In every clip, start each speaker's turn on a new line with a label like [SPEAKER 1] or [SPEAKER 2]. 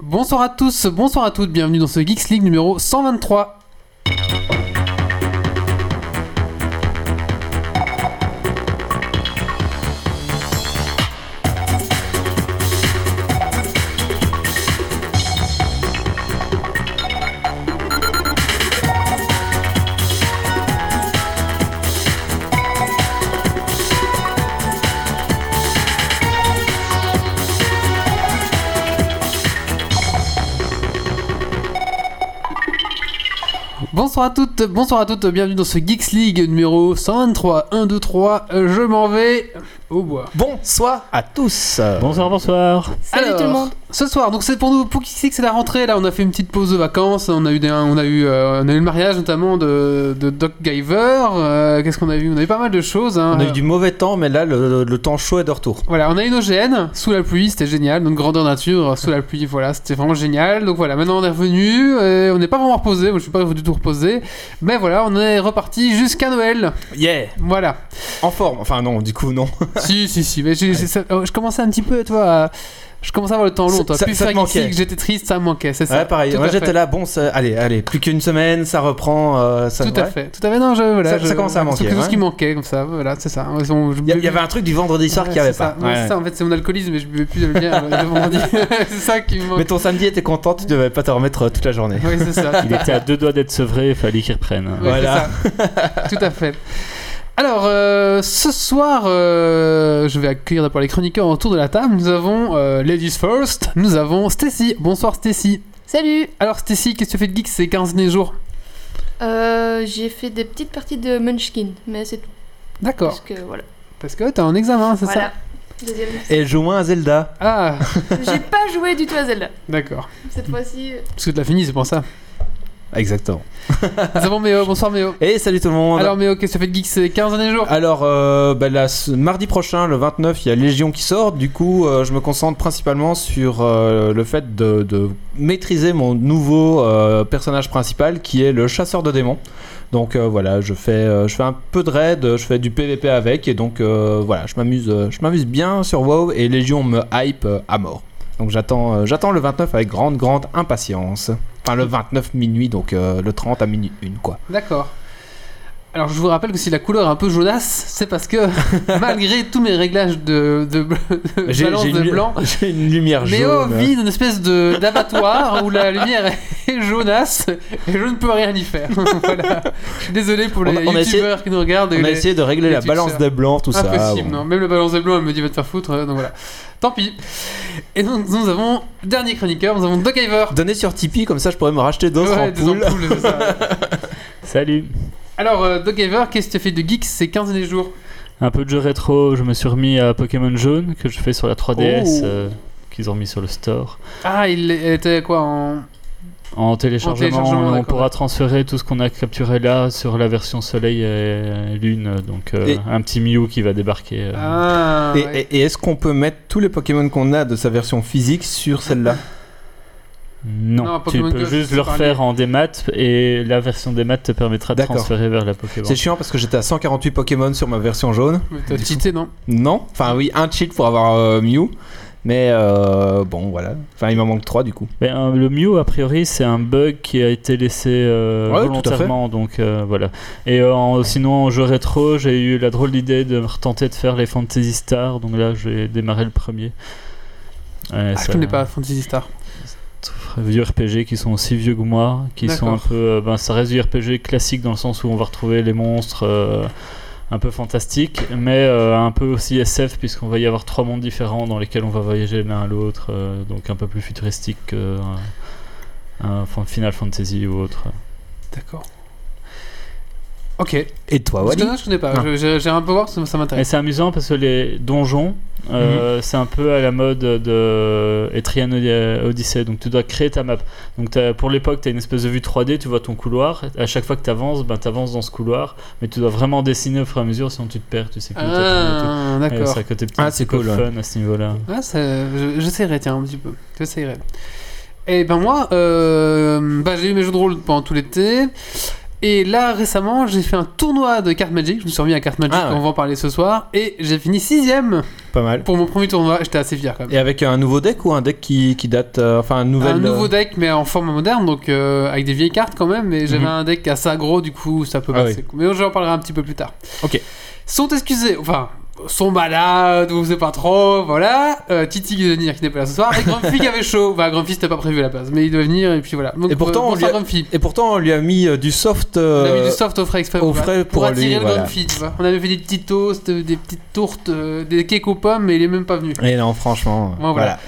[SPEAKER 1] Bonsoir à tous, bonsoir à toutes, bienvenue dans ce Geeks League numéro 123. Bonsoir à toutes, bonsoir à toutes, bienvenue dans ce Geeks League numéro 123, 1, 2, 3, euh, je m'en vais au bois.
[SPEAKER 2] Bonsoir à tous.
[SPEAKER 3] Bonsoir, bonsoir.
[SPEAKER 4] Salut tout le monde.
[SPEAKER 1] Ce soir, donc c'est pour nous, pour Geeks League, c'est la rentrée, là on a fait une petite pause de vacances, on a eu, des- on a eu, euh, on a eu le mariage notamment de, de Doc Giver, euh, qu'est-ce qu'on a vu On a eu pas mal de choses. hein.
[SPEAKER 2] On a eu du mauvais temps, mais là, le, le- le temps chaud est de retour.
[SPEAKER 1] Voilà, on a une OGN sous la pluie, c'était génial. Donc grandeur nature euh, sous la pluie, voilà, c'était vraiment génial. Donc voilà, maintenant on est revenu, euh, on n'est pas vraiment reposé, moi je suis pas du tout reposé, mais voilà, on est reparti jusqu'à Noël.
[SPEAKER 2] Yeah.
[SPEAKER 1] Voilà.
[SPEAKER 2] En forme. Enfin non, du coup non.
[SPEAKER 1] si, si, si, mais j'ai- j'ai- ça- oh, je commençais un petit peu, toi, à- je commençais à avoir le temps long,
[SPEAKER 2] Ça-
[SPEAKER 1] toi.
[SPEAKER 2] ça-
[SPEAKER 1] Plus
[SPEAKER 2] ça te
[SPEAKER 1] faire
[SPEAKER 2] manquait.
[SPEAKER 1] ici que j'étais triste, ça me manquait, c'est ça.
[SPEAKER 2] ouais, pareil.
[SPEAKER 1] Tout
[SPEAKER 2] Moi
[SPEAKER 1] à fait.
[SPEAKER 2] j'étais là, bon, ça- allez, allez, plus qu'une semaine, ça reprend. euh, ça,
[SPEAKER 1] Tout à
[SPEAKER 2] ouais.
[SPEAKER 1] fait, tout à fait. Non, je, voilà,
[SPEAKER 2] Ça-
[SPEAKER 1] je-
[SPEAKER 2] ça commence à
[SPEAKER 1] tout-
[SPEAKER 2] manquer,
[SPEAKER 1] Tout ce
[SPEAKER 2] ouais.
[SPEAKER 1] qui manquait, comme ça, voilà, c'est ça. Ouais, on- je
[SPEAKER 2] Il y a-
[SPEAKER 1] buvais-
[SPEAKER 2] il y, avait un truc du vendredi soir
[SPEAKER 1] Ouais,
[SPEAKER 2] qu'il n'y avait
[SPEAKER 1] c'est
[SPEAKER 2] pas.
[SPEAKER 1] ça. Ouais,
[SPEAKER 2] Ouais.
[SPEAKER 1] c'est ça, en fait, c'est mon alcoolisme, mais je buvais plus de bière euh, le vendredi. c'est ça qui me manque.
[SPEAKER 2] Mais ton samedi était content, tu devais pas te remettre euh, toute la journée.
[SPEAKER 1] Oui, c'est ça.
[SPEAKER 3] Il était à deux doigts d'être sevré, il fallait qu'il reprenne.
[SPEAKER 1] Ouais,
[SPEAKER 2] Voilà.
[SPEAKER 1] c'est ça. Tout à fait. Alors, euh, ce soir, euh, je vais accueillir d'abord les chroniqueurs autour de la table. Nous avons euh, Ladies First, nous avons Stacy. Bonsoir Stacy. Salut. Alors Stacy, qu'est-ce que tu fais de geek ces 15 derniers jours
[SPEAKER 4] Euh, j'ai fait des petites parties de Munchkin, mais c'est tout. Parce
[SPEAKER 1] D'accord.
[SPEAKER 4] que voilà.
[SPEAKER 1] Parce que t'as un examen, c'est ça
[SPEAKER 4] voilà. Deuxième.
[SPEAKER 2] Et elle joue moins à Zelda.
[SPEAKER 1] Ah,
[SPEAKER 4] j'ai pas joué du tout à Zelda.
[SPEAKER 1] d'accord.
[SPEAKER 4] Cette fois-ci. euh,
[SPEAKER 1] Parce que tu l'as fini, c'est pour ça.
[SPEAKER 2] Exactement.
[SPEAKER 1] Nous avons Méo. Bonsoir Méo.
[SPEAKER 2] Et salut tout le monde.
[SPEAKER 1] Alors Méo, qu'est-ce que tu fais de geek ces 15 derniers jours
[SPEAKER 2] Alors, euh, bah, la s- mardi prochain, le 29, il y a Légion qui sort. Du coup, euh, je me concentre principalement sur euh, le fait de, de maîtriser mon nouveau euh, personnage principal qui est le chasseur de démons. Donc euh, voilà, je fais, euh, je fais un peu de raid, je fais du PVP avec. Et donc euh, voilà, je m'amuse euh, je m'amuse bien sur WoW et Légion me hype euh, à mort. Donc j'attends euh, j'attends le 29 avec grande, grande impatience. Enfin, le 29 minuit, donc euh, le 30 à minuit 1, quoi.
[SPEAKER 1] D'accord. Alors je vous rappelle que si la couleur est un peu jaunasse, c'est parce que malgré tous mes réglages de, de, de
[SPEAKER 2] J'ai
[SPEAKER 1] balance
[SPEAKER 2] j'ai
[SPEAKER 1] de
[SPEAKER 2] une,
[SPEAKER 1] blanc,
[SPEAKER 2] j'ai une lumière
[SPEAKER 1] Méo
[SPEAKER 2] jaune.
[SPEAKER 1] vit dans une espèce de d'abattoir où la lumière est jaunasse et je ne peux rien y faire. voilà. Je suis désolé pour les
[SPEAKER 2] On a- on a
[SPEAKER 1] youtubeurs qui nous regardent. et
[SPEAKER 2] On a
[SPEAKER 1] les-
[SPEAKER 2] essayé de régler
[SPEAKER 1] les
[SPEAKER 2] la balance
[SPEAKER 1] Twitchers.
[SPEAKER 2] des blancs, tout ça.
[SPEAKER 1] Impossible,
[SPEAKER 2] bon.
[SPEAKER 1] non. Même le balance des blancs, elle me dit va te faire foutre, euh, donc voilà. Tant pis. Et donc nous avons dernier chroniqueur, nous avons Doc Iver.
[SPEAKER 2] Donnez sur Tipeee, comme ça je pourrais me racheter d'autres
[SPEAKER 1] Ouais, des
[SPEAKER 2] ampoules.
[SPEAKER 1] ampoules, c'est ça.
[SPEAKER 3] Salut.
[SPEAKER 1] Alors euh, Doc Iver, qu'est-ce que tu fais de geek ces 15 derniers jours
[SPEAKER 3] Un peu de jeu rétro, je me suis remis à Pokémon Jaune que je fais sur la 3DS
[SPEAKER 1] Oh.
[SPEAKER 3] euh, qu'ils ont mis sur le store.
[SPEAKER 1] Ah, il était quoi en...
[SPEAKER 3] En téléchargement,
[SPEAKER 1] En téléchargement,
[SPEAKER 3] on
[SPEAKER 1] d'accord,
[SPEAKER 3] pourra
[SPEAKER 1] ouais.
[SPEAKER 3] transférer tout ce qu'on a capturé là sur la version Soleil et Lune. Donc euh,
[SPEAKER 2] Et-
[SPEAKER 3] un petit Mew qui va débarquer. euh.
[SPEAKER 1] Ah,
[SPEAKER 2] Et,
[SPEAKER 1] ouais.
[SPEAKER 2] et- et est-ce qu'on peut mettre tous les Pokémon qu'on a de sa version physique sur celle-là
[SPEAKER 3] Non,
[SPEAKER 1] Non,
[SPEAKER 3] tu
[SPEAKER 1] Pokémon
[SPEAKER 3] peux
[SPEAKER 1] Go,
[SPEAKER 3] juste
[SPEAKER 1] c'est
[SPEAKER 3] le
[SPEAKER 1] pas
[SPEAKER 3] refaire en démat et la version démat te permettra de
[SPEAKER 2] D'accord.
[SPEAKER 3] transférer vers la Pokémon.
[SPEAKER 2] C'est chiant parce que j'étais à 148 Pokémon sur ma version jaune.
[SPEAKER 1] Mais T'as cheaté, non
[SPEAKER 2] Non Enfin oui, un cheat pour avoir euh, Mew. Mais euh, bon, voilà. Enfin, il m'en manque 3 du coup.
[SPEAKER 3] Mais, euh, le Mew, a priori, c'est un bug qui a été laissé euh,
[SPEAKER 2] Ouais, tout à
[SPEAKER 3] volontairement, donc euh, voilà. Et euh, en- sinon, en jeu rétro, j'ai eu la drôle d'idée de me retenter de faire les Fantasy Star, donc là, j'ai démarré le premier. Ouais,
[SPEAKER 1] ah, Je
[SPEAKER 3] ça-
[SPEAKER 1] connais pas Fantasy Star.
[SPEAKER 3] Vieux RPG qui sont aussi vieux que moi, qui sont un
[SPEAKER 1] D'accord.
[SPEAKER 3] peu. euh, ben, ça reste du RPG classique dans le sens où on va retrouver les monstres. euh, un peu fantastiques mais euh, un peu aussi SF, puisqu'on va y avoir trois mondes différents dans lesquels on va voyager l'un à l'autre, euh, donc un peu plus futuristique que euh, un fan- Final Fantasy ou autre.
[SPEAKER 1] D'accord. Ok.
[SPEAKER 2] Et toi,
[SPEAKER 1] Parce que
[SPEAKER 2] Wally
[SPEAKER 1] non, je connais pas.
[SPEAKER 2] Non.
[SPEAKER 1] Je- J'ai j'ai un peu voir, ça, ça
[SPEAKER 3] Et
[SPEAKER 1] m'intéresse.
[SPEAKER 3] c'est amusant parce que les donjons,
[SPEAKER 2] Mhm.
[SPEAKER 3] euh, c'est un peu à la mode de Etrian Od- Odyssey. Donc tu dois créer ta map. Donc t'as- pour l'époque, tu as une espèce de vue 3D, tu vois ton couloir. À chaque fois que tu avances, ben, tu avances dans ce couloir. Mais tu dois vraiment dessiner au fur et à mesure, sinon tu te perds, tu
[SPEAKER 2] Eh,
[SPEAKER 3] sais plus où t'attends et tout.
[SPEAKER 1] Ah,
[SPEAKER 3] Et
[SPEAKER 1] d'accord.
[SPEAKER 3] C'est à côté petit
[SPEAKER 2] Ah, c'est
[SPEAKER 3] peu
[SPEAKER 2] cool, ouais.
[SPEAKER 3] fun à ce niveau-là.
[SPEAKER 1] Ah, ça- je- J'essaierai, tiens, un petit peu. Eh J'essaierai. Et ben moi, euh, bah, j'ai eu mes jeux de rôle pendant tout l'été. Et là, récemment, j'ai fait un tournoi de cartes Magic. Je me suis remis à cartes Magic,
[SPEAKER 2] Ah ouais.
[SPEAKER 1] on va en parler ce soir. Et j'ai fini sixième
[SPEAKER 2] Pas mal.
[SPEAKER 1] pour mon premier tournoi. J'étais assez fier quand même.
[SPEAKER 2] Et avec un nouveau deck ou un deck qui, qui date. euh, enfin, un nouvel.
[SPEAKER 1] un nouveau
[SPEAKER 2] euh,
[SPEAKER 1] deck, mais en forme moderne, donc euh, avec des vieilles cartes quand même. Mais j'avais
[SPEAKER 2] Mhm.
[SPEAKER 1] un deck assez aggro, du coup, ça peut
[SPEAKER 2] Ah
[SPEAKER 1] passer. Mais j'en parlerai un petit peu plus tard.
[SPEAKER 2] Ok.
[SPEAKER 1] Sont excusés, enfin, sont malades, vous savez pas trop, voilà. Euh, Titi qui devait venir, qui n'est pas là ce soir. Et Grumpy qui avait chaud. Enfin, Grumpy, c'était pas prévu à la base, mais il devait venir, et puis voilà. Donc, euh,
[SPEAKER 2] Et pourtant, on
[SPEAKER 1] bonsoir,
[SPEAKER 2] lui a-
[SPEAKER 1] Grumpy.
[SPEAKER 2] Et pourtant, on lui a mis euh, du soft.
[SPEAKER 1] On
[SPEAKER 2] euh,
[SPEAKER 1] a mis du soft au frais exprès
[SPEAKER 2] au
[SPEAKER 1] pour-
[SPEAKER 2] frais
[SPEAKER 1] pour
[SPEAKER 2] pour
[SPEAKER 1] attirer
[SPEAKER 2] lui,
[SPEAKER 1] le
[SPEAKER 2] voilà.
[SPEAKER 1] Grumpy, tu vois. On avait fait des petits toasts, des petites tourtes, euh, des cakes aux pommes, mais il est même pas venu.
[SPEAKER 2] Et non, franchement.
[SPEAKER 1] Ouais, voilà.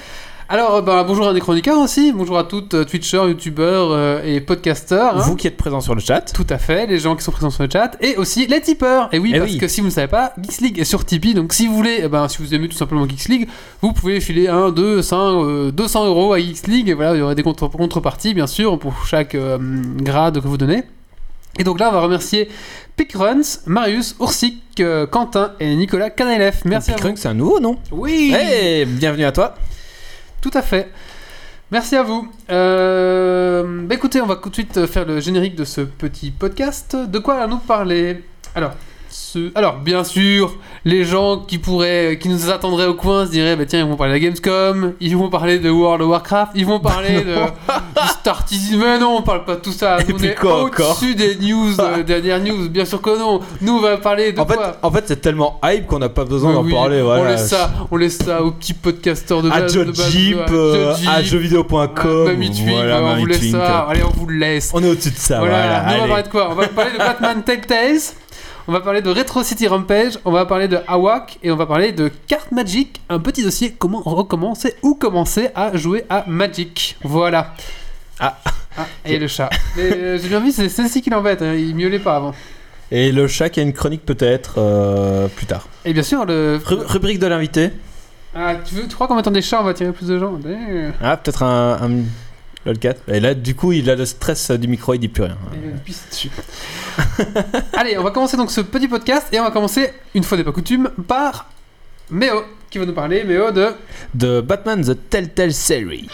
[SPEAKER 1] Alors, euh, bah, bonjour à des chroniqueurs aussi, bonjour à toutes, euh, twitchers, youtubeurs euh, et podcasteurs. hein.
[SPEAKER 2] Vous qui êtes présents sur le chat.
[SPEAKER 1] Tout à fait, les gens qui sont présents sur le chat, et aussi les tipeurs. Et oui,
[SPEAKER 2] Eh
[SPEAKER 1] parce
[SPEAKER 2] oui.
[SPEAKER 1] que si vous ne savez pas, Geeks League est sur Tipeee, donc si vous voulez, eh ben, si vous aimez tout simplement Geeks League, vous pouvez filer 1, 2, 5, euh, 200 euros à Geeks League, et voilà, il y aurait des contre- contreparties, bien sûr, pour chaque euh, grade que vous donnez. Et donc là, on va remercier Pickruns, Marius, Oursic, euh, Quentin et Nicolas Canelef. Merci à
[SPEAKER 2] Pickrung, c'est un nouveau nom.
[SPEAKER 1] vous. Oui
[SPEAKER 2] Hey, bienvenue à toi.
[SPEAKER 1] Tout à fait. Merci à vous. Euh, bah écoutez, on va tout de suite faire le générique de ce petit podcast. De quoi allons-nous parler Alors, ce- alors bien sûr, les gens qui pourraient, euh, qui nous attendraient au coin se diraient, bah tiens, ils vont parler de la Gamescom, ils vont parler de World of Warcraft, ils vont parler de, du Star Citizen. Mais non, on parle pas de tout ça.
[SPEAKER 2] Et
[SPEAKER 1] Nous, on
[SPEAKER 2] puis
[SPEAKER 1] est
[SPEAKER 2] quoi encore
[SPEAKER 1] au-dessus des news, euh, dernières news. Bien sûr que non. Nous, on va parler de
[SPEAKER 2] En fait,
[SPEAKER 1] quoi
[SPEAKER 2] en fait c'est tellement hype qu'on n'a pas besoin d'en
[SPEAKER 1] Oui, oui,
[SPEAKER 2] parler.
[SPEAKER 1] On
[SPEAKER 2] Voilà.
[SPEAKER 1] laisse ça, on laisse ça aux petits podcasteurs de
[SPEAKER 2] À
[SPEAKER 1] base- de
[SPEAKER 2] Joe
[SPEAKER 1] base-
[SPEAKER 2] Jeep,
[SPEAKER 1] à
[SPEAKER 2] euh,
[SPEAKER 1] Joe
[SPEAKER 2] à
[SPEAKER 1] Jeep,
[SPEAKER 2] jeuxvideo.com.
[SPEAKER 1] ah, Mamie Twink,
[SPEAKER 2] voilà,
[SPEAKER 1] on
[SPEAKER 2] Mamie
[SPEAKER 1] vous laisse
[SPEAKER 2] Twink.
[SPEAKER 1] ça. Allez, on vous le laisse.
[SPEAKER 2] On est au-dessus de ça.
[SPEAKER 1] voilà,
[SPEAKER 2] Voilà.
[SPEAKER 1] nous, on va
[SPEAKER 2] allez.
[SPEAKER 1] parler de quoi On va parler de Batman Telltales, on va parler de Retro City Rampage, on va parler de Awak et on va parler de Carte Magic, un petit dossier comment recommencer ou commencer à jouer à Magic. Voilà.
[SPEAKER 2] Ah.
[SPEAKER 1] et le chat. Mais, euh, J'ai bien vu, c'est celle-ci qui l'embête, hein, il miaulait pas avant.
[SPEAKER 2] Et le chat qui a une chronique peut-être euh, plus tard.
[SPEAKER 1] Et bien sûr, le.
[SPEAKER 2] Ru- rubrique de l'invité.
[SPEAKER 1] Ah, tu, veux, tu crois qu'en mettant des chats, on va attirer plus de gens Euh,
[SPEAKER 2] Ah, peut-être un, un LOLcat. Et là, du coup, il a le stress euh, du micro, il dit plus rien.
[SPEAKER 1] Et une piste dessus. Allez, on va commencer donc ce petit podcast et on va commencer, une fois n'est pas coutume, par Méo qui va nous parler, Méo de...
[SPEAKER 2] De Batman The Telltale Series.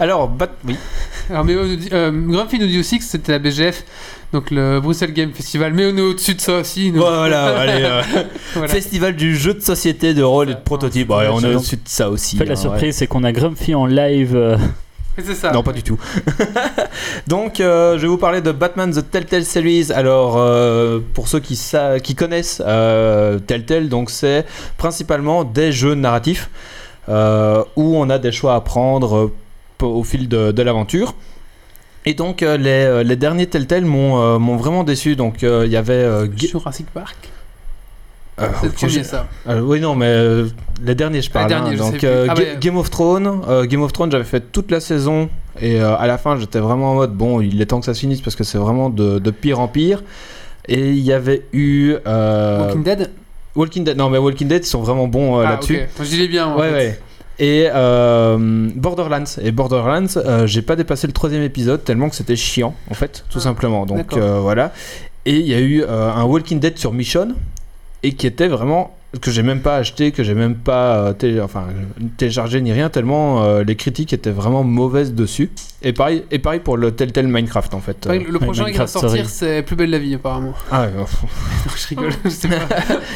[SPEAKER 2] Alors, Bat... oui.
[SPEAKER 1] Alors Méo nous dit, euh, Grumpy nous dit aussi que c'était la BGF, donc le Bruxelles Game Festival. Méo nous est au-dessus de ça aussi. nous.
[SPEAKER 2] Voilà, allez. euh,
[SPEAKER 1] Voilà.
[SPEAKER 2] Festival du jeu de société, de rôle et de prototype. Ouais, on est au-dessus de ça aussi.
[SPEAKER 3] En fait, la
[SPEAKER 2] hein, ouais.
[SPEAKER 3] surprise, c'est qu'on a Grumpy en live. euh,
[SPEAKER 1] C'est ça.
[SPEAKER 2] Non, pas du tout. Donc, euh, je vais vous parler de Batman The Telltale Series. Alors, euh, pour ceux qui, sa- qui connaissent euh, Telltale, donc c'est principalement des jeux narratifs euh, où on a des choix à prendre euh, p- au fil de, de l'aventure. Et donc, euh, les, euh, les derniers Telltale m'ont euh, m'ont vraiment déçu. Donc, euh, il y avait. euh, Ga-
[SPEAKER 1] Jurassic Park.
[SPEAKER 2] Euh,
[SPEAKER 1] C'est le
[SPEAKER 2] ok,
[SPEAKER 1] premier
[SPEAKER 2] j'ai-
[SPEAKER 1] ça.
[SPEAKER 2] euh, oui, non, mais euh, les derniers, je parle.
[SPEAKER 1] derniers,
[SPEAKER 2] hein.
[SPEAKER 1] je sais
[SPEAKER 2] donc,
[SPEAKER 1] plus.
[SPEAKER 2] euh,
[SPEAKER 1] Ah,
[SPEAKER 2] Ga-
[SPEAKER 1] ouais.
[SPEAKER 2] Game of Thrones, euh, Game of Thrones, j'avais fait toute la saison et euh, à la fin, j'étais vraiment en mode bon, il est temps que ça se finisse parce que c'est vraiment de, de pire en pire. Et il y avait eu euh,
[SPEAKER 1] Walking Dead.
[SPEAKER 2] Walking Dead. Non, mais Walking Dead, ils sont vraiment bons euh,
[SPEAKER 1] Ah,
[SPEAKER 2] là-dessus.
[SPEAKER 1] ok. Moi, Je dis bien. en
[SPEAKER 2] Ouais,
[SPEAKER 1] fait.
[SPEAKER 2] ouais. Et euh, Borderlands. Et Borderlands, euh, j'ai pas dépassé le troisième épisode tellement que c'était chiant, en fait, tout
[SPEAKER 1] Ah,
[SPEAKER 2] simplement. Donc
[SPEAKER 1] d'accord.
[SPEAKER 2] euh, voilà. Et il y a eu euh, un Walking Dead sur Mission et qui était vraiment que j'ai même pas acheté, que j'ai même pas euh, télé- enfin, téléchargé ni rien tellement euh, les critiques étaient vraiment mauvaises dessus. Et pareil, et pareil pour le Telltale Minecraft en fait.
[SPEAKER 1] Pareil, le prochain qui va
[SPEAKER 3] Minecraft
[SPEAKER 1] sortir,
[SPEAKER 3] Story.
[SPEAKER 1] c'est Plus belle la vie apparemment.
[SPEAKER 2] Euh, ah, ouais,
[SPEAKER 1] non, je rigole. je sais pas.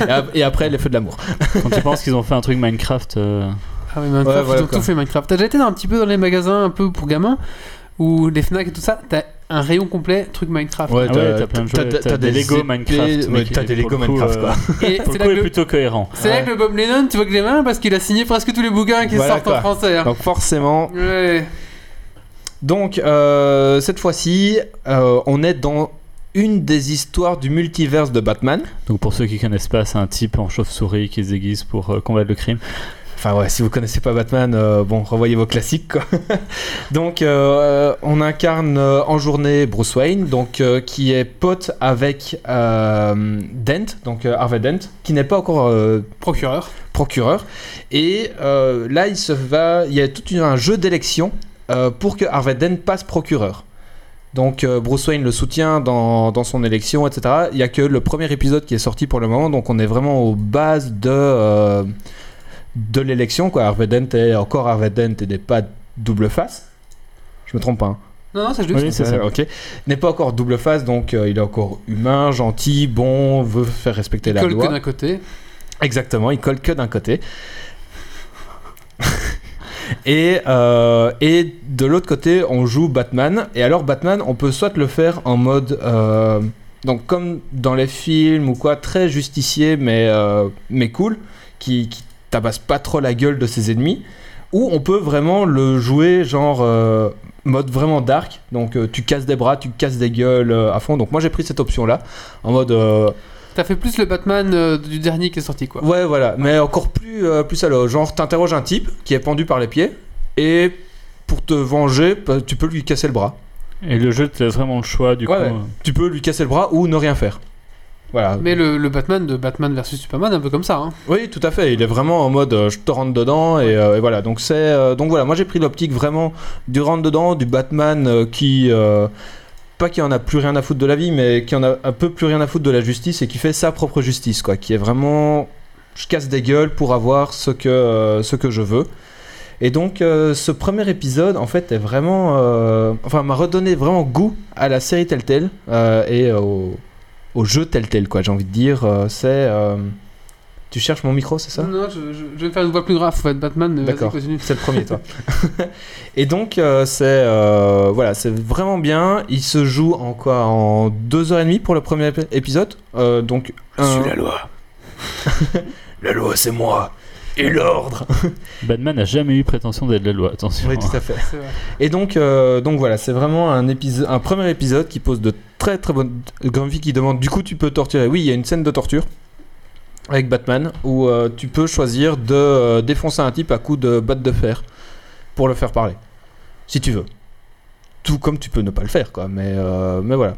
[SPEAKER 2] et ap- et après les feux de l'amour.
[SPEAKER 3] quand tu penses qu'ils ont fait un truc Minecraft. euh,
[SPEAKER 1] Ah oui, Minecraft,
[SPEAKER 2] Ouais, voilà,
[SPEAKER 1] ils ont
[SPEAKER 2] quoi.
[SPEAKER 1] tout fait Minecraft. T'as déjà été dans un petit peu dans les magasins un peu pour gamins ou les Fnac et tout ça, t'as un rayon complet truc Minecraft.
[SPEAKER 3] Ah ouais, t'as plein de jeux. T'as des Lego
[SPEAKER 2] épées,
[SPEAKER 3] Minecraft.
[SPEAKER 2] ouais,
[SPEAKER 3] mais
[SPEAKER 2] T'as
[SPEAKER 3] qui,
[SPEAKER 2] des Lego
[SPEAKER 3] pour le coup,
[SPEAKER 2] Minecraft
[SPEAKER 3] euh,
[SPEAKER 2] quoi.
[SPEAKER 1] Et
[SPEAKER 3] Pour
[SPEAKER 1] c'est
[SPEAKER 3] le
[SPEAKER 1] là
[SPEAKER 3] coup,
[SPEAKER 1] que
[SPEAKER 3] est
[SPEAKER 1] le-
[SPEAKER 3] plutôt cohérent.
[SPEAKER 1] c'est là que le Bob Lennon, tu vois que j'ai mal parce qu'il a signé presque tous les bouquins qui
[SPEAKER 2] Voilà
[SPEAKER 1] sortent
[SPEAKER 2] quoi.
[SPEAKER 1] en français. hein.
[SPEAKER 2] Donc forcément,
[SPEAKER 1] Ouais.
[SPEAKER 2] Donc, euh, cette fois-ci, euh, on est dans une des histoires du multiverse de Batman.
[SPEAKER 3] Donc pour ceux qui connaissent pas, c'est un type en chauve-souris qui se déguise pour euh, combattre le crime.
[SPEAKER 2] Enfin ouais, si vous connaissez pas Batman, euh, bon, revoyez vos classiques. quoi. donc euh, on incarne euh, en journée Bruce Wayne, donc euh, qui est pote avec euh, Dent, donc euh, Harvey Dent, qui n'est pas encore euh,
[SPEAKER 1] Procureur.
[SPEAKER 2] procureur. Et euh, là, il se va, il y a tout une- un jeu d'élection euh, pour que Harvey Dent passe procureur. Donc euh, Bruce Wayne le soutient dans, dans son élection, etc. Il n'y a que le premier épisode qui est sorti pour le moment, donc on est vraiment aux bases de, euh, de l'élection. quoi. Harvey Dent est encore Harvey Dent et n'est pas double face. Je me trompe pas. hein.
[SPEAKER 1] Non, non, ça je l'ai
[SPEAKER 3] Oui,
[SPEAKER 1] vu.
[SPEAKER 3] c'est ça.
[SPEAKER 2] Ok. N'est pas encore double face, donc euh, il est encore humain, gentil, bon, veut faire respecter la
[SPEAKER 1] Cole
[SPEAKER 2] loi.
[SPEAKER 1] que d'un côté.
[SPEAKER 2] Exactement, il colle que d'un côté. et, euh, et de l'autre côté, on joue Batman. Et alors, Batman, on peut soit le faire en mode. euh, donc, comme dans les films ou quoi, très justicier, mais, euh, mais cool, qui, qui tabasse pas trop la gueule de ses ennemis. Ou on peut vraiment le jouer genre euh, mode vraiment dark. Donc, euh, tu casses des bras, tu casses des gueules euh, à fond. Donc, moi, j'ai pris cette option-là. En mode. euh,
[SPEAKER 1] T'as fait plus le Batman euh, du dernier qui est sorti, quoi.
[SPEAKER 2] Ouais, voilà, mais encore plus, euh, plus salaud. Genre, t'interroges un type qui est pendu par les pieds, et pour te venger, bah, tu peux lui casser le bras.
[SPEAKER 3] Et le jeu te laisse vraiment le choix du
[SPEAKER 2] Ouais,
[SPEAKER 3] coup.
[SPEAKER 2] ouais. Tu peux lui casser le bras ou ne rien faire. Voilà.
[SPEAKER 1] Mais le, le Batman de Batman versus Superman, un peu comme ça. Hein.
[SPEAKER 2] Oui, tout à fait. Il est vraiment en mode, euh, je te rentre dedans, et, euh, et voilà. Donc c'est, euh, donc voilà. Moi, j'ai pris l'optique vraiment du rentre dedans, du Batman euh, qui. euh, pas qui en a plus rien à foutre de la vie, mais qui en a un peu plus rien à foutre de la justice et qui fait sa propre justice, quoi. Qui est vraiment, je casse des gueules pour avoir ce que, euh, ce que je veux. Et donc, euh, ce premier épisode, en fait, est vraiment, euh, enfin, m'a redonné vraiment goût à la série Telltale euh, et au, au jeu Telltale, quoi. J'ai envie de dire, Euh, c'est, euh, tu cherches mon micro, c'est ça
[SPEAKER 1] non, non, je, je- je vais me faire une voix plus grave, faut être Batman, mais vas-y,
[SPEAKER 2] D'accord.
[SPEAKER 1] continue.
[SPEAKER 2] c'est le premier, toi. et donc, euh, c'est euh, voilà, c'est vraiment bien. Il se joue en quoi En deux heures et demie pour le premier ép- épisode. Euh, donc, un-
[SPEAKER 5] loi.
[SPEAKER 2] la loi, c'est moi et l'ordre.
[SPEAKER 3] Batman n'a jamais eu prétention d'être la loi, attention. hein.
[SPEAKER 2] Oui, tout à fait.
[SPEAKER 1] C'est vrai.
[SPEAKER 2] Et donc, euh, donc voilà, c'est vraiment un, épiso- un premier épisode qui pose de très très bonnes. Grumpy qui demande du coup, tu peux torturer. Oui, il y a une scène de torture avec Batman où euh, tu peux choisir de euh, défoncer un type à coups de batte de fer pour le faire parler. Si tu veux. Tout comme tu peux ne pas le faire, quoi. Mais, euh, mais voilà.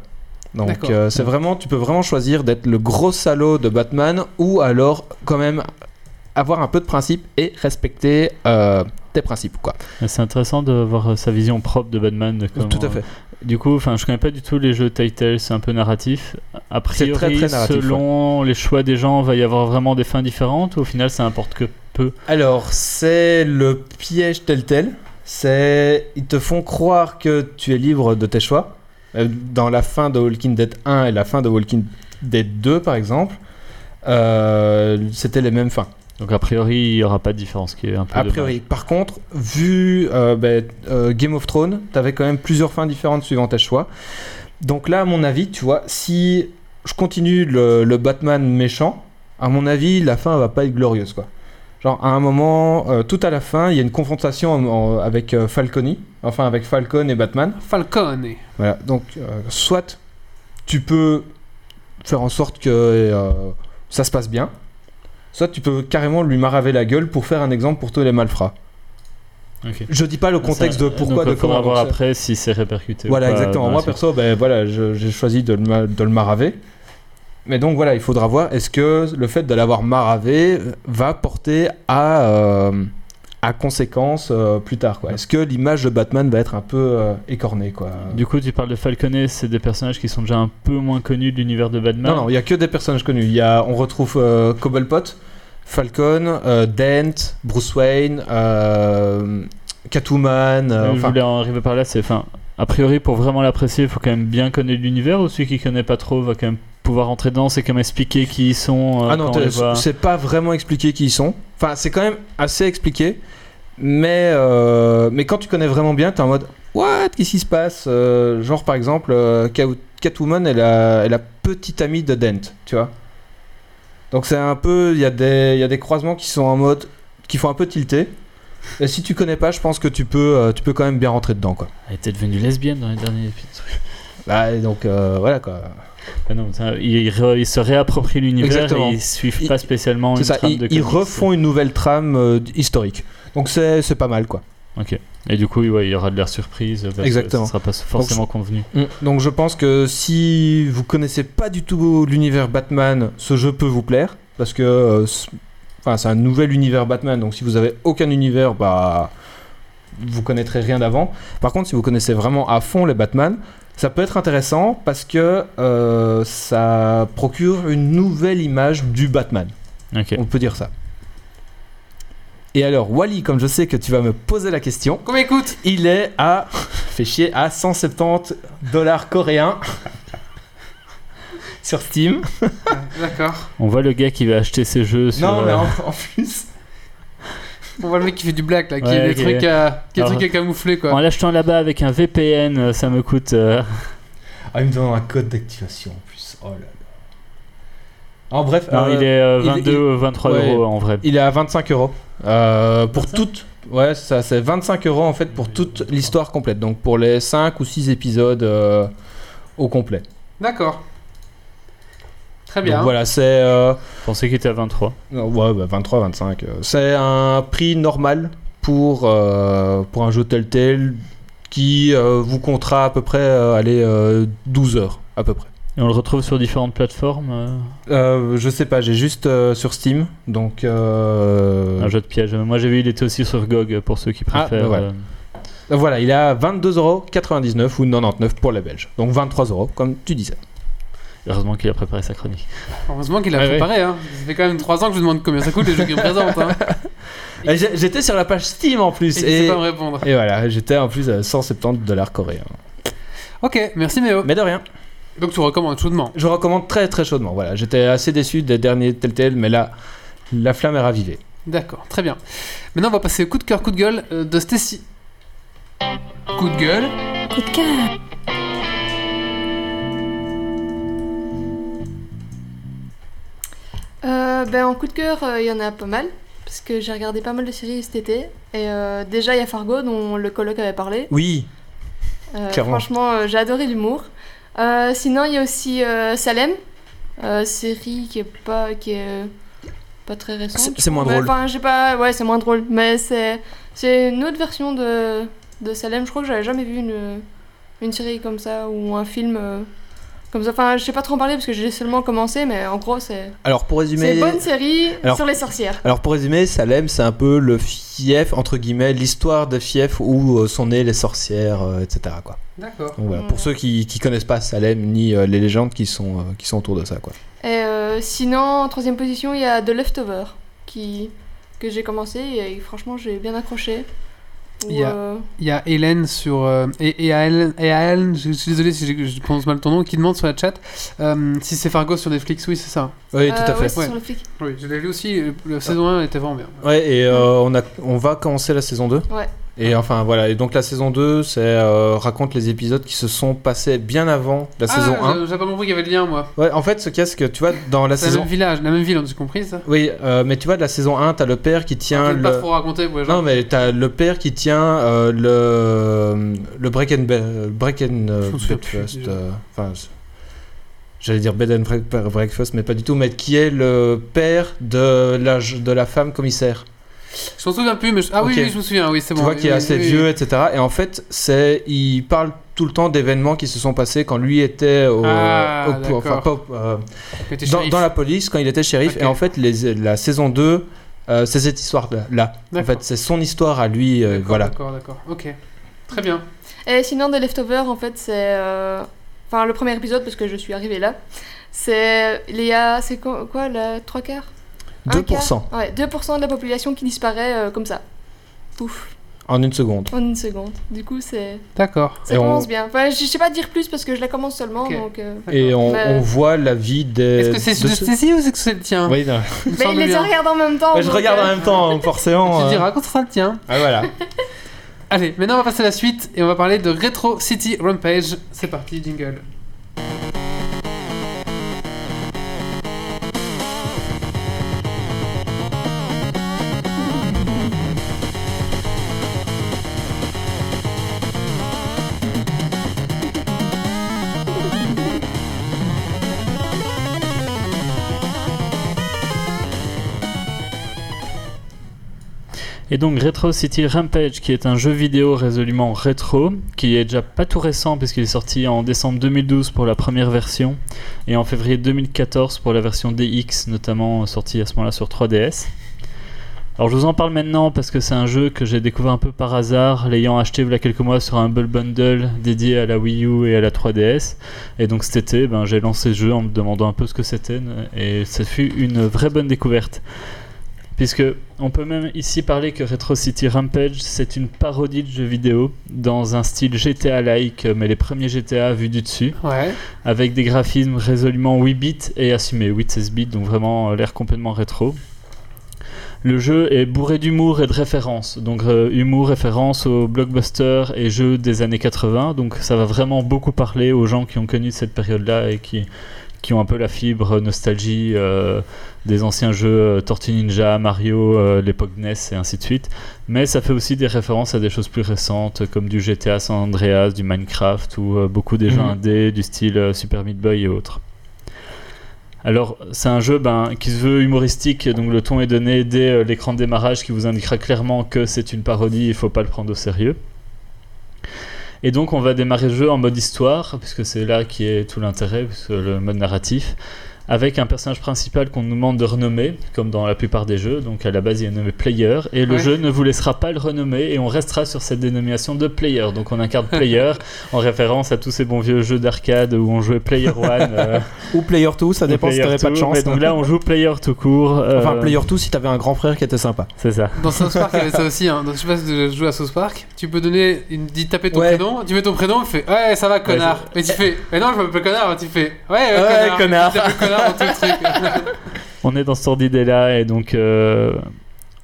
[SPEAKER 2] Donc
[SPEAKER 1] D'accord.
[SPEAKER 2] euh, c'est vraiment, tu peux vraiment choisir d'être le gros salaud de Batman ou alors quand même avoir un peu de principe et respecter euh, tes principes, quoi.
[SPEAKER 3] Mais C'est intéressant de voir euh, sa vision propre de Batman. de comment- euh,
[SPEAKER 2] Tout à fait.
[SPEAKER 3] Du coup, enfin, je connais pas du tout les jeux Telltale, c'est un peu narratif. A priori,
[SPEAKER 2] très, très narratif,
[SPEAKER 3] selon les choix des gens, va y avoir vraiment des fins différentes ou au final, ça importe que peu.
[SPEAKER 2] Alors, c'est le piège tel tel. C'est ils te font croire que tu es libre de tes choix. Euh, Dans la fin de Walking Dead 1 et la fin de Walking Dead 2 par exemple, euh, c'était les mêmes fins.
[SPEAKER 3] Donc a priori, il y aura pas de différence, ce qui est un peu.
[SPEAKER 2] A
[SPEAKER 3] dommage.
[SPEAKER 2] priori. Par contre, vu euh, ben, euh, Game of Thrones, t'avais quand même plusieurs fins différentes suivant tes choix. Donc là, à mon avis, tu vois, si je continue le, le Batman méchant, à mon avis, la fin va pas être glorieuse, quoi. Genre, à un moment, euh, tout à la fin, il y a une confrontation en- en- avec euh, Falcone, enfin avec Falcon et Batman.
[SPEAKER 1] Falcone.
[SPEAKER 2] Voilà, donc euh, soit tu peux faire en sorte que euh, ça se passe bien, soit tu peux carrément lui maraver la gueule pour faire un exemple pour tous les malfrats.
[SPEAKER 3] Ok.
[SPEAKER 2] Je dis pas le contexte
[SPEAKER 3] Ça,
[SPEAKER 2] de pourquoi,
[SPEAKER 3] donc, euh,
[SPEAKER 2] de comment.
[SPEAKER 3] faudra voir
[SPEAKER 2] donc c'est-
[SPEAKER 3] après si c'est répercuté. ou
[SPEAKER 2] Voilà,
[SPEAKER 3] pas
[SPEAKER 2] exactement.
[SPEAKER 3] dans
[SPEAKER 2] Moi
[SPEAKER 3] la suite.
[SPEAKER 2] perso, ben voilà, je- j'ai choisi de le, ma- de le maraver. Mais donc voilà, il faudra voir est-ce que le fait de l'avoir maravé va porter à euh, à conséquence euh, plus tard quoi. Est-ce que l'image de Batman va être un peu euh, écornée quoi.
[SPEAKER 3] Du coup, tu parles de Falconet, c'est des personnages qui sont déjà un peu moins connus de l'univers de Batman.
[SPEAKER 2] Non, non, il n'y a que des personnages connus. Il Y a, on retrouve euh, Cobblepot, Falcon, euh, Dent, Bruce Wayne, euh, Catwoman. euh,
[SPEAKER 3] Euh, Je
[SPEAKER 2] enfin,
[SPEAKER 3] voulais en arriver par là, c'est enfin, a priori pour vraiment l'apprécier, il faut quand même bien connaître l'univers ou celui qui connaît pas trop va quand même pouvoir entrer dedans, c'est quand même expliquer qui ils sont. euh,
[SPEAKER 2] ah non,
[SPEAKER 3] quand on les
[SPEAKER 2] t'es-
[SPEAKER 3] voit.
[SPEAKER 2] c'est pas vraiment expliqué qui ils sont. Enfin, c'est quand même assez expliqué. Mais, euh, mais quand tu connais vraiment bien, t'es en mode What Qu'est-ce qui se passe Euh, Genre, par exemple, euh, Cat- Catwoman est la, est la petite amie de Dent, tu vois. Donc, c'est un peu. Il y, a des- il y a des croisements qui sont en mode. qui font un peu tilter. Et si tu connais pas, je pense que tu peux, euh, tu peux quand même bien rentrer dedans, quoi.
[SPEAKER 3] Elle était devenue lesbienne dans les derniers épisodes.
[SPEAKER 2] Bah, et donc euh, voilà quoi.
[SPEAKER 3] Ah non, ça, ils, re- ils se réapproprient l'univers
[SPEAKER 2] Exactement.
[SPEAKER 3] et ils suivent
[SPEAKER 2] Ils-
[SPEAKER 3] pas spécialement
[SPEAKER 2] C'est
[SPEAKER 3] une
[SPEAKER 2] ça,
[SPEAKER 3] trame
[SPEAKER 2] ils,
[SPEAKER 3] de
[SPEAKER 2] ils
[SPEAKER 3] comics.
[SPEAKER 2] refont une nouvelle trame euh, historique. Donc c'est c'est pas mal quoi.
[SPEAKER 3] Ok. Et du coup, ouais, il y aura de la surprise. Parce
[SPEAKER 2] Exactement.
[SPEAKER 3] Que ça sera pas forcément convenu.
[SPEAKER 2] Mm. Donc je pense que si vous connaissez pas du tout l'univers Batman, ce jeu peut vous plaire parce que euh, c'est- enfin c'est un nouvel univers Batman. Donc si vous avez aucun univers, bah vous connaîtrez rien d'avant. Par contre, si vous connaissez vraiment à fond les Batman, ça peut être intéressant parce que euh, ça procure une nouvelle image du Batman.
[SPEAKER 3] Ok.
[SPEAKER 2] On peut dire ça. Et alors, Wally, comme je sais que tu vas me poser la question,
[SPEAKER 1] Combien écoute
[SPEAKER 2] il est à, fait chier, à 170 dollars coréens sur Steam.
[SPEAKER 1] D'accord.
[SPEAKER 3] On voit le gars qui va acheter ses jeux sur.
[SPEAKER 2] Non, mais
[SPEAKER 3] euh,
[SPEAKER 2] en, en plus,
[SPEAKER 1] On voit le mec qui fait du black là, euh, qui
[SPEAKER 3] Ouais,
[SPEAKER 1] a des
[SPEAKER 3] qui-
[SPEAKER 1] trucs à, qui a des
[SPEAKER 3] Alors-
[SPEAKER 1] trucs à camoufler
[SPEAKER 3] euh, En
[SPEAKER 1] quoi.
[SPEAKER 3] l'achetant là-bas avec un VPN, euh, ça me coûte. euh,
[SPEAKER 2] ah, il me donne un code d'activation en plus. Oh là là. En bref,
[SPEAKER 3] Non,
[SPEAKER 2] euh,
[SPEAKER 3] il est euh,
[SPEAKER 2] il-
[SPEAKER 3] 22 ou 23
[SPEAKER 2] ouais.
[SPEAKER 3] euros en vrai.
[SPEAKER 2] il est à 25 euros Euh, pour toutes. Ouais, ça c'est 25 euros en fait pour toute l'histoire complète. Donc pour les 5 ou 6 épisodes euh, au complet.
[SPEAKER 1] D'accord. Très
[SPEAKER 2] Donc
[SPEAKER 1] bien.
[SPEAKER 2] voilà, c'est euh,
[SPEAKER 3] Je pensais qu'il était à 23.
[SPEAKER 2] Euh, Ouais, bah 23, 25. euh, C'est un prix normal pour, euh, pour un jeu Telltale qui euh, vous comptera à peu près euh, allez, euh, 12 heures, à peu près.
[SPEAKER 3] Et on le retrouve sur différentes plateformes. euh,
[SPEAKER 2] Euh, je sais pas, j'ai juste euh, sur Steam, donc... euh,
[SPEAKER 3] Un jeu de piège. Moi j'ai vu, il était aussi sur GOG pour ceux qui
[SPEAKER 2] Ah,
[SPEAKER 3] préfèrent.
[SPEAKER 2] bah voilà.
[SPEAKER 3] euh,
[SPEAKER 2] Voilà, il est à 22,99€ ou 99 pour les Belges. Donc 23€, comme tu disais.
[SPEAKER 3] Heureusement qu'il a préparé sa chronique.
[SPEAKER 1] Heureusement qu'il a
[SPEAKER 2] Ouais, ouais.
[SPEAKER 1] préparé. Hein. Ça fait quand même 3 ans que je lui demande combien ça coûte les jeux qu'il me présente. Hein.
[SPEAKER 2] Et j'ai- J'étais sur la page Steam en
[SPEAKER 1] Et
[SPEAKER 2] plus.
[SPEAKER 1] il sait
[SPEAKER 2] Et,
[SPEAKER 1] pas me répondre.
[SPEAKER 2] et voilà, j'étais en plus à 170 dollars coréens.
[SPEAKER 1] Ok, merci Méo.
[SPEAKER 2] Mais de rien.
[SPEAKER 1] Donc tu recommandes chaudement.
[SPEAKER 2] Je recommande très très chaudement. Voilà, j'étais assez déçu des derniers Telltale, mais là, la flamme est ravivée.
[SPEAKER 1] D'accord, très bien. Maintenant on va passer au coup de cœur, coup de gueule euh, de Stacy. Coup de gueule.
[SPEAKER 5] Coup de cœur.
[SPEAKER 4] Euh, ben, en coup de cœur, euh, il y en a pas mal. Parce que j'ai regardé pas mal de séries cet été. Et euh, déjà, il y a Fargo, dont le colloque avait parlé.
[SPEAKER 2] Oui,
[SPEAKER 4] Euh,
[SPEAKER 2] Clairement.
[SPEAKER 4] franchement, euh, j'ai adoré l'humour. Euh, sinon, il y a aussi euh, Salem, euh, série qui est pas qui est euh, pas très récente.
[SPEAKER 2] C'est- c'est moins
[SPEAKER 4] Ouais,
[SPEAKER 2] drôle.
[SPEAKER 4] Enfin, j'ai pas, ouais, c'est moins drôle, mais c'est c'est une autre version de de Salem. Je crois que j'avais jamais vu une une série comme ça ou un film euh, comme ça. Enfin, je sais pas trop en parler parce que j'ai seulement commencé, mais en gros, c'est
[SPEAKER 2] alors pour
[SPEAKER 4] c'est
[SPEAKER 2] résumer.
[SPEAKER 4] une bonne série
[SPEAKER 2] Alors-
[SPEAKER 4] sur les sorcières.
[SPEAKER 2] Alors pour résumer, Salem, c'est un peu le fief, entre guillemets, l'histoire de fief où euh, sont nées les sorcières, euh, etc. Quoi.
[SPEAKER 1] D'accord.
[SPEAKER 2] Donc voilà,
[SPEAKER 4] Ouais.
[SPEAKER 2] pour ceux qui, qui connaissent pas Salem, ni euh, les légendes qui sont, euh, qui sont autour de ça. Quoi.
[SPEAKER 4] Et euh, sinon, en troisième position, il y a The Leftover qui que j'ai commencé et, franchement, j'ai bien accroché. Ou,
[SPEAKER 1] Il y a-
[SPEAKER 4] euh,
[SPEAKER 1] Il y a Hélène sur. euh, et, et à Hélène, et à Hélène, je, je suis désolé si je, je prononce mal ton nom, qui demande sur la chat euh, si c'est Fargo sur Netflix. Oui, c'est ça.
[SPEAKER 2] Oui,
[SPEAKER 4] Euh,
[SPEAKER 2] tout à
[SPEAKER 4] ouais,
[SPEAKER 2] fait.
[SPEAKER 4] c'est
[SPEAKER 1] Ouais.
[SPEAKER 4] sur le flic.
[SPEAKER 1] Oui, je l'ai lu aussi. euh, La saison 1 était vraiment bien.
[SPEAKER 2] Ouais, et euh, on, a, on va commencer la saison 2.
[SPEAKER 4] Mm. Ouais.
[SPEAKER 2] Et enfin voilà, et donc la saison 2, c'est, euh, raconte les épisodes qui se sont passés bien avant la
[SPEAKER 1] ah,
[SPEAKER 2] saison 1.
[SPEAKER 1] j'a- J'avais pas compris qu'il y avait le lien, moi.
[SPEAKER 2] Ouais, en fait, ce qu'il y a, c'est que tu vois, dans la
[SPEAKER 1] C'est le
[SPEAKER 2] saison.
[SPEAKER 1] même village, la même ville, on a compris ça
[SPEAKER 2] Oui, euh, mais tu vois, de la saison 1, t'as le père qui tient.
[SPEAKER 1] Je
[SPEAKER 2] Ah, Le...
[SPEAKER 1] vais pas trop raconter pour les gens.
[SPEAKER 2] Non, mais t'as le père qui tient euh, le. Le break and. Be- Break and euh,
[SPEAKER 1] Je me souviens plus,
[SPEAKER 2] breakfast.
[SPEAKER 1] déjà.
[SPEAKER 2] euh, Enfin. c'est- J'allais dire bed and break- breakfast, mais pas du tout, mais qui est le père de la, de la femme commissaire.
[SPEAKER 1] Je m'en souviens plus, mais je- ah oui,
[SPEAKER 2] Ok.
[SPEAKER 1] oui, je me souviens, oui, c'est
[SPEAKER 2] Tu
[SPEAKER 1] bon.
[SPEAKER 2] vois, qui est
[SPEAKER 1] Oui,
[SPEAKER 2] assez
[SPEAKER 1] oui,
[SPEAKER 2] vieux,
[SPEAKER 1] oui.
[SPEAKER 2] etc. Et en fait, c'est, il parle tout le temps d'événements qui se sont passés quand lui était au.
[SPEAKER 1] Ah,
[SPEAKER 2] au- enfin,
[SPEAKER 1] d'accord.
[SPEAKER 2] pas au- euh,
[SPEAKER 1] Il était
[SPEAKER 2] dans,
[SPEAKER 1] shérif.
[SPEAKER 2] dans la police quand il était shérif.
[SPEAKER 1] Ok.
[SPEAKER 2] Et en fait, les- la saison 2, euh, c'est cette histoire-là. là. En
[SPEAKER 1] D'accord.
[SPEAKER 2] fait, c'est son histoire à lui. euh,
[SPEAKER 1] D'accord,
[SPEAKER 2] voilà.
[SPEAKER 1] D'accord, d'accord. Ok. Très bien.
[SPEAKER 4] Et sinon, The Leftover, en fait, c'est. euh, Enfin, le premier épisode, parce que je suis arrivée là. C'est. Il y a. C'est quoi, quoi, le 3 quarts Un
[SPEAKER 2] 2%
[SPEAKER 4] quart Ouais, 2% de la population qui disparaît euh, comme ça. Pouf,
[SPEAKER 2] en une seconde.
[SPEAKER 4] en une seconde. Du coup, c'est.
[SPEAKER 1] D'accord.
[SPEAKER 4] Ça
[SPEAKER 2] Et on-
[SPEAKER 4] commence bien. Enfin, je je sais pas dire plus parce que je la commence seulement,
[SPEAKER 1] Ok.
[SPEAKER 4] donc. euh,
[SPEAKER 2] Et on,
[SPEAKER 4] Mais-
[SPEAKER 2] on voit la vie des.
[SPEAKER 1] Est-ce que c'est
[SPEAKER 2] de
[SPEAKER 1] de
[SPEAKER 2] ceux-
[SPEAKER 1] Stacy ou c'est que c'est le tien
[SPEAKER 2] Oui, non.
[SPEAKER 1] Il me
[SPEAKER 4] Mais
[SPEAKER 1] semble
[SPEAKER 4] il les
[SPEAKER 1] bien.
[SPEAKER 4] regarde en même temps.
[SPEAKER 2] Ouais, je
[SPEAKER 4] donc,
[SPEAKER 2] regarde en
[SPEAKER 4] euh,
[SPEAKER 2] même temps, donc forcément.
[SPEAKER 1] Tu
[SPEAKER 2] euh,
[SPEAKER 1] diras quand ce sera le tien.
[SPEAKER 2] ah, voilà.
[SPEAKER 1] Allez, maintenant on va passer à la suite et on va parler de Retro City Rampage. C'est parti, jingle.
[SPEAKER 3] Et donc Retro City Rampage, qui est un jeu vidéo résolument rétro, qui est déjà pas tout récent puisqu'il est sorti en décembre 2012 pour la première version et en février 2014 pour la version DX, notamment euh, sortie à ce moment-là sur 3DS. Alors je vous en parle maintenant parce que c'est un jeu que j'ai découvert un peu par hasard, l'ayant acheté il y a quelques mois sur un Humble Bundle dédié à la Wii U et à la 3DS. Et donc cet été, ben, j'ai lancé ce jeu en me demandant un peu ce que c'était et ça fut une vraie bonne découverte. Puisque on peut même ici parler que Retro City Rampage, c'est une parodie de jeu vidéo dans un style GTA-like, mais les premiers GTA vus du dessus
[SPEAKER 1] Ouais.
[SPEAKER 3] avec des graphismes résolument 8 bits et assumés 8-16 bits, donc vraiment euh, l'air complètement rétro. Le jeu est bourré d'humour et de références, donc euh, humour, référence aux blockbusters et jeux des années 80, donc ça va vraiment beaucoup parler aux gens qui ont connu cette période-là et qui, qui ont un peu la fibre nostalgie euh, des anciens jeux euh, Tortue Ninja, Mario, euh, l'époque NES et ainsi de suite. Mais ça fait aussi des références à des choses plus récentes comme du GTA San Andreas, du Minecraft ou euh, beaucoup des jeux
[SPEAKER 1] Mhm.
[SPEAKER 3] indés du style euh, Super Meat Boy et autres. Alors, c'est un jeu ben, qui se veut humoristique, donc le ton est donné dès euh, l'écran de démarrage qui vous indiquera clairement que c'est une parodie, il faut pas le prendre au sérieux. Et donc, on va démarrer le jeu en mode histoire, puisque c'est là qui est tout l'intérêt, puisque le mode narratif, avec un personnage principal qu'on nous demande de renommer, comme dans la plupart des jeux. Donc, à la base, il est nommé Player, et le
[SPEAKER 1] Ouais.
[SPEAKER 3] jeu ne vous laissera pas le renommer, et on restera sur cette dénomination de Player. Donc, on incarne Player en référence à tous ces bons vieux jeux d'arcade où on jouait Player One. euh,
[SPEAKER 2] Ou Player 2, ça dépend si t'avais
[SPEAKER 3] Player
[SPEAKER 2] pas de
[SPEAKER 3] Two,
[SPEAKER 2] chance. hein.
[SPEAKER 3] mais donc là, on joue Player tout court. euh,
[SPEAKER 2] Enfin, Player 2 si t'avais un grand frère qui était sympa.
[SPEAKER 3] C'est ça.
[SPEAKER 1] Dans South Park, il y avait ça aussi. Hein. Donc, je sais pas si tu joues à South Park. Tu peux donner, une, dis- taper ton
[SPEAKER 2] Ouais.
[SPEAKER 1] prénom, tu mets ton prénom, tu fais ouais, ça va, connard. et tu fais mais non, je m'appelle connard. Tu fais ouais, ouais,
[SPEAKER 2] Ouais,
[SPEAKER 1] connard.
[SPEAKER 2] connard.
[SPEAKER 1] Tu t'appelles connard dans tout le truc.
[SPEAKER 3] On est dans cette idée-là et donc euh,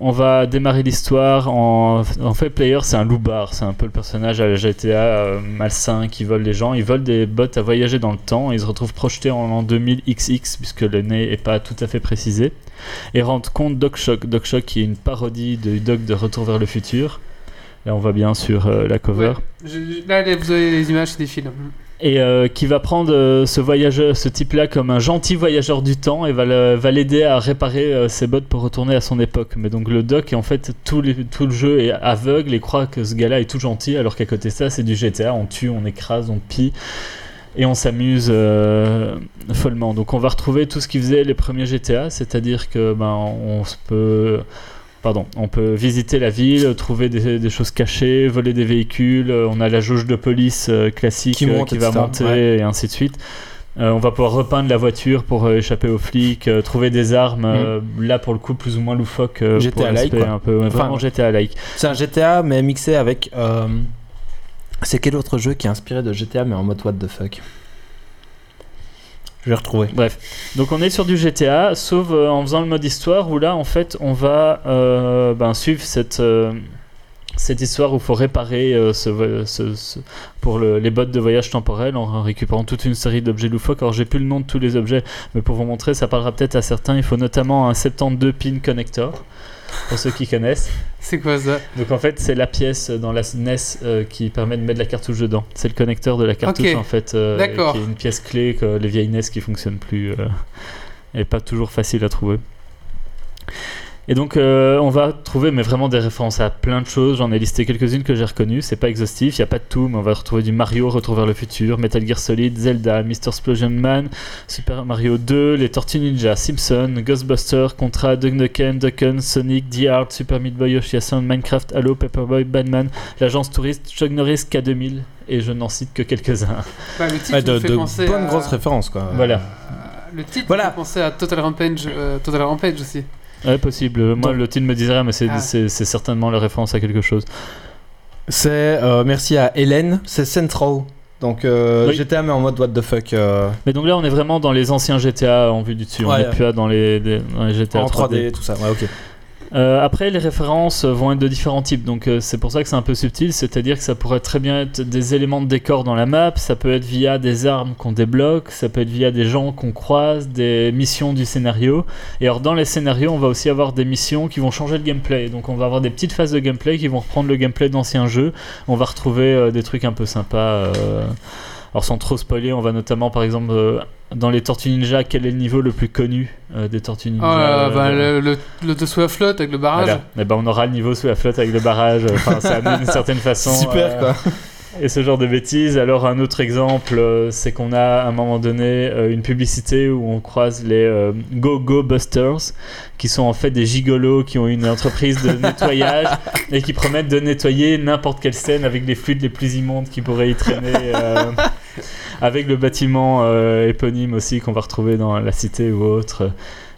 [SPEAKER 3] on va démarrer l'histoire. En, en fait, Player, c'est un loupard. C'est un peu le personnage à la GTA euh, malsain qui vole les gens. Il vole des bottes à voyager dans le temps. et il se retrouve projeté en l'an 2000 XX puisque l'année n'est pas tout à fait précisée. Et rentre compte Doc Shock. Doc Shock qui est une parodie de Doc de Retour vers le futur. Là, on va bien sur euh, la cover.
[SPEAKER 1] Ouais. Je- je- Là, les- vous avez les images qui défilent.
[SPEAKER 3] et euh, qui va prendre euh, ce voyageur, ce type-là, comme un gentil voyageur du temps et va le- va l'aider à réparer euh, ses bottes pour retourner à son époque. Mais donc le doc, est en fait, tout, les- tout le jeu est aveugle et croit que ce gars-là est tout gentil, alors qu'à côté de ça, c'est du GTA, on tue, on écrase, on pille. Et on s'amuse euh, follement. Donc on va retrouver tout ce qu'ils faisaient les premiers GTA, c'est-à-dire que ben on se peut Pardon, on peut visiter la ville, trouver des, des choses cachées, voler des véhicules, euh, on a la jauge de police euh, classique
[SPEAKER 2] Qui
[SPEAKER 3] euh,
[SPEAKER 2] monte,
[SPEAKER 3] va
[SPEAKER 2] etc.,
[SPEAKER 3] monter
[SPEAKER 2] ouais.
[SPEAKER 3] et ainsi de suite. Euh, on va pouvoir repeindre la voiture pour euh, échapper aux flics, euh, trouver des armes,
[SPEAKER 2] Mm.
[SPEAKER 3] euh, là pour le coup plus ou moins loufoque euh, pour
[SPEAKER 2] GTA-like,
[SPEAKER 3] l'aspect
[SPEAKER 2] quoi.
[SPEAKER 3] un peu ouais,
[SPEAKER 2] Enfin,
[SPEAKER 3] vraiment GTA like.
[SPEAKER 2] C'est un GTA, mais mixé avec. euh, C'est quel autre jeu qui est inspiré de GTA, mais en mode what the fuck Je vais retrouver.
[SPEAKER 3] Bref, donc on est sur du GTA, sauf euh, en faisant le mode histoire où là en fait on va euh, ben, suivre cette, euh, cette histoire où il faut réparer euh, ce, vo- ce- ce- pour le- les bottes de voyage temporel en récupérant toute une série d'objets loufoques. Alors j'ai plus le nom de tous les objets, mais pour vous montrer, ça parlera peut-être à certains. Il faut notamment un 72 pin connector pour ceux qui connaissent.
[SPEAKER 1] C'est quoi ça
[SPEAKER 3] Donc en fait, c'est la pièce dans la NES euh, qui permet de mettre la cartouche dedans. C'est le connecteur de la cartouche
[SPEAKER 1] Ok.
[SPEAKER 3] en fait, euh,
[SPEAKER 1] D'accord.
[SPEAKER 3] qui est une pièce clé que les vieilles NES qui fonctionnent plus euh, et pas toujours facile à trouver. Et donc euh, on va trouver mais vraiment des références à plein de choses. J'en ai listé quelques-unes que j'ai reconnues. C'est pas exhaustif, il y a pas de tout, mais on va retrouver du Mario, Retour vers le futur, Metal Gear Solid, Zelda, Mr. Splosion Man, Super Mario 2, les Tortues Ninja, Simpson, Ghostbusters, Contra, Duck Nukem, Duck Hunt, Sonic, The Art, Super Meat Boy, Yoshi Ascent, Minecraft, Halo, Paperboy, Batman, l'agence touriste, Chuck Norris, K2000, et je n'en cite que quelques-uns.
[SPEAKER 1] Bah, Le titre me
[SPEAKER 2] Ouais, de
[SPEAKER 1] fait
[SPEAKER 2] de
[SPEAKER 1] penser
[SPEAKER 2] bonnes
[SPEAKER 1] à-
[SPEAKER 2] grosses références, quoi.
[SPEAKER 3] Voilà.
[SPEAKER 1] à- Le titre
[SPEAKER 2] Voilà.
[SPEAKER 1] me fait penser à Total Rampage, euh, Total Rampage aussi.
[SPEAKER 3] Ouais, possible. Moi,
[SPEAKER 2] Donc-
[SPEAKER 3] le titre me disait rien, mais c'est
[SPEAKER 1] Ah.
[SPEAKER 3] c'est- c'est certainement la référence à quelque chose.
[SPEAKER 2] C'est. euh, merci à Hélène, c'est Central. Donc euh,
[SPEAKER 3] Oui.
[SPEAKER 2] GTA, mais en mode what the fuck euh,
[SPEAKER 3] Mais donc là, on est vraiment dans les anciens GTA en vue du dessus. on
[SPEAKER 2] Ouais.
[SPEAKER 3] n'est plus à dans les, des- dans les GTA
[SPEAKER 2] en
[SPEAKER 3] 3D.
[SPEAKER 2] 3D, tout ça. Ouais, ok.
[SPEAKER 3] Euh, après, les références vont être de différents types, donc euh, c'est pour ça que c'est un peu subtil, c'est-à-dire que ça pourrait très bien être des éléments de décor dans la map, ça peut être via des armes qu'on débloque, ça peut être via des gens qu'on croise, des missions du scénario. Et alors dans les scénarios, on va aussi avoir des missions qui vont changer le gameplay, donc on va avoir des petites phases de gameplay qui vont reprendre le gameplay d'anciens jeux, on va retrouver euh, des trucs un peu sympas. euh, Alors sans trop spoiler, on va notamment par exemple euh, dans les Tortues Ninja, quel est le niveau le plus connu euh, des Tortues
[SPEAKER 1] Oh
[SPEAKER 3] Ninja
[SPEAKER 1] là là, bah,
[SPEAKER 3] euh,
[SPEAKER 1] le, le, le dessous à flotte avec le barrage.
[SPEAKER 3] voilà. Eh ben, on aura le niveau sous la flotte avec le barrage. euh, Enfin, ça amène d'une certaine façon.
[SPEAKER 2] Super,
[SPEAKER 3] euh,
[SPEAKER 2] quoi.
[SPEAKER 3] Et ce genre de bêtises. Alors un autre exemple, euh, c'est qu'on a à un moment donné euh, une publicité où on croise les euh, Go Go Busters, qui sont en fait des gigolos qui ont une entreprise de nettoyage et qui promettent de nettoyer n'importe quelle scène avec les fluides les plus immondes qui pourraient y traîner. euh, avec le bâtiment euh, éponyme aussi qu'on va retrouver dans la cité ou autre.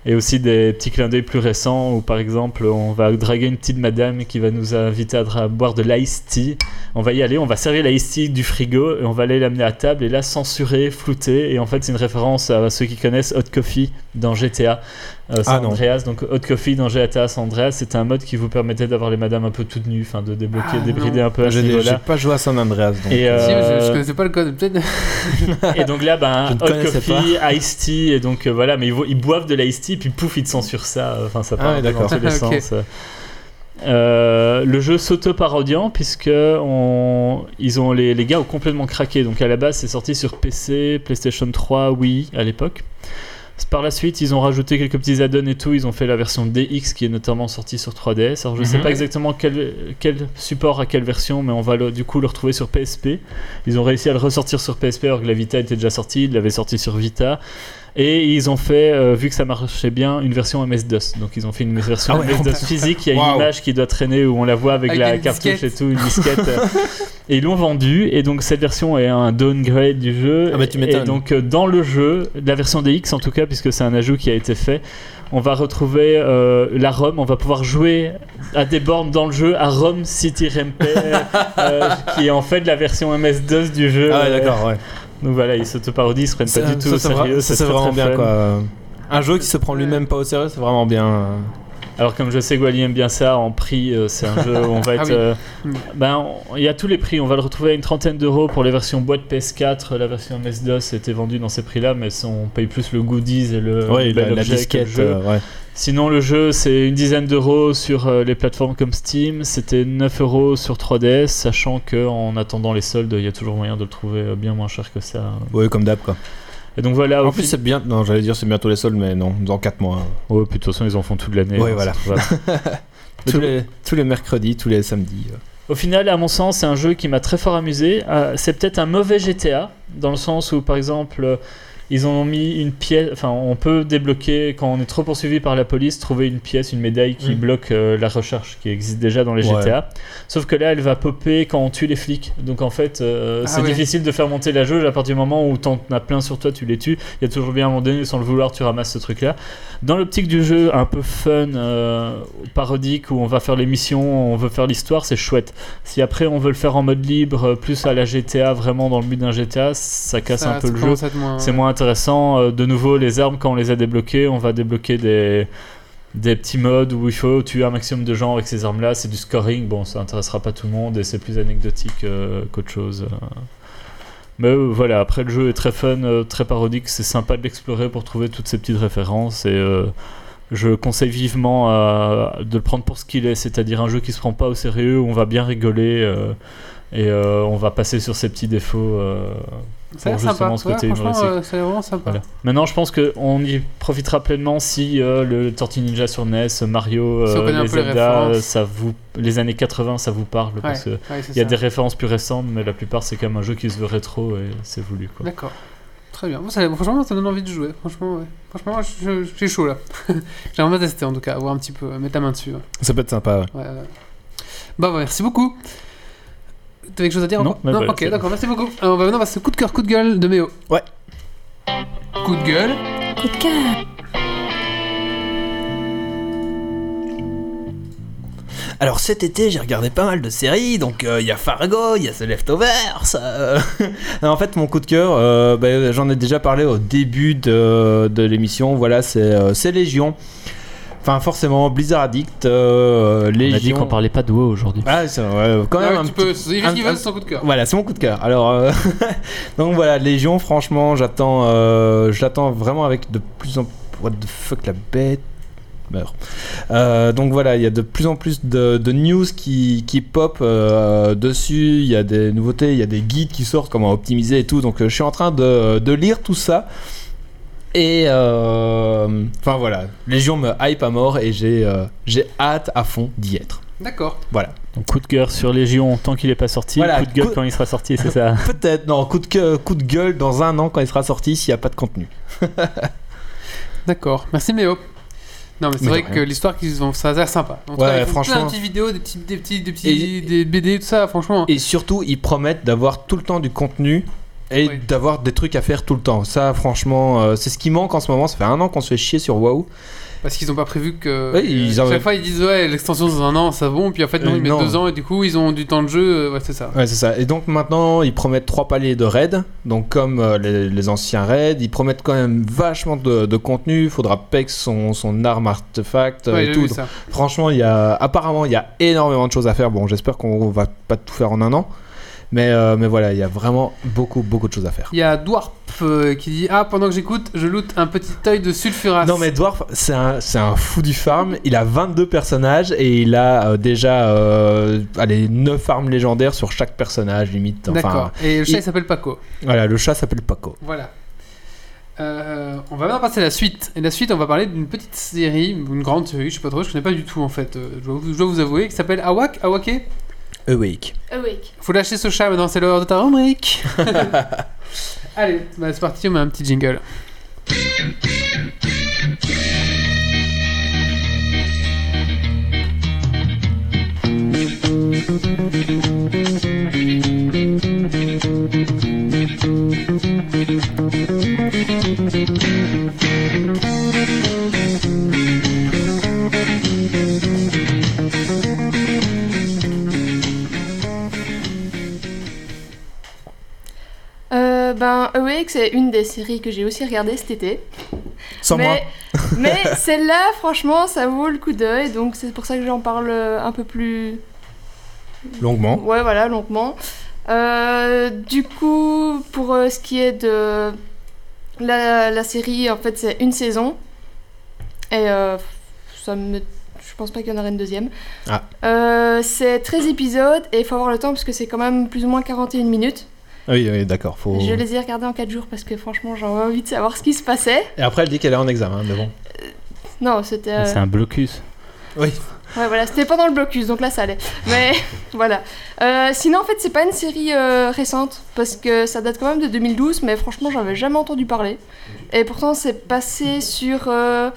[SPEAKER 3] Et aussi des petits clins d'œil plus récents où par exemple on va draguer une petite madame qui va nous inviter à dra- boire de l'ice tea. On va y aller, on va servir l'ice tea du frigo et on va aller l'amener à table et là censurer, flouter. Et en fait c'est une référence à ceux qui connaissent Hot Coffee dans GTA euh, San
[SPEAKER 2] Ah non.
[SPEAKER 3] Andreas. Donc Hot Coffee dans GTA San Andreas c'était un mode qui vous permettait d'avoir les madames un peu toutes nues, enfin de débloquer,
[SPEAKER 1] Ah
[SPEAKER 3] débrider un peu à ce
[SPEAKER 2] J'ai j'ai
[SPEAKER 3] niveau-là.
[SPEAKER 2] pas joué à San Andreas. Donc.
[SPEAKER 3] Et,
[SPEAKER 2] euh,
[SPEAKER 1] Si,
[SPEAKER 3] euh,
[SPEAKER 1] je, je connaissais pas le code, peut-être.
[SPEAKER 3] Et donc là, ben,
[SPEAKER 2] Je ne
[SPEAKER 3] hot
[SPEAKER 2] connaissais
[SPEAKER 3] coffee, iced tea, et donc euh, voilà, mais ils, vo- ils boivent de l'ice tea, puis pouf, ils te censurent ça. euh, Enfin, ça
[SPEAKER 2] Ah
[SPEAKER 3] part
[SPEAKER 2] ouais,
[SPEAKER 3] dans
[SPEAKER 2] d'accord.
[SPEAKER 3] tous les
[SPEAKER 1] Ok.
[SPEAKER 3] sens. Euh, le jeu s'auto-parodiant, puisque on, ils ont, les, les gars ont complètement craqué. Donc à la base, c'est sorti sur PC, PlayStation 3, Wii à l'époque. Par la suite, ils ont rajouté quelques petits add-ons et tout. Ils ont fait la version DX qui est notamment sortie sur 3DS. Alors, je sais
[SPEAKER 1] Mhm.
[SPEAKER 3] pas exactement quel, quel support à quelle version, mais on va le- du coup le retrouver sur PSP. Ils ont réussi à le ressortir sur PSP alors que la Vita était déjà sortie. Ils l'avaient sorti sur Vita. Et ils ont fait, euh, vu que ça marchait bien, une version MS-DOS. Donc ils ont fait une version
[SPEAKER 2] Ah ouais, en
[SPEAKER 3] MS-DOS physique. Il y a une
[SPEAKER 2] Waouh.
[SPEAKER 3] image qui doit traîner où on la voit avec,
[SPEAKER 1] Avec
[SPEAKER 3] la
[SPEAKER 1] une
[SPEAKER 3] cartouche et
[SPEAKER 1] disquette.
[SPEAKER 3] tout, une disquette. et ils l'ont vendue. Et donc cette version est un downgrade du jeu.
[SPEAKER 2] Ah bah, tu
[SPEAKER 3] et
[SPEAKER 2] m'étonnes.
[SPEAKER 3] donc euh, dans le jeu, la version DX en tout cas, puisque c'est un ajout qui a été fait, on va retrouver euh, la ROM. On va pouvoir jouer à des bornes dans le jeu à ROM City Rampage, euh, qui est en fait la version MS-DOS du jeu.
[SPEAKER 2] Ah ouais,
[SPEAKER 3] Euh,
[SPEAKER 2] d'accord, ouais.
[SPEAKER 3] donc voilà, ils s'autoparodient, ils se prennent pas du tout au
[SPEAKER 2] c'est vra-
[SPEAKER 3] sérieux.
[SPEAKER 2] ça,
[SPEAKER 3] c'est
[SPEAKER 2] c'est
[SPEAKER 3] très,
[SPEAKER 2] vraiment
[SPEAKER 3] très
[SPEAKER 2] bien,
[SPEAKER 3] fun.
[SPEAKER 2] quoi. Euh, Un jeu qui se prend lui-même pas au sérieux, c'est vraiment bien. euh.
[SPEAKER 3] Alors comme je sais que Wally aime bien ça, en prix, euh, c'est un jeu où on va être...
[SPEAKER 1] Ah oui.
[SPEAKER 3] euh,
[SPEAKER 1] Mm.
[SPEAKER 3] ben, on- il y a tous les prix, on va le retrouver à une trentaine d'euros pour les versions boîte PS4, la version MS-DOS était vendue dans ces prix-là, mais ça, on paye plus le goodies et le
[SPEAKER 2] Ouais,
[SPEAKER 3] le
[SPEAKER 2] la,
[SPEAKER 3] bel
[SPEAKER 2] la
[SPEAKER 3] objet que le
[SPEAKER 2] disquette,
[SPEAKER 3] jeu.
[SPEAKER 2] euh, ouais.
[SPEAKER 3] Sinon le jeu c'est une dizaine d'euros sur euh, les plateformes comme Steam, c'était 9 euros sur 3DS, sachant que en attendant les soldes, il y a toujours moyen de le trouver euh, bien moins cher que ça.
[SPEAKER 2] Ouais, comme d'hab, quoi.
[SPEAKER 3] Et donc voilà, au
[SPEAKER 2] En plus,
[SPEAKER 3] fi-
[SPEAKER 2] c'est bien. Non, j'allais dire c'est bientôt les soldes, mais non, dans 4 mois.
[SPEAKER 3] Ouais, puis de toute façon, ils en font toute l'année.
[SPEAKER 2] Ouais,
[SPEAKER 3] hein,
[SPEAKER 2] voilà.
[SPEAKER 3] c'est trouvable. Mais
[SPEAKER 2] Tous
[SPEAKER 3] tout-
[SPEAKER 2] les, tous les mercredis, tous les samedis. euh.
[SPEAKER 3] Au final, à mon sens, c'est un jeu qui m'a très fort amusé. Euh, c'est peut-être un mauvais GTA, dans le sens où, par exemple, euh, ils ont mis une pièce. Enfin, on peut débloquer, quand on est trop poursuivi par la police, trouver une pièce, une médaille qui
[SPEAKER 2] Mm.
[SPEAKER 3] bloque euh, la recherche, qui existe déjà dans les
[SPEAKER 2] Ouais.
[SPEAKER 3] GTA. Sauf que là, elle va popper quand on tue les flics. Donc, en fait, euh,
[SPEAKER 1] Ah
[SPEAKER 3] c'est
[SPEAKER 1] ouais.
[SPEAKER 3] difficile de faire monter la jauge à partir du moment où t'en as plein sur toi, tu les tues. Il y a toujours bien un moment donné, où, sans le vouloir, tu ramasses ce truc-là. Dans l'optique du jeu un peu fun, euh, parodique, où on va faire les missions, on veut faire l'histoire, c'est chouette. Si après on veut le faire en mode libre, euh, plus à la GTA, vraiment dans le but d'un GTA, ça casse
[SPEAKER 1] Ça-
[SPEAKER 3] un peu
[SPEAKER 1] ça
[SPEAKER 3] le jeu.
[SPEAKER 1] commence à être moins-
[SPEAKER 3] C'est moins intéressant. Euh, De nouveau, les armes, quand on les a débloquées, on va débloquer des, des petits modes où il faut tuer un maximum de gens avec ces armes-là. C'est du scoring. Bon, ça intéressera pas tout le monde et c'est plus anecdotique euh, qu'autre chose. euh. Mais euh, voilà, après le jeu est très fun, euh, très parodique. C'est sympa de l'explorer pour trouver toutes ces petites références et. euh, je conseille vivement euh, de le prendre pour ce qu'il est, c'est-à-dire un jeu qui se prend pas au sérieux, où on va bien rigoler euh, et euh, on va passer sur ses petits défauts euh,
[SPEAKER 1] Ça a l'air
[SPEAKER 3] pour justement
[SPEAKER 1] sympa.
[SPEAKER 3] ce
[SPEAKER 1] Ouais,
[SPEAKER 3] côté
[SPEAKER 1] franchement,
[SPEAKER 3] humoristique.
[SPEAKER 1] euh, ça a l'air vraiment sympa.
[SPEAKER 3] Voilà. Maintenant, je pense qu'on y profitera pleinement si euh, le Tortue Ninja sur NES, Mario,
[SPEAKER 1] Si on
[SPEAKER 3] euh,
[SPEAKER 1] connaît un
[SPEAKER 3] les
[SPEAKER 1] peu les
[SPEAKER 3] Zelda,
[SPEAKER 1] références.
[SPEAKER 3] euh, ça vous, les années 80, ça vous parle. Parce que
[SPEAKER 1] Ouais, c'est
[SPEAKER 3] il y a
[SPEAKER 1] ça.
[SPEAKER 3] des références plus récentes, mais la plupart, c'est quand même un jeu qui se veut rétro et c'est voulu. Quoi.
[SPEAKER 1] D'accord. Très bien. Moi, ça- franchement, ça donne envie de jouer. Franchement, ouais. Franchement, moi, je- je- j'ai chaud là. J'aimerais bien tester en tout cas, voir un petit peu, mettre la main dessus. ouais.
[SPEAKER 2] Ça peut être sympa. ouais.
[SPEAKER 1] Ouais, ouais. Bah, ouais, merci beaucoup. T'avais quelque chose à dire
[SPEAKER 3] Non,
[SPEAKER 1] encore
[SPEAKER 3] mais voilà,
[SPEAKER 1] ok,
[SPEAKER 3] c'est-
[SPEAKER 1] d'accord, merci beaucoup. Alors, on va maintenant passer au coup de cœur, coup de gueule de Méo.
[SPEAKER 2] Ouais.
[SPEAKER 1] Coup de gueule.
[SPEAKER 5] Coup de cœur.
[SPEAKER 6] Alors cet été, j'ai regardé pas mal de séries, donc euh, il y a Fargo, il y a The Leftovers. euh,
[SPEAKER 2] Non, en fait, mon coup de cœur, euh, bah, j'en ai déjà parlé au début de, de l'émission. Voilà, c'est euh, c'est Légion. Enfin, forcément, Blizzard Addict, euh,
[SPEAKER 3] On
[SPEAKER 2] Légion.
[SPEAKER 3] a dit qu'on parlait pas de WoW aujourd'hui.
[SPEAKER 2] Ah, c'est ouais, quand même
[SPEAKER 1] Ouais,
[SPEAKER 2] un
[SPEAKER 1] tu
[SPEAKER 2] petit
[SPEAKER 1] peux, ils
[SPEAKER 2] un-
[SPEAKER 1] veulent
[SPEAKER 2] un-
[SPEAKER 1] son coup de cœur.
[SPEAKER 2] Voilà, c'est mon coup de cœur. Alors, euh, donc voilà, Légion, franchement, j'attends, euh, je l'attends vraiment avec de plus en plus. What the fuck, la bête meurt. Euh, donc voilà, il y a de plus en plus de, de news qui, qui pop euh, dessus. Il y a des nouveautés, il y a des guides qui sortent, comment optimiser et tout. Donc euh, je suis en train de, de lire tout ça. Et euh, enfin voilà, Légion me hype à mort et j'ai euh, j'ai hâte à fond d'y être.
[SPEAKER 1] D'accord.
[SPEAKER 2] Voilà.
[SPEAKER 3] Donc, coup de cœur sur Légion tant qu'il n'est pas sorti,
[SPEAKER 2] Voilà,
[SPEAKER 3] coup de gueule
[SPEAKER 2] coup-
[SPEAKER 3] quand il sera sorti, c'est ça.
[SPEAKER 2] Peut-être, non, coup de, que- coup de gueule dans un an quand il sera sorti s'il n'y a pas de contenu.
[SPEAKER 1] D'accord. Merci Méo. Non, mais c'est
[SPEAKER 2] Mais de
[SPEAKER 1] vrai
[SPEAKER 2] rien.
[SPEAKER 1] que l'histoire qu'ils ont, ça a l'air sympa. En tout
[SPEAKER 2] Ouais,
[SPEAKER 1] cas, ils font
[SPEAKER 2] franchement.
[SPEAKER 1] Plein de petites vidéos, des petits, des petits, des petits,
[SPEAKER 2] Et-
[SPEAKER 1] des BD, tout ça, franchement.
[SPEAKER 2] Et surtout, ils promettent d'avoir tout le temps du contenu et
[SPEAKER 1] Oui.
[SPEAKER 2] d'avoir des trucs à faire tout le temps. Ça, franchement, euh, c'est ce qui manque en ce moment. Ça fait un an qu'on se fait chier sur WoW.
[SPEAKER 1] Parce qu'ils ont pas prévu que. euh,
[SPEAKER 2] Oui, ils en-
[SPEAKER 1] Chaque fois, ils disent ouais, l'extension dans un an, ça bon. Puis en fait, non,
[SPEAKER 2] Euh,
[SPEAKER 1] ils mettent
[SPEAKER 2] non.
[SPEAKER 1] deux ans et du coup, ils ont du temps de jeu. euh, Ouais, c'est ça.
[SPEAKER 2] Ouais, c'est ça. Et donc maintenant, ils promettent trois paliers de raids. Donc, comme euh, les, les anciens raids, ils promettent quand même vachement de, de contenu. Il faudra peg son, son arme artefact euh,
[SPEAKER 1] Ouais,
[SPEAKER 2] et
[SPEAKER 1] j'ai
[SPEAKER 2] tout.
[SPEAKER 1] vu ça.
[SPEAKER 2] Franchement, il y a apparemment il y a énormément de choses à faire. Bon, j'espère qu'on va pas tout faire en un an, mais euh, mais voilà, il y a vraiment beaucoup beaucoup de choses à faire.
[SPEAKER 1] Il y a Dwarp euh, qui dit Ah, pendant que j'écoute, je loot un petit œil de sulfuras.
[SPEAKER 2] Non mais Dwarf, c'est un, c'est un fou du farm, il a 22 personnages et il a euh, déjà euh, allez, 9 armes légendaires sur chaque personnage limite.
[SPEAKER 1] D'accord.
[SPEAKER 2] Enfin,
[SPEAKER 1] Et le chat,
[SPEAKER 2] il-
[SPEAKER 1] il s'appelle Paco.
[SPEAKER 2] voilà, le chat s'appelle Paco.
[SPEAKER 1] Voilà. Euh, on va maintenant passer à la suite. Et la suite, on va parler d'une petite série, une grande série, je sais pas trop, je connais pas du tout en fait. euh, Je dois vous, je dois vous avouer, qui s'appelle Awak, Awake.
[SPEAKER 2] Awake.
[SPEAKER 4] Awake.
[SPEAKER 1] Faut lâcher ce chat maintenant, c'est l'heure de ta rubrique. Allez, bah, c'est parti, on met un petit jingle.
[SPEAKER 4] Euh, ben, Awake, c'est une des séries que j'ai aussi regardées cet été.
[SPEAKER 2] Sans moi.
[SPEAKER 4] mais, mais celle-là, franchement, ça vaut le coup d'œil, donc c'est pour ça que j'en parle euh, un peu plus.
[SPEAKER 2] longuement.
[SPEAKER 4] Ouais, voilà, longuement. Euh, du coup, pour euh, ce qui est de la, la série, en fait, c'est une saison. Et euh, ça me. Je pense pas qu'il y en aurait une deuxième.
[SPEAKER 2] Ah.
[SPEAKER 4] Euh, c'est 13 épisodes et il faut avoir le temps parce que c'est quand même plus ou moins 41 minutes.
[SPEAKER 2] Ah Oui, oui, d'accord.
[SPEAKER 3] Oh.
[SPEAKER 2] Faut...
[SPEAKER 4] Je les ai regardés en 4 jours parce que franchement j'avais envie de savoir ce qui se passait.
[SPEAKER 2] Et après, elle dit qu'elle est en examen, mais bon.
[SPEAKER 4] Non, c'était... euh,
[SPEAKER 3] Ah, C'est un blocus.
[SPEAKER 2] Oui.
[SPEAKER 4] Ouais, voilà, c'était pendant le blocus, donc là ça allait. Mais voilà. Euh, sinon, en fait, c'est pas une série euh, récente, parce que ça date quand même de 2012, mais franchement, j'en avais jamais entendu parler. Et pourtant, c'est passé sur euh,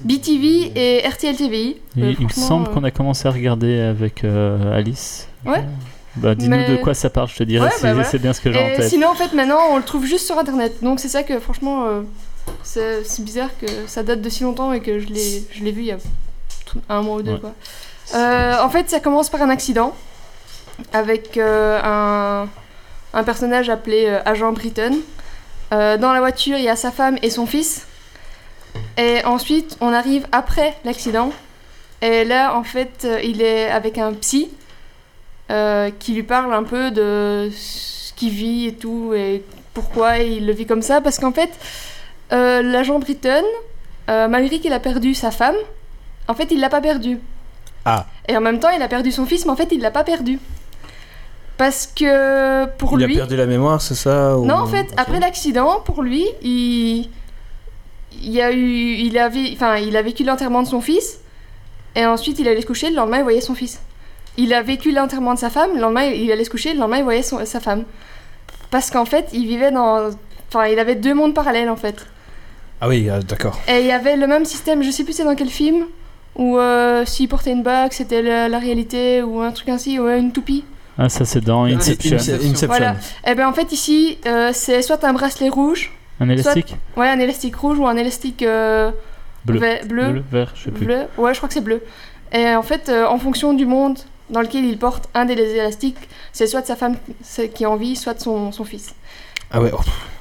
[SPEAKER 4] BTV et RTL TVI.
[SPEAKER 3] Il,
[SPEAKER 4] Euh,
[SPEAKER 3] il me
[SPEAKER 4] franchement,
[SPEAKER 3] semble
[SPEAKER 4] euh,
[SPEAKER 3] qu'on a commencé à regarder avec euh, Alice.
[SPEAKER 4] Ouais.
[SPEAKER 3] Bah, dis-nous
[SPEAKER 4] Mais-
[SPEAKER 3] de quoi ça parle, je te dirai
[SPEAKER 4] Ouais,
[SPEAKER 3] si
[SPEAKER 4] bah voilà.
[SPEAKER 3] c'est bien ce que j'ai en
[SPEAKER 4] Et
[SPEAKER 3] tête.
[SPEAKER 4] sinon, en fait, maintenant, on le trouve juste sur internet. Donc, c'est ça que franchement, euh, c'est c'est bizarre que ça date de si longtemps et que je l'ai je l'ai vu il y a tout- un mois ou deux.
[SPEAKER 3] Ouais.
[SPEAKER 4] Quoi. Euh, en fait, ça commence par un accident avec euh, un, un personnage appelé euh, Agent Britton. Euh, dans la voiture, il y a sa femme et son fils. Et ensuite, on arrive après l'accident. Et là, en fait, euh, il est avec un psy euh, qui lui parle un peu de ce qu'il vit et tout, et pourquoi il le vit comme ça. Parce qu'en fait, euh, l'agent Britton, euh, malgré qu'il a perdu sa femme, en fait, il l'a pas perdu.
[SPEAKER 2] Ah.
[SPEAKER 4] Et en même temps, il a perdu son fils, mais en fait, il l'a pas perdu. Parce que pour
[SPEAKER 2] il
[SPEAKER 4] lui.
[SPEAKER 2] a perdu la mémoire, c'est ça ou-
[SPEAKER 4] Non, en fait,
[SPEAKER 2] Oh, Ok.
[SPEAKER 4] après l'accident, pour lui, il, il a eu, il a, vé- enfin, il a vécu l'enterrement de son fils, et ensuite il allait se coucher. Le lendemain, il voyait son fils. Il a vécu l'enterrement de sa femme. Le lendemain, il allait se coucher. Le lendemain, il voyait son- sa femme. Parce qu'en fait, il vivait dans, enfin, il avait deux mondes parallèles en fait.
[SPEAKER 2] Ah oui, euh, d'accord.
[SPEAKER 4] Et il y avait le même système. Je sais plus c'est dans quel film où euh, s'il portait une bague, c'était la, la réalité ou un truc ainsi ou une toupie.
[SPEAKER 3] Ah, ça c'est dans
[SPEAKER 1] Ah,
[SPEAKER 3] Inception.
[SPEAKER 1] c'est-
[SPEAKER 2] Inception.
[SPEAKER 4] Voilà. Et ben en fait ici, euh, c'est soit un bracelet rouge
[SPEAKER 3] Un élastique
[SPEAKER 4] Ouais, un élastique rouge ou un élastique euh,
[SPEAKER 3] Bleu.
[SPEAKER 4] ve- bleu.
[SPEAKER 3] Bleu, vert, je sais plus.
[SPEAKER 4] bleu. Ouais, je crois que c'est bleu. Et en fait, euh, en fonction du monde dans lequel il porte un des élastiques, c'est soit de sa femme c'est- qui est en vie, soit de son, son fils.
[SPEAKER 2] Ah ouais, oh,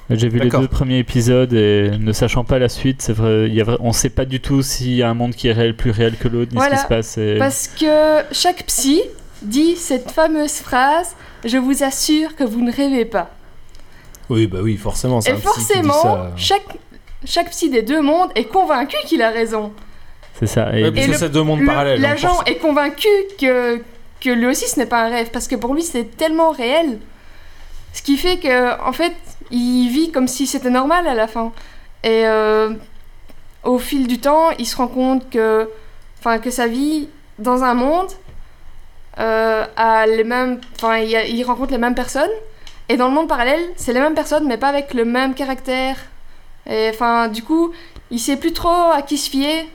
[SPEAKER 3] J'ai vu les
[SPEAKER 2] D'accord.
[SPEAKER 3] deux premiers épisodes et ne sachant pas la suite, c'est vrai, il y a vrai- on sait pas du tout s'il y a un monde qui est réel, plus réel que l'autre, ni
[SPEAKER 4] Voilà.
[SPEAKER 3] ce qui se passe. et-
[SPEAKER 4] Parce que chaque psy dit cette fameuse phrase Je vous assure que vous ne rêvez pas.
[SPEAKER 2] Oui, bah oui, forcément. c'est
[SPEAKER 4] Et
[SPEAKER 2] un psy qui dit
[SPEAKER 4] forcément,
[SPEAKER 2] ça.
[SPEAKER 4] chaque, chaque psy des deux mondes est convaincu qu'il a raison.
[SPEAKER 3] C'est ça. Et
[SPEAKER 2] Ouais, parce
[SPEAKER 4] Et
[SPEAKER 2] que
[SPEAKER 4] le-
[SPEAKER 2] c'est deux mondes
[SPEAKER 4] Le-
[SPEAKER 2] parallèles. hein,
[SPEAKER 4] L'agent
[SPEAKER 2] forcément.
[SPEAKER 4] est convaincu que, que lui aussi ce n'est pas un rêve, parce que pour lui c'est tellement réel. Ce qui fait que, en fait, il vit comme si c'était normal à la fin. Et euh, au fil du temps, il se rend compte que, enfin, que sa vie dans un monde euh, a les mêmes, enfin, il, y a- il rencontre les mêmes personnes. Et dans le monde parallèle, c'est les mêmes personnes, mais pas avec le même caractère. Et enfin, du coup, il sait plus trop à qui se fier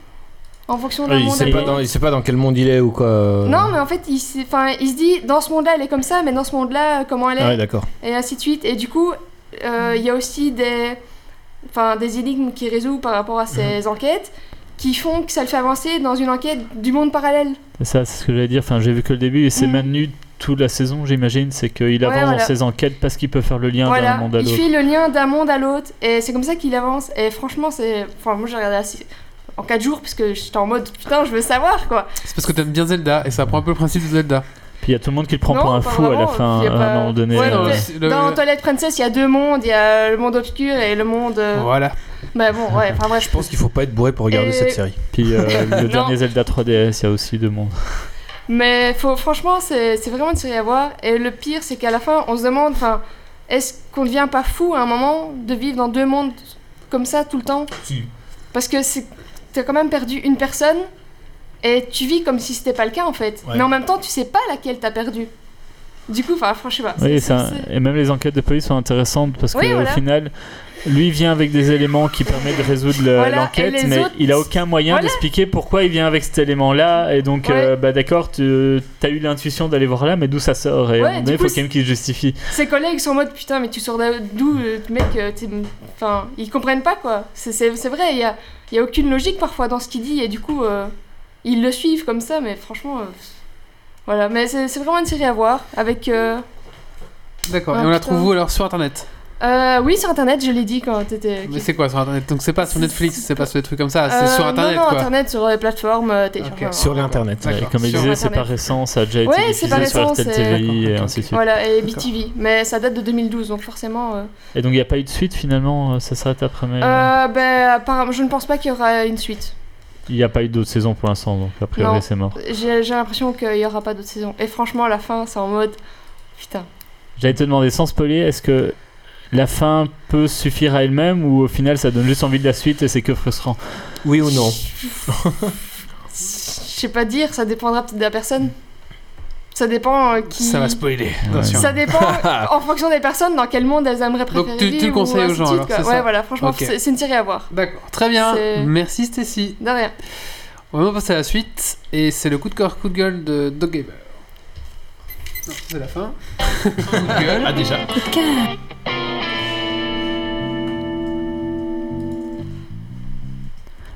[SPEAKER 4] en fonction d'un
[SPEAKER 2] il,
[SPEAKER 4] monde. à
[SPEAKER 2] sait pas
[SPEAKER 4] l'autre.
[SPEAKER 2] dans, il sait pas dans quel monde il est ou quoi. euh.
[SPEAKER 4] Non, mais en fait, il, s'est- enfin, il se dit dans ce monde-là, elle est comme ça, mais dans ce monde-là, euh, comment elle est
[SPEAKER 2] Ah ouais, d'accord.
[SPEAKER 4] et ainsi de suite. Et du coup, euh, il y a aussi des, enfin, des énigmes qu'il résout par rapport à ces
[SPEAKER 2] Mhm.
[SPEAKER 4] enquêtes qui font que ça le fait avancer dans une enquête du monde parallèle.
[SPEAKER 3] C'est ça, c'est ce que j'allais dire. Enfin, j'ai vu que le début et c'est
[SPEAKER 4] Mm.
[SPEAKER 3] maintenu toute la saison, j'imagine. C'est qu'il avance
[SPEAKER 4] voilà.
[SPEAKER 3] dans ses enquêtes parce qu'il peut faire le lien d'un
[SPEAKER 4] Voilà,
[SPEAKER 3] monde à
[SPEAKER 4] il
[SPEAKER 3] l'autre.
[SPEAKER 4] fait le lien d'un monde à l'autre et c'est comme ça qu'il avance. Et franchement, c'est, enfin, moi j'ai regardé la si- en 4 jours parce que j'étais en mode putain, je veux savoir quoi.
[SPEAKER 1] C'est parce que t'aimes bien Zelda et ça prend un peu le principe de Zelda.
[SPEAKER 3] Puis il y a tout le monde qui le prend
[SPEAKER 4] Non,
[SPEAKER 3] pour un
[SPEAKER 4] pas
[SPEAKER 3] fou à la
[SPEAKER 4] vraiment,
[SPEAKER 3] fin,
[SPEAKER 4] il y
[SPEAKER 3] à
[SPEAKER 4] a pas-
[SPEAKER 3] un moment donné.
[SPEAKER 4] Ouais,
[SPEAKER 1] non,
[SPEAKER 3] euh,
[SPEAKER 4] mais-
[SPEAKER 1] c'est le-
[SPEAKER 4] Dans Toilette Princess, il y a deux mondes, il y a le monde obscur et le monde. euh,
[SPEAKER 1] Voilà.
[SPEAKER 4] Bah bon, ouais, enfin bref.
[SPEAKER 2] Je pense qu'il faut pas être bourré pour regarder
[SPEAKER 4] Et-
[SPEAKER 2] cette série.
[SPEAKER 3] Puis euh, le
[SPEAKER 4] Non.
[SPEAKER 3] dernier Zelda 3DS, il y a aussi deux mondes.
[SPEAKER 4] Mais faut, franchement, c'est c'est vraiment une série à voir. Et le pire, c'est qu'à la fin, on se demande, enfin, est-ce qu'on devient pas fou à un moment de vivre dans deux mondes comme ça tout le temps Parce que c'est- t'as quand même perdu une personne et tu vis comme si c'était pas le cas en fait.
[SPEAKER 2] Ouais.
[SPEAKER 4] Mais en même temps, tu sais pas laquelle t'as perdu. Du coup, enfin, franchement, je sais pas.
[SPEAKER 3] Oui,
[SPEAKER 4] Ah, c'est-
[SPEAKER 3] c'est un-
[SPEAKER 4] c'est-
[SPEAKER 3] et même les enquêtes de police sont intéressantes parce
[SPEAKER 4] Oui,
[SPEAKER 3] que
[SPEAKER 4] voilà.
[SPEAKER 3] au final, lui vient avec des éléments qui permettent de résoudre le-
[SPEAKER 4] Voilà, et
[SPEAKER 3] l'enquête,
[SPEAKER 4] les
[SPEAKER 3] mais
[SPEAKER 4] autres-
[SPEAKER 3] il a aucun moyen
[SPEAKER 4] Voilà.
[SPEAKER 3] d'expliquer pourquoi il vient avec cet élément-là. Et donc,
[SPEAKER 4] Ouais.
[SPEAKER 3] euh, bah d'accord, tu as eu l'intuition d'aller voir là, mais d'où ça sort Et
[SPEAKER 4] Ouais,
[SPEAKER 3] à un moment donné,
[SPEAKER 4] du
[SPEAKER 3] il faut
[SPEAKER 4] coup,
[SPEAKER 3] quand même qu'il se justifie.
[SPEAKER 4] Ses collègues sont en mode putain, mais tu sors d'a- d'où, euh, mec euh, t'es- Enfin, ils comprennent pas quoi. C'est- C'est c'est vrai, il y a, il y a aucune logique parfois dans ce qu'il dit et du coup, euh, ils le suivent comme ça, mais franchement. euh, voilà, mais c'est c'est vraiment une série à voir. Avec. euh,
[SPEAKER 1] D'accord.
[SPEAKER 4] Ah,
[SPEAKER 1] et on la
[SPEAKER 4] putain.
[SPEAKER 1] trouve où alors sur internet
[SPEAKER 4] euh, oui, sur internet, je l'ai dit quand t'étais.
[SPEAKER 1] Mais c'est quoi sur internet Donc c'est pas sur Netflix, c'est pas sur des trucs comme ça, c'est
[SPEAKER 4] Euh,
[SPEAKER 1] sur internet
[SPEAKER 4] Non, non,
[SPEAKER 1] quoi.
[SPEAKER 4] internet, sur les plateformes. euh, t'es-
[SPEAKER 1] Ok.
[SPEAKER 4] enfin,
[SPEAKER 2] Sur l'internet.
[SPEAKER 3] Et
[SPEAKER 1] D'accord.
[SPEAKER 3] comme il
[SPEAKER 1] Sur
[SPEAKER 3] disait, c'est
[SPEAKER 4] Internet.
[SPEAKER 3] pas récent, ça a déjà été
[SPEAKER 4] Ouais, c'est
[SPEAKER 3] diffusé
[SPEAKER 4] pas
[SPEAKER 3] sur
[SPEAKER 4] récent,
[SPEAKER 3] RTL
[SPEAKER 4] c'est-
[SPEAKER 3] TV et
[SPEAKER 1] D'accord,
[SPEAKER 3] ainsi de suite.
[SPEAKER 4] Voilà, et
[SPEAKER 1] D'accord.
[SPEAKER 4] BTV. Mais ça date de 2012, donc forcément. euh,
[SPEAKER 3] Et donc, il n'y a pas eu de suite finalement, euh, ça s'arrête après.
[SPEAKER 1] Hmm.
[SPEAKER 3] Mais euh,
[SPEAKER 4] Euh, ben, apparemment, je ne pense pas qu'il y aura une suite.
[SPEAKER 3] il n'y a pas eu d'autres saisons pour l'instant, donc a priori,
[SPEAKER 4] Non.
[SPEAKER 3] c'est mort.
[SPEAKER 4] J'ai j'ai l'impression qu'il n'y aura pas d'autre saison. Et franchement, à la fin, c'est en mode. Putain.
[SPEAKER 3] J'allais te demander, sans spoiler, est-ce que la fin peut suffire à elle-même ou au final, ça donne juste envie de la suite et c'est que frustrant
[SPEAKER 2] Oui ou non
[SPEAKER 4] Je sais pas dire, ça dépendra peut-être de la personne. Ça dépend euh, qui.
[SPEAKER 1] Ça va spoiler.
[SPEAKER 3] Ouais.
[SPEAKER 1] attention.
[SPEAKER 4] Ça dépend en fonction des personnes dans quel monde elles aimeraient
[SPEAKER 1] Donc,
[SPEAKER 4] préférer.
[SPEAKER 1] tu- tu le
[SPEAKER 4] vivre
[SPEAKER 1] conseilles
[SPEAKER 4] ou ainsi
[SPEAKER 1] aux gens,
[SPEAKER 4] de suite,
[SPEAKER 1] alors,
[SPEAKER 4] quoi.
[SPEAKER 1] c'est ça
[SPEAKER 4] Ouais, voilà, franchement,
[SPEAKER 1] Ok.
[SPEAKER 4] c'est c'est une série à voir.
[SPEAKER 1] D'accord. Très bien.
[SPEAKER 4] C'est-
[SPEAKER 1] Merci Stacy.
[SPEAKER 4] De rien.
[SPEAKER 1] On va maintenant passer à la suite et c'est le coup de cœur, coup de gueule de Dog Gamer. Non, ça, c'est la fin. coup de gueule.
[SPEAKER 2] Ah déjà.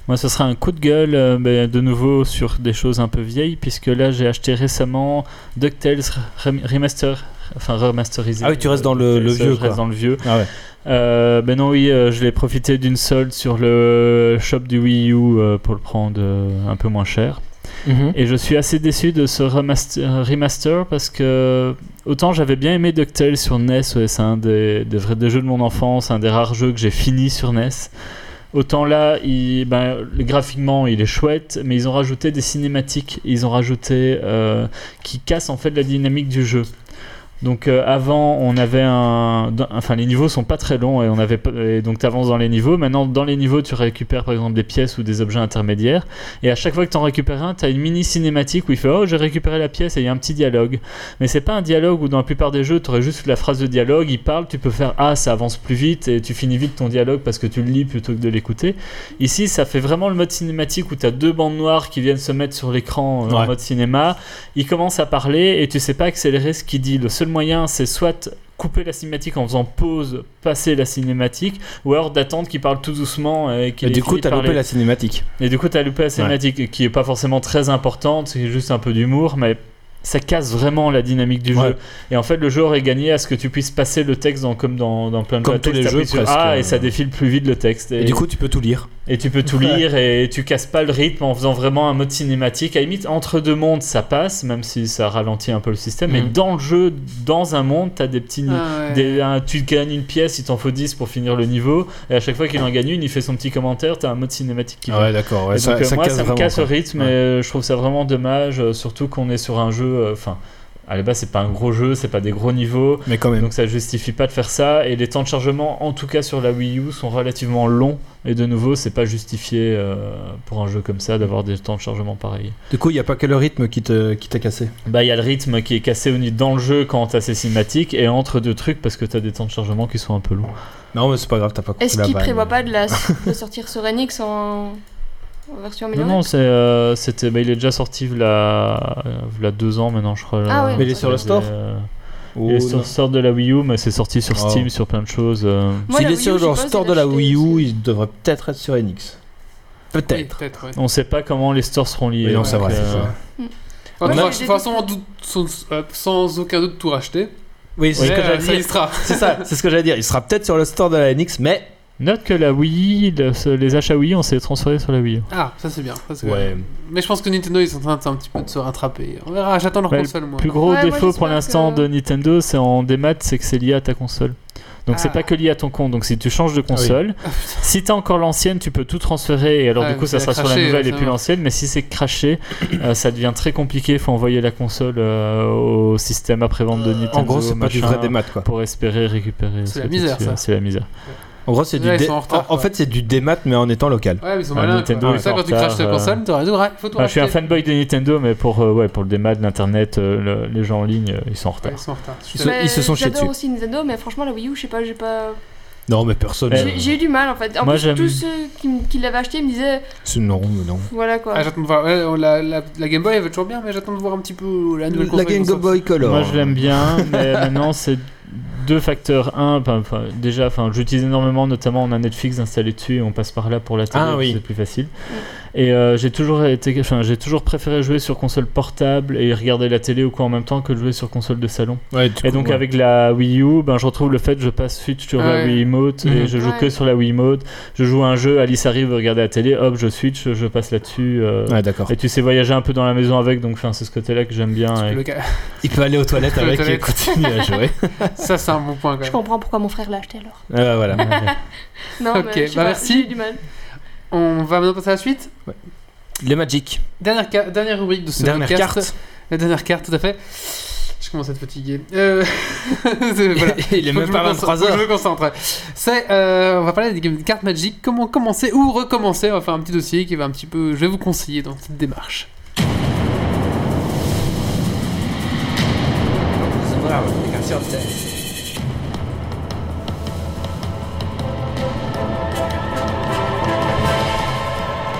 [SPEAKER 3] Moi, ce sera un coup de gueule, euh, ben, de nouveau sur des choses un peu vieilles, puisque là, j'ai acheté récemment DuckTales rem- Remaster, enfin remasterisé.
[SPEAKER 2] Ah oui, tu restes dans le-
[SPEAKER 3] Euh,
[SPEAKER 2] le
[SPEAKER 3] DuckTales,
[SPEAKER 2] vieux,
[SPEAKER 3] Je reste
[SPEAKER 2] quoi.
[SPEAKER 3] dans le vieux.
[SPEAKER 2] Ah ouais.
[SPEAKER 3] Euh, ben non, oui, euh, je l'ai profité d'une solde sur le shop du Wii U euh, pour le prendre euh, un peu moins cher.
[SPEAKER 2] Mhm.
[SPEAKER 3] Et je suis assez déçu de ce remaster, remaster parce que autant j'avais bien aimé DuckTales sur NES, ouais, c'est un des, des vrais des jeux de mon enfance, un des rares jeux que j'ai fini sur NES. Autant là, il- ben, graphiquement, il est chouette, mais ils ont rajouté des cinématiques, ils ont rajouté euh, qui cassent en fait la dynamique du jeu. Donc euh, avant, on avait un, d'un- enfin les niveaux sont pas très longs et on avait, pas- et donc t'avances dans les niveaux. Maintenant, dans les niveaux, tu récupères par exemple des pièces ou des objets intermédiaires. Et à chaque fois que tu en récupères un, tu as une mini cinématique où il fait Oh, j'ai récupéré la pièce et il y a un petit dialogue. Mais c'est pas un dialogue où dans la plupart des jeux, tu aurais juste la phrase de dialogue, il parle, tu peux faire Ah, ça avance plus vite et tu finis vite ton dialogue parce que tu le lis plutôt que de l'écouter. Ici, ça fait vraiment le mode cinématique où tu as deux bandes noires qui viennent se mettre sur l'écran euh, en
[SPEAKER 2] Ouais.
[SPEAKER 3] mode cinéma. Il commence à parler et tu sais pas accélérer ce qu'il dit. Le seul moyen, c'est soit couper la cinématique en faisant pause, passer la cinématique, ou alors d'attendre qu'il parle tout doucement et qu'il
[SPEAKER 2] Et
[SPEAKER 3] ait
[SPEAKER 2] du coup,
[SPEAKER 3] fini de
[SPEAKER 2] t'as
[SPEAKER 3] parler.
[SPEAKER 2] loupé la cinématique.
[SPEAKER 3] Et du coup, t'as loupé la cinématique qui est pas forcément très importante, c'est juste un peu d'humour, mais ça casse vraiment la dynamique du
[SPEAKER 2] Ouais.
[SPEAKER 3] jeu. Et en fait, le jeu aurait gagné à ce que tu puisses passer le texte dans, comme dans, dans plein de
[SPEAKER 2] Comme
[SPEAKER 3] textes,
[SPEAKER 2] tous les
[SPEAKER 3] t'appuies
[SPEAKER 2] jeux,
[SPEAKER 3] sur
[SPEAKER 2] presque,
[SPEAKER 3] A
[SPEAKER 2] euh.
[SPEAKER 3] et ça défile plus vite le texte.
[SPEAKER 2] Et du coup, tu peux tout lire.
[SPEAKER 3] et tu peux tout lire et tu casses pas le rythme en faisant vraiment un mode cinématique. À la limite, entre deux mondes, ça passe, même si ça ralentit un peu le système. Mais
[SPEAKER 2] Mhm.
[SPEAKER 3] dans le jeu, dans un monde, t'as des petits.
[SPEAKER 1] Ah ouais.
[SPEAKER 3] Des- un- tu gagnes une pièce, il t'en faut 10 pour finir le niveau, et à chaque fois qu'il en gagne une, il fait son petit commentaire, t'as un mode cinématique qui vient.
[SPEAKER 2] d'accord.
[SPEAKER 3] Et donc, euh, moi, ça me casse le rythme,
[SPEAKER 2] Ouais.
[SPEAKER 3] et euh, je trouve ça vraiment dommage, euh, surtout qu'on est sur un jeu. euh, Enfin, à la base, c'est pas un gros jeu, c'est pas des gros niveaux.
[SPEAKER 5] Mais quand même.
[SPEAKER 3] Donc ça justifie pas de faire ça et les temps de chargement en tout cas sur la Wii U sont relativement longs et de nouveau c'est pas justifié euh, pour un jeu comme ça d'avoir des temps de chargement pareils.
[SPEAKER 2] Du coup, il n'y a pas que le rythme qui te- qui t'a cassé.
[SPEAKER 3] Bah il y a le rythme qui est cassé au nid dans le jeu quand t'as ces cinématiques et entre deux trucs parce que t'as des temps de chargement qui sont un peu longs.
[SPEAKER 2] Non, mais c'est pas grave, t'as pas compris
[SPEAKER 4] Est-ce
[SPEAKER 2] la
[SPEAKER 4] qu'il
[SPEAKER 2] vanne.
[SPEAKER 4] prévoit pas de, la, de sortir sur NX en, en version
[SPEAKER 3] Non
[SPEAKER 4] améliorée
[SPEAKER 3] non c'est euh, c'était bah, il est déjà sorti v'là euh, v'là deux ans maintenant je crois.
[SPEAKER 4] Ah ouais. Mais il est
[SPEAKER 2] sur le store
[SPEAKER 3] euh,
[SPEAKER 2] Ou
[SPEAKER 3] Il est
[SPEAKER 2] non.
[SPEAKER 3] sur le store de la Wii U mais c'est sorti sur
[SPEAKER 2] Oh.
[SPEAKER 3] Steam sur plein de choses. euh.
[SPEAKER 4] Moi,
[SPEAKER 2] S'il
[SPEAKER 4] la
[SPEAKER 2] est
[SPEAKER 4] Wii U,
[SPEAKER 2] sur
[SPEAKER 4] je
[SPEAKER 2] le
[SPEAKER 4] suppose,
[SPEAKER 2] store
[SPEAKER 4] je
[SPEAKER 2] de
[SPEAKER 4] l'ai
[SPEAKER 2] la
[SPEAKER 4] acheté
[SPEAKER 2] Wii U,
[SPEAKER 4] aussi.
[SPEAKER 2] il devrait peut-être être sur NX.
[SPEAKER 1] Oui,
[SPEAKER 2] Peut-être.
[SPEAKER 1] peut-être, ouais.
[SPEAKER 3] On sait pas comment les stores seront liés.
[SPEAKER 2] Oui, non,
[SPEAKER 3] donc,
[SPEAKER 2] c'est vrai,
[SPEAKER 3] euh,
[SPEAKER 2] c'est ça.
[SPEAKER 1] Enfin,
[SPEAKER 4] Ouais,
[SPEAKER 1] moi,
[SPEAKER 4] j'ai
[SPEAKER 1] de
[SPEAKER 4] des
[SPEAKER 1] toute façon, en doute- sans, euh, sans aucun doute, tout racheter.
[SPEAKER 2] Oui, c'est
[SPEAKER 1] Mais,
[SPEAKER 2] ce que
[SPEAKER 1] euh,
[SPEAKER 2] j'allais
[SPEAKER 1] ça y
[SPEAKER 2] dire.
[SPEAKER 1] sera.
[SPEAKER 2] C'est ça, c'est ce que j'allais dire. Il sera peut-être sur le store de la NX, mais.
[SPEAKER 3] Note que la Wii, le- ce- les achats Wii, on s'est transféré sur la Wii. U.
[SPEAKER 1] Ah, ça c'est bien. ça, c'est bien. Mais je pense que Nintendo, ils sont en train de, un petit peu de se rattraper. On verra, j'attends leur
[SPEAKER 3] Ouais, le
[SPEAKER 1] console, moi.
[SPEAKER 3] Plus gros
[SPEAKER 4] Ouais, moi,
[SPEAKER 3] défaut pour
[SPEAKER 4] j'espère
[SPEAKER 3] l'instant
[SPEAKER 4] que-
[SPEAKER 3] de Nintendo, c'est en démat, c'est que c'est lié à ta console. Donc c'est
[SPEAKER 1] Ah.
[SPEAKER 3] pas que lié à ton compte. Donc si tu changes
[SPEAKER 2] Ah
[SPEAKER 3] de console, si t'as encore l'ancienne, tu peux tout transférer et alors
[SPEAKER 1] Ah,
[SPEAKER 3] du coup
[SPEAKER 1] mais
[SPEAKER 3] ça
[SPEAKER 1] c'est
[SPEAKER 3] sera sur la
[SPEAKER 1] craché,
[SPEAKER 3] nouvelle
[SPEAKER 1] ouais,
[SPEAKER 3] et
[SPEAKER 1] ça
[SPEAKER 3] puis
[SPEAKER 1] va.
[SPEAKER 3] l'ancienne. Mais si c'est craché, euh, ça devient très compliqué. Faut envoyer la console euh, au système après vente
[SPEAKER 1] Euh,
[SPEAKER 3] de Nintendo.
[SPEAKER 2] En gros, c'est pas du
[SPEAKER 3] machin,
[SPEAKER 2] vrai démat, quoi.
[SPEAKER 3] Pour espérer récupérer.
[SPEAKER 1] C'est la
[SPEAKER 3] ce
[SPEAKER 1] misère,
[SPEAKER 3] truc-là.
[SPEAKER 1] ça.
[SPEAKER 3] C'est la misère.
[SPEAKER 2] En gros, c'est
[SPEAKER 1] Là,
[SPEAKER 2] du.
[SPEAKER 1] ils
[SPEAKER 2] dé-
[SPEAKER 1] sont en retard,
[SPEAKER 2] en
[SPEAKER 1] quoi.
[SPEAKER 2] fait, c'est du démat, mais en étant local.
[SPEAKER 1] Ouais, mais ils sont
[SPEAKER 3] Ah,
[SPEAKER 1] malins.
[SPEAKER 3] Nintendo,
[SPEAKER 1] quoi.
[SPEAKER 3] ils
[SPEAKER 1] Comme ça,
[SPEAKER 3] sont
[SPEAKER 1] quand
[SPEAKER 3] en
[SPEAKER 1] tu craches
[SPEAKER 3] retard,
[SPEAKER 1] ta
[SPEAKER 3] euh,
[SPEAKER 1] console, tu il faut tout
[SPEAKER 3] Ah, je suis
[SPEAKER 1] racheter.
[SPEAKER 3] un fanboy de Nintendo, mais pour, euh, ouais, pour le démat, l'internet, euh, le- les gens en ligne, euh, ils sont en retard.
[SPEAKER 1] Ouais, ils sont en retard. Je suis
[SPEAKER 2] Ils
[SPEAKER 1] d'accord.
[SPEAKER 4] Mais
[SPEAKER 2] ils se sont chiés
[SPEAKER 4] J'adore
[SPEAKER 2] dessus.
[SPEAKER 4] aussi Nintendo, mais franchement, la Wii U, je sais pas, j'ai pas.
[SPEAKER 2] Non, mais personne. euh,
[SPEAKER 3] Ouais.
[SPEAKER 4] J'ai j'ai eu du mal en fait. En
[SPEAKER 3] Moi,
[SPEAKER 4] plus,
[SPEAKER 3] j'aime-
[SPEAKER 4] tous ceux qui, m- qui l'avaient acheté me disaient,
[SPEAKER 2] C'est- Non, mais non.
[SPEAKER 4] voilà quoi.
[SPEAKER 1] Ah, j'attends de voir. Ouais, La, la- la Game Boy, elle veut toujours bien, mais j'attends de voir un petit peu la nouvelle console. ils vont sortir.
[SPEAKER 2] Color.
[SPEAKER 3] Moi, je l'aime bien, mais maintenant, c'est deux facteurs. Un, enfin, enfin, déjà, enfin, j'utilise énormément, notamment, on a Netflix installé dessus et on passe par là pour la télé,
[SPEAKER 2] Ah
[SPEAKER 3] parce que
[SPEAKER 2] oui.
[SPEAKER 3] c'est plus facile. Et euh, j'ai toujours été, enfin, j'ai toujours préféré jouer sur console portable et regarder la télé ou quoi en même temps que de jouer sur console de salon. Et donc avec la Wii U, ben, je retrouve le fait je passe Switch sur la
[SPEAKER 1] Ouais.
[SPEAKER 3] Wii Wiimote et
[SPEAKER 2] Mhm.
[SPEAKER 3] je joue que
[SPEAKER 4] Ouais.
[SPEAKER 3] sur la Wiimote. Je joue à un jeu, Alice arrive, regarde la télé, hop, je switch, je passe là-dessus. euh,
[SPEAKER 2] Ouais, d'accord.
[SPEAKER 3] Et tu sais voyager un peu dans la maison avec, donc enfin, c'est ce côté-là que j'aime bien. et-
[SPEAKER 1] Le ca-
[SPEAKER 2] Il peut aller aux toilettes
[SPEAKER 1] Aux
[SPEAKER 2] avec et
[SPEAKER 1] toilettes.
[SPEAKER 2] continuer à jouer.
[SPEAKER 1] Ça, c'est un bon point quand
[SPEAKER 4] Je
[SPEAKER 1] même.
[SPEAKER 4] comprends pourquoi mon frère l'a acheté alors.
[SPEAKER 2] Ah, bah, voilà.
[SPEAKER 4] Non,
[SPEAKER 1] Ok,
[SPEAKER 4] mais je sais
[SPEAKER 1] bah,
[SPEAKER 4] pas,
[SPEAKER 1] merci.
[SPEAKER 4] J'ai eu du mal.
[SPEAKER 1] On va maintenant passer à la suite.
[SPEAKER 2] Les Magic.
[SPEAKER 1] Dernière, ca- dernière rubrique de ce
[SPEAKER 2] Dernière
[SPEAKER 1] podcast.
[SPEAKER 2] carte.
[SPEAKER 1] La dernière carte, tout à fait. Je commence à être fatigué. Euh, c'est- voilà.
[SPEAKER 2] Il est
[SPEAKER 1] Faut que
[SPEAKER 2] même
[SPEAKER 1] je
[SPEAKER 2] pas
[SPEAKER 1] me concentre, faut que
[SPEAKER 2] 23h.
[SPEAKER 1] Je me concentre. C'est, euh, on va parler des games- cartes Magic. Comment commencer ou recommencer On va faire un petit dossier qui va un petit peu. Je vais vous conseiller dans cette démarche.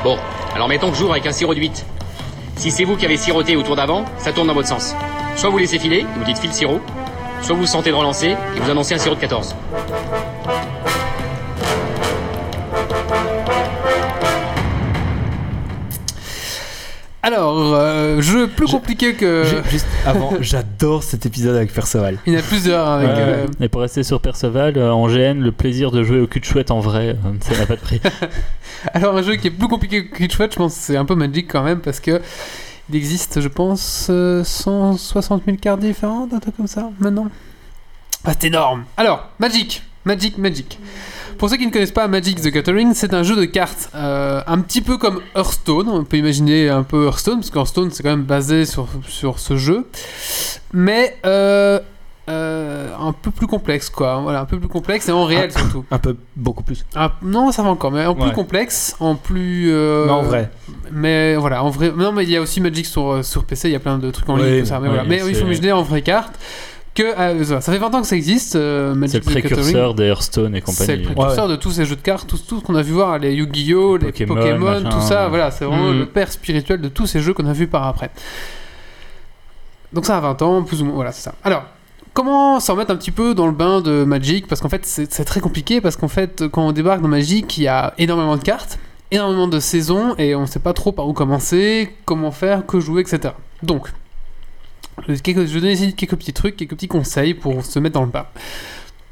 [SPEAKER 7] Bon, alors mettons que j'ouvre avec un sirop de 8. Si c'est vous qui avez siroté au tour d'avant, ça tourne dans votre sens. Soit vous laissez filer, et vous dites file sirop, soit vous sentez de relancer et vous annoncez un sirop de 14.
[SPEAKER 1] Alors, euh, jeu plus
[SPEAKER 2] Je-
[SPEAKER 1] compliqué que.
[SPEAKER 2] Ju- Juste avant, j'adore cet épisode avec Perceval.
[SPEAKER 1] Il y en a plusieurs avec.
[SPEAKER 3] Ouais.
[SPEAKER 1] euh,
[SPEAKER 3] Et pour rester sur Perceval, euh, en GN, le plaisir de jouer au cul de chouette en vrai, euh, ça n'a pas de prix.
[SPEAKER 1] Alors un jeu qui est plus compliqué que Kitchwatch, je pense que c'est un peu Magic quand même parce que il existe, je pense, euh, 160 000 cartes différentes, un truc comme ça, maintenant. Ah, c'est énorme. Alors, Magic, Magic, Magic. Pour ceux qui ne connaissent pas Magic the Gathering, c'est un jeu de cartes euh, un petit peu comme Hearthstone. On peut imaginer un peu Hearthstone, parce qu'Hearthstone c'est quand même basé sur, sur ce jeu. Mais euh, euh, un peu plus complexe, quoi. Voilà, un peu plus complexe et en réel surtout.
[SPEAKER 2] Un peu, beaucoup plus.
[SPEAKER 1] Ah, non, ça va encore, mais en plus
[SPEAKER 2] Ouais.
[SPEAKER 1] complexe, en plus. euh,
[SPEAKER 2] Mais en vrai.
[SPEAKER 1] Mais voilà, en vrai. Non, mais il y a aussi Magic sur, euh, sur PC, il y a plein de trucs en ligne,
[SPEAKER 2] Oui,
[SPEAKER 1] tout ça. Mais,
[SPEAKER 3] oui,
[SPEAKER 1] voilà. mais il
[SPEAKER 3] c'est-
[SPEAKER 1] faut imaginer en vraie carte que. euh, ça ça fait 20 ans que ça existe, euh,
[SPEAKER 3] C'est
[SPEAKER 1] Magic
[SPEAKER 3] le
[SPEAKER 1] the Gathering.
[SPEAKER 3] précurseur des Hearthstone et
[SPEAKER 1] C'est
[SPEAKER 3] compagnie.
[SPEAKER 1] le précurseur de tous ces jeux de cartes, tout, tout ce qu'on a vu voir, les Yu-Gi-Oh, les Pokémon,
[SPEAKER 3] Pokémon,
[SPEAKER 1] tout
[SPEAKER 3] machin,
[SPEAKER 1] ça.
[SPEAKER 3] ouais.
[SPEAKER 1] Voilà, c'est vraiment
[SPEAKER 7] Mm.
[SPEAKER 1] le père spirituel de tous ces jeux qu'on a vu par après. Donc ça a 20 ans, plus ou moins. Voilà, c'est ça. Alors. Comment s'en mettre un petit peu dans le bain de Magic Parce qu'en fait, c'est c'est très compliqué. Parce qu'en fait, quand on débarque dans Magic, il y a énormément de cartes, énormément de saisons, et on ne sait pas trop par où commencer, comment faire, que jouer, etc. Donc, je quelques- je vais donner ici quelques petits trucs, quelques petits conseils pour se mettre dans le bain.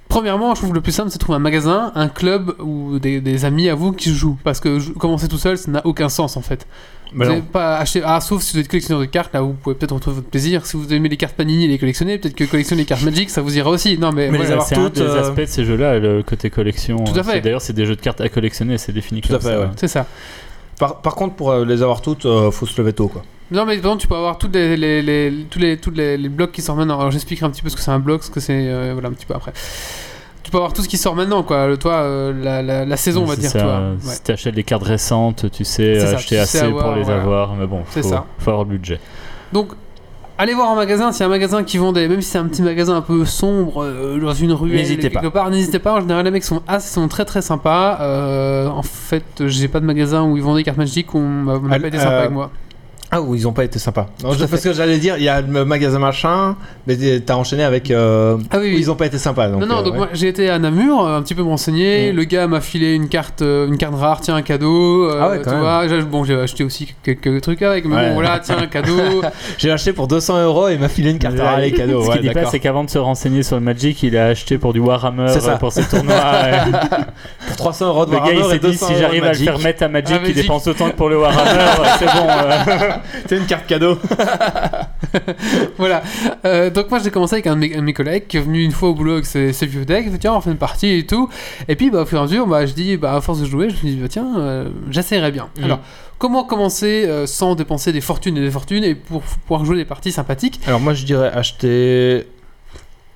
[SPEAKER 1] Premièrement, je trouve le plus simple, c'est de trouver un magasin, un club ou des, des amis à vous qui jouent. Parce que jou- commencer tout seul, ça n'a aucun sens en fait.
[SPEAKER 2] Bah
[SPEAKER 1] vous
[SPEAKER 2] non.
[SPEAKER 1] n'avez pas acheté. Ah, sauf si vous êtes collectionneur de cartes, là vous pouvez peut-être retrouver votre plaisir. Si vous aimez les cartes Panini et les collectionner, peut-être que collectionner les cartes Magic, ça vous ira aussi. Non, mais,
[SPEAKER 2] Mais
[SPEAKER 1] voilà.
[SPEAKER 2] les avoir
[SPEAKER 3] C'est un
[SPEAKER 2] toutes,
[SPEAKER 3] des
[SPEAKER 2] euh,
[SPEAKER 3] aspects de ces jeux-là, le côté collection.
[SPEAKER 1] Tout à
[SPEAKER 3] Euh,
[SPEAKER 1] fait.
[SPEAKER 3] c'est- D'ailleurs, c'est des jeux de cartes à collectionner, c'est défini
[SPEAKER 2] Tout
[SPEAKER 3] comme
[SPEAKER 2] à fait,
[SPEAKER 3] ça.
[SPEAKER 2] ouais.
[SPEAKER 1] c'est ça.
[SPEAKER 2] Par, par contre, pour euh, les avoir toutes, euh, faut se lever tôt, quoi.
[SPEAKER 1] Non, mais par exemple, tu peux avoir toutes les, les- les- tous les, tous les, les blocs qui sortent maintenant. Alors, j'expliquerai un petit peu ce que c'est un bloc, ce que c'est. euh, voilà, un petit peu après. Tu peux avoir tout ce qui sort maintenant, quoi. Le, toi, euh, la, la- la saison, on va
[SPEAKER 3] C'est
[SPEAKER 1] dire.
[SPEAKER 3] ça,
[SPEAKER 1] tu vois. Ouais.
[SPEAKER 3] Si t'achètes des cartes récentes, tu sais euh,
[SPEAKER 1] C'est ça,
[SPEAKER 3] acheter
[SPEAKER 1] tu
[SPEAKER 3] assez
[SPEAKER 1] sais avoir,
[SPEAKER 3] pour les
[SPEAKER 1] voilà.
[SPEAKER 3] avoir. Mais bon,
[SPEAKER 1] C'est
[SPEAKER 3] faut,
[SPEAKER 1] ça.
[SPEAKER 3] faut avoir le budget.
[SPEAKER 1] Donc, allez voir en magasin. S'il y a un magasin qui vend des. Même si c'est un petit magasin un peu sombre, euh, dans une rue,
[SPEAKER 2] N'hésitez pas.
[SPEAKER 1] quelque part, n'hésitez pas. En général, les mecs sont, assez, sont très très sympas. Euh, en fait, j'ai pas de magasin où ils vendent des cartes magiques où on m'a m'a
[SPEAKER 2] Al-
[SPEAKER 1] pas été sympa
[SPEAKER 2] euh,
[SPEAKER 1] avec moi.
[SPEAKER 2] Ah oui, ils ont pas été sympas. Non, je- parce que j'allais dire, il y a le magasin machin, mais t'as enchaîné avec. euh,
[SPEAKER 1] Ah oui,
[SPEAKER 2] où
[SPEAKER 1] oui.
[SPEAKER 2] Ils ont pas été sympas. Donc,
[SPEAKER 1] non, non,
[SPEAKER 2] euh,
[SPEAKER 1] donc
[SPEAKER 2] ouais.
[SPEAKER 1] moi j'ai été à Namur, euh, un petit peu me renseigner.
[SPEAKER 2] Mm.
[SPEAKER 1] Le gars m'a filé une carte, euh, une carte rare, tiens, un cadeau. euh,
[SPEAKER 2] Ah ouais, quand
[SPEAKER 1] tu vois, j'ai- bon, j'ai acheté aussi quelques trucs avec, mais
[SPEAKER 2] Ouais.
[SPEAKER 1] bon, voilà, tiens, un cadeau.
[SPEAKER 2] J'ai acheté pour 200 euros et il m'a filé une carte
[SPEAKER 3] Ouais.
[SPEAKER 2] rare et les cadeaux.
[SPEAKER 3] Ce
[SPEAKER 2] ouais,
[SPEAKER 3] qui dit pas,
[SPEAKER 2] d'accord.
[SPEAKER 3] c'est qu'avant de se renseigner sur le Magic, il a acheté pour du Warhammer
[SPEAKER 2] C'est ça.
[SPEAKER 3] euh, pour ses tournois. euh,
[SPEAKER 2] Pour 300 euros de
[SPEAKER 3] le gars, il
[SPEAKER 2] Warhammer
[SPEAKER 3] s'est
[SPEAKER 2] et
[SPEAKER 3] dit
[SPEAKER 2] 200
[SPEAKER 3] si
[SPEAKER 2] euros
[SPEAKER 3] j'arrive
[SPEAKER 2] de
[SPEAKER 3] à le
[SPEAKER 2] Magic,
[SPEAKER 3] faire mettre à Magic,
[SPEAKER 1] Ah,
[SPEAKER 3] il
[SPEAKER 1] Magic.
[SPEAKER 3] dépense autant que pour le Warhammer. euh, c'est bon. euh.
[SPEAKER 2] t'as une carte cadeau.
[SPEAKER 1] voilà. Euh, donc moi j'ai commencé avec un de, mes, un de mes collègues qui est venu une fois au boulot avec ses, ses vieux decks, il fait, tiens on fait une partie et tout. Et puis bah, au fur et à mesure, bah, je dis, bah, à force de jouer, je me dis, bah, tiens, euh, j'essaierai bien.
[SPEAKER 3] Mm.
[SPEAKER 2] Mhm.
[SPEAKER 1] Alors, comment commencer euh, sans dépenser des fortunes et des fortunes et pour f- pouvoir jouer des parties sympathiques
[SPEAKER 2] Alors moi je dirais acheter.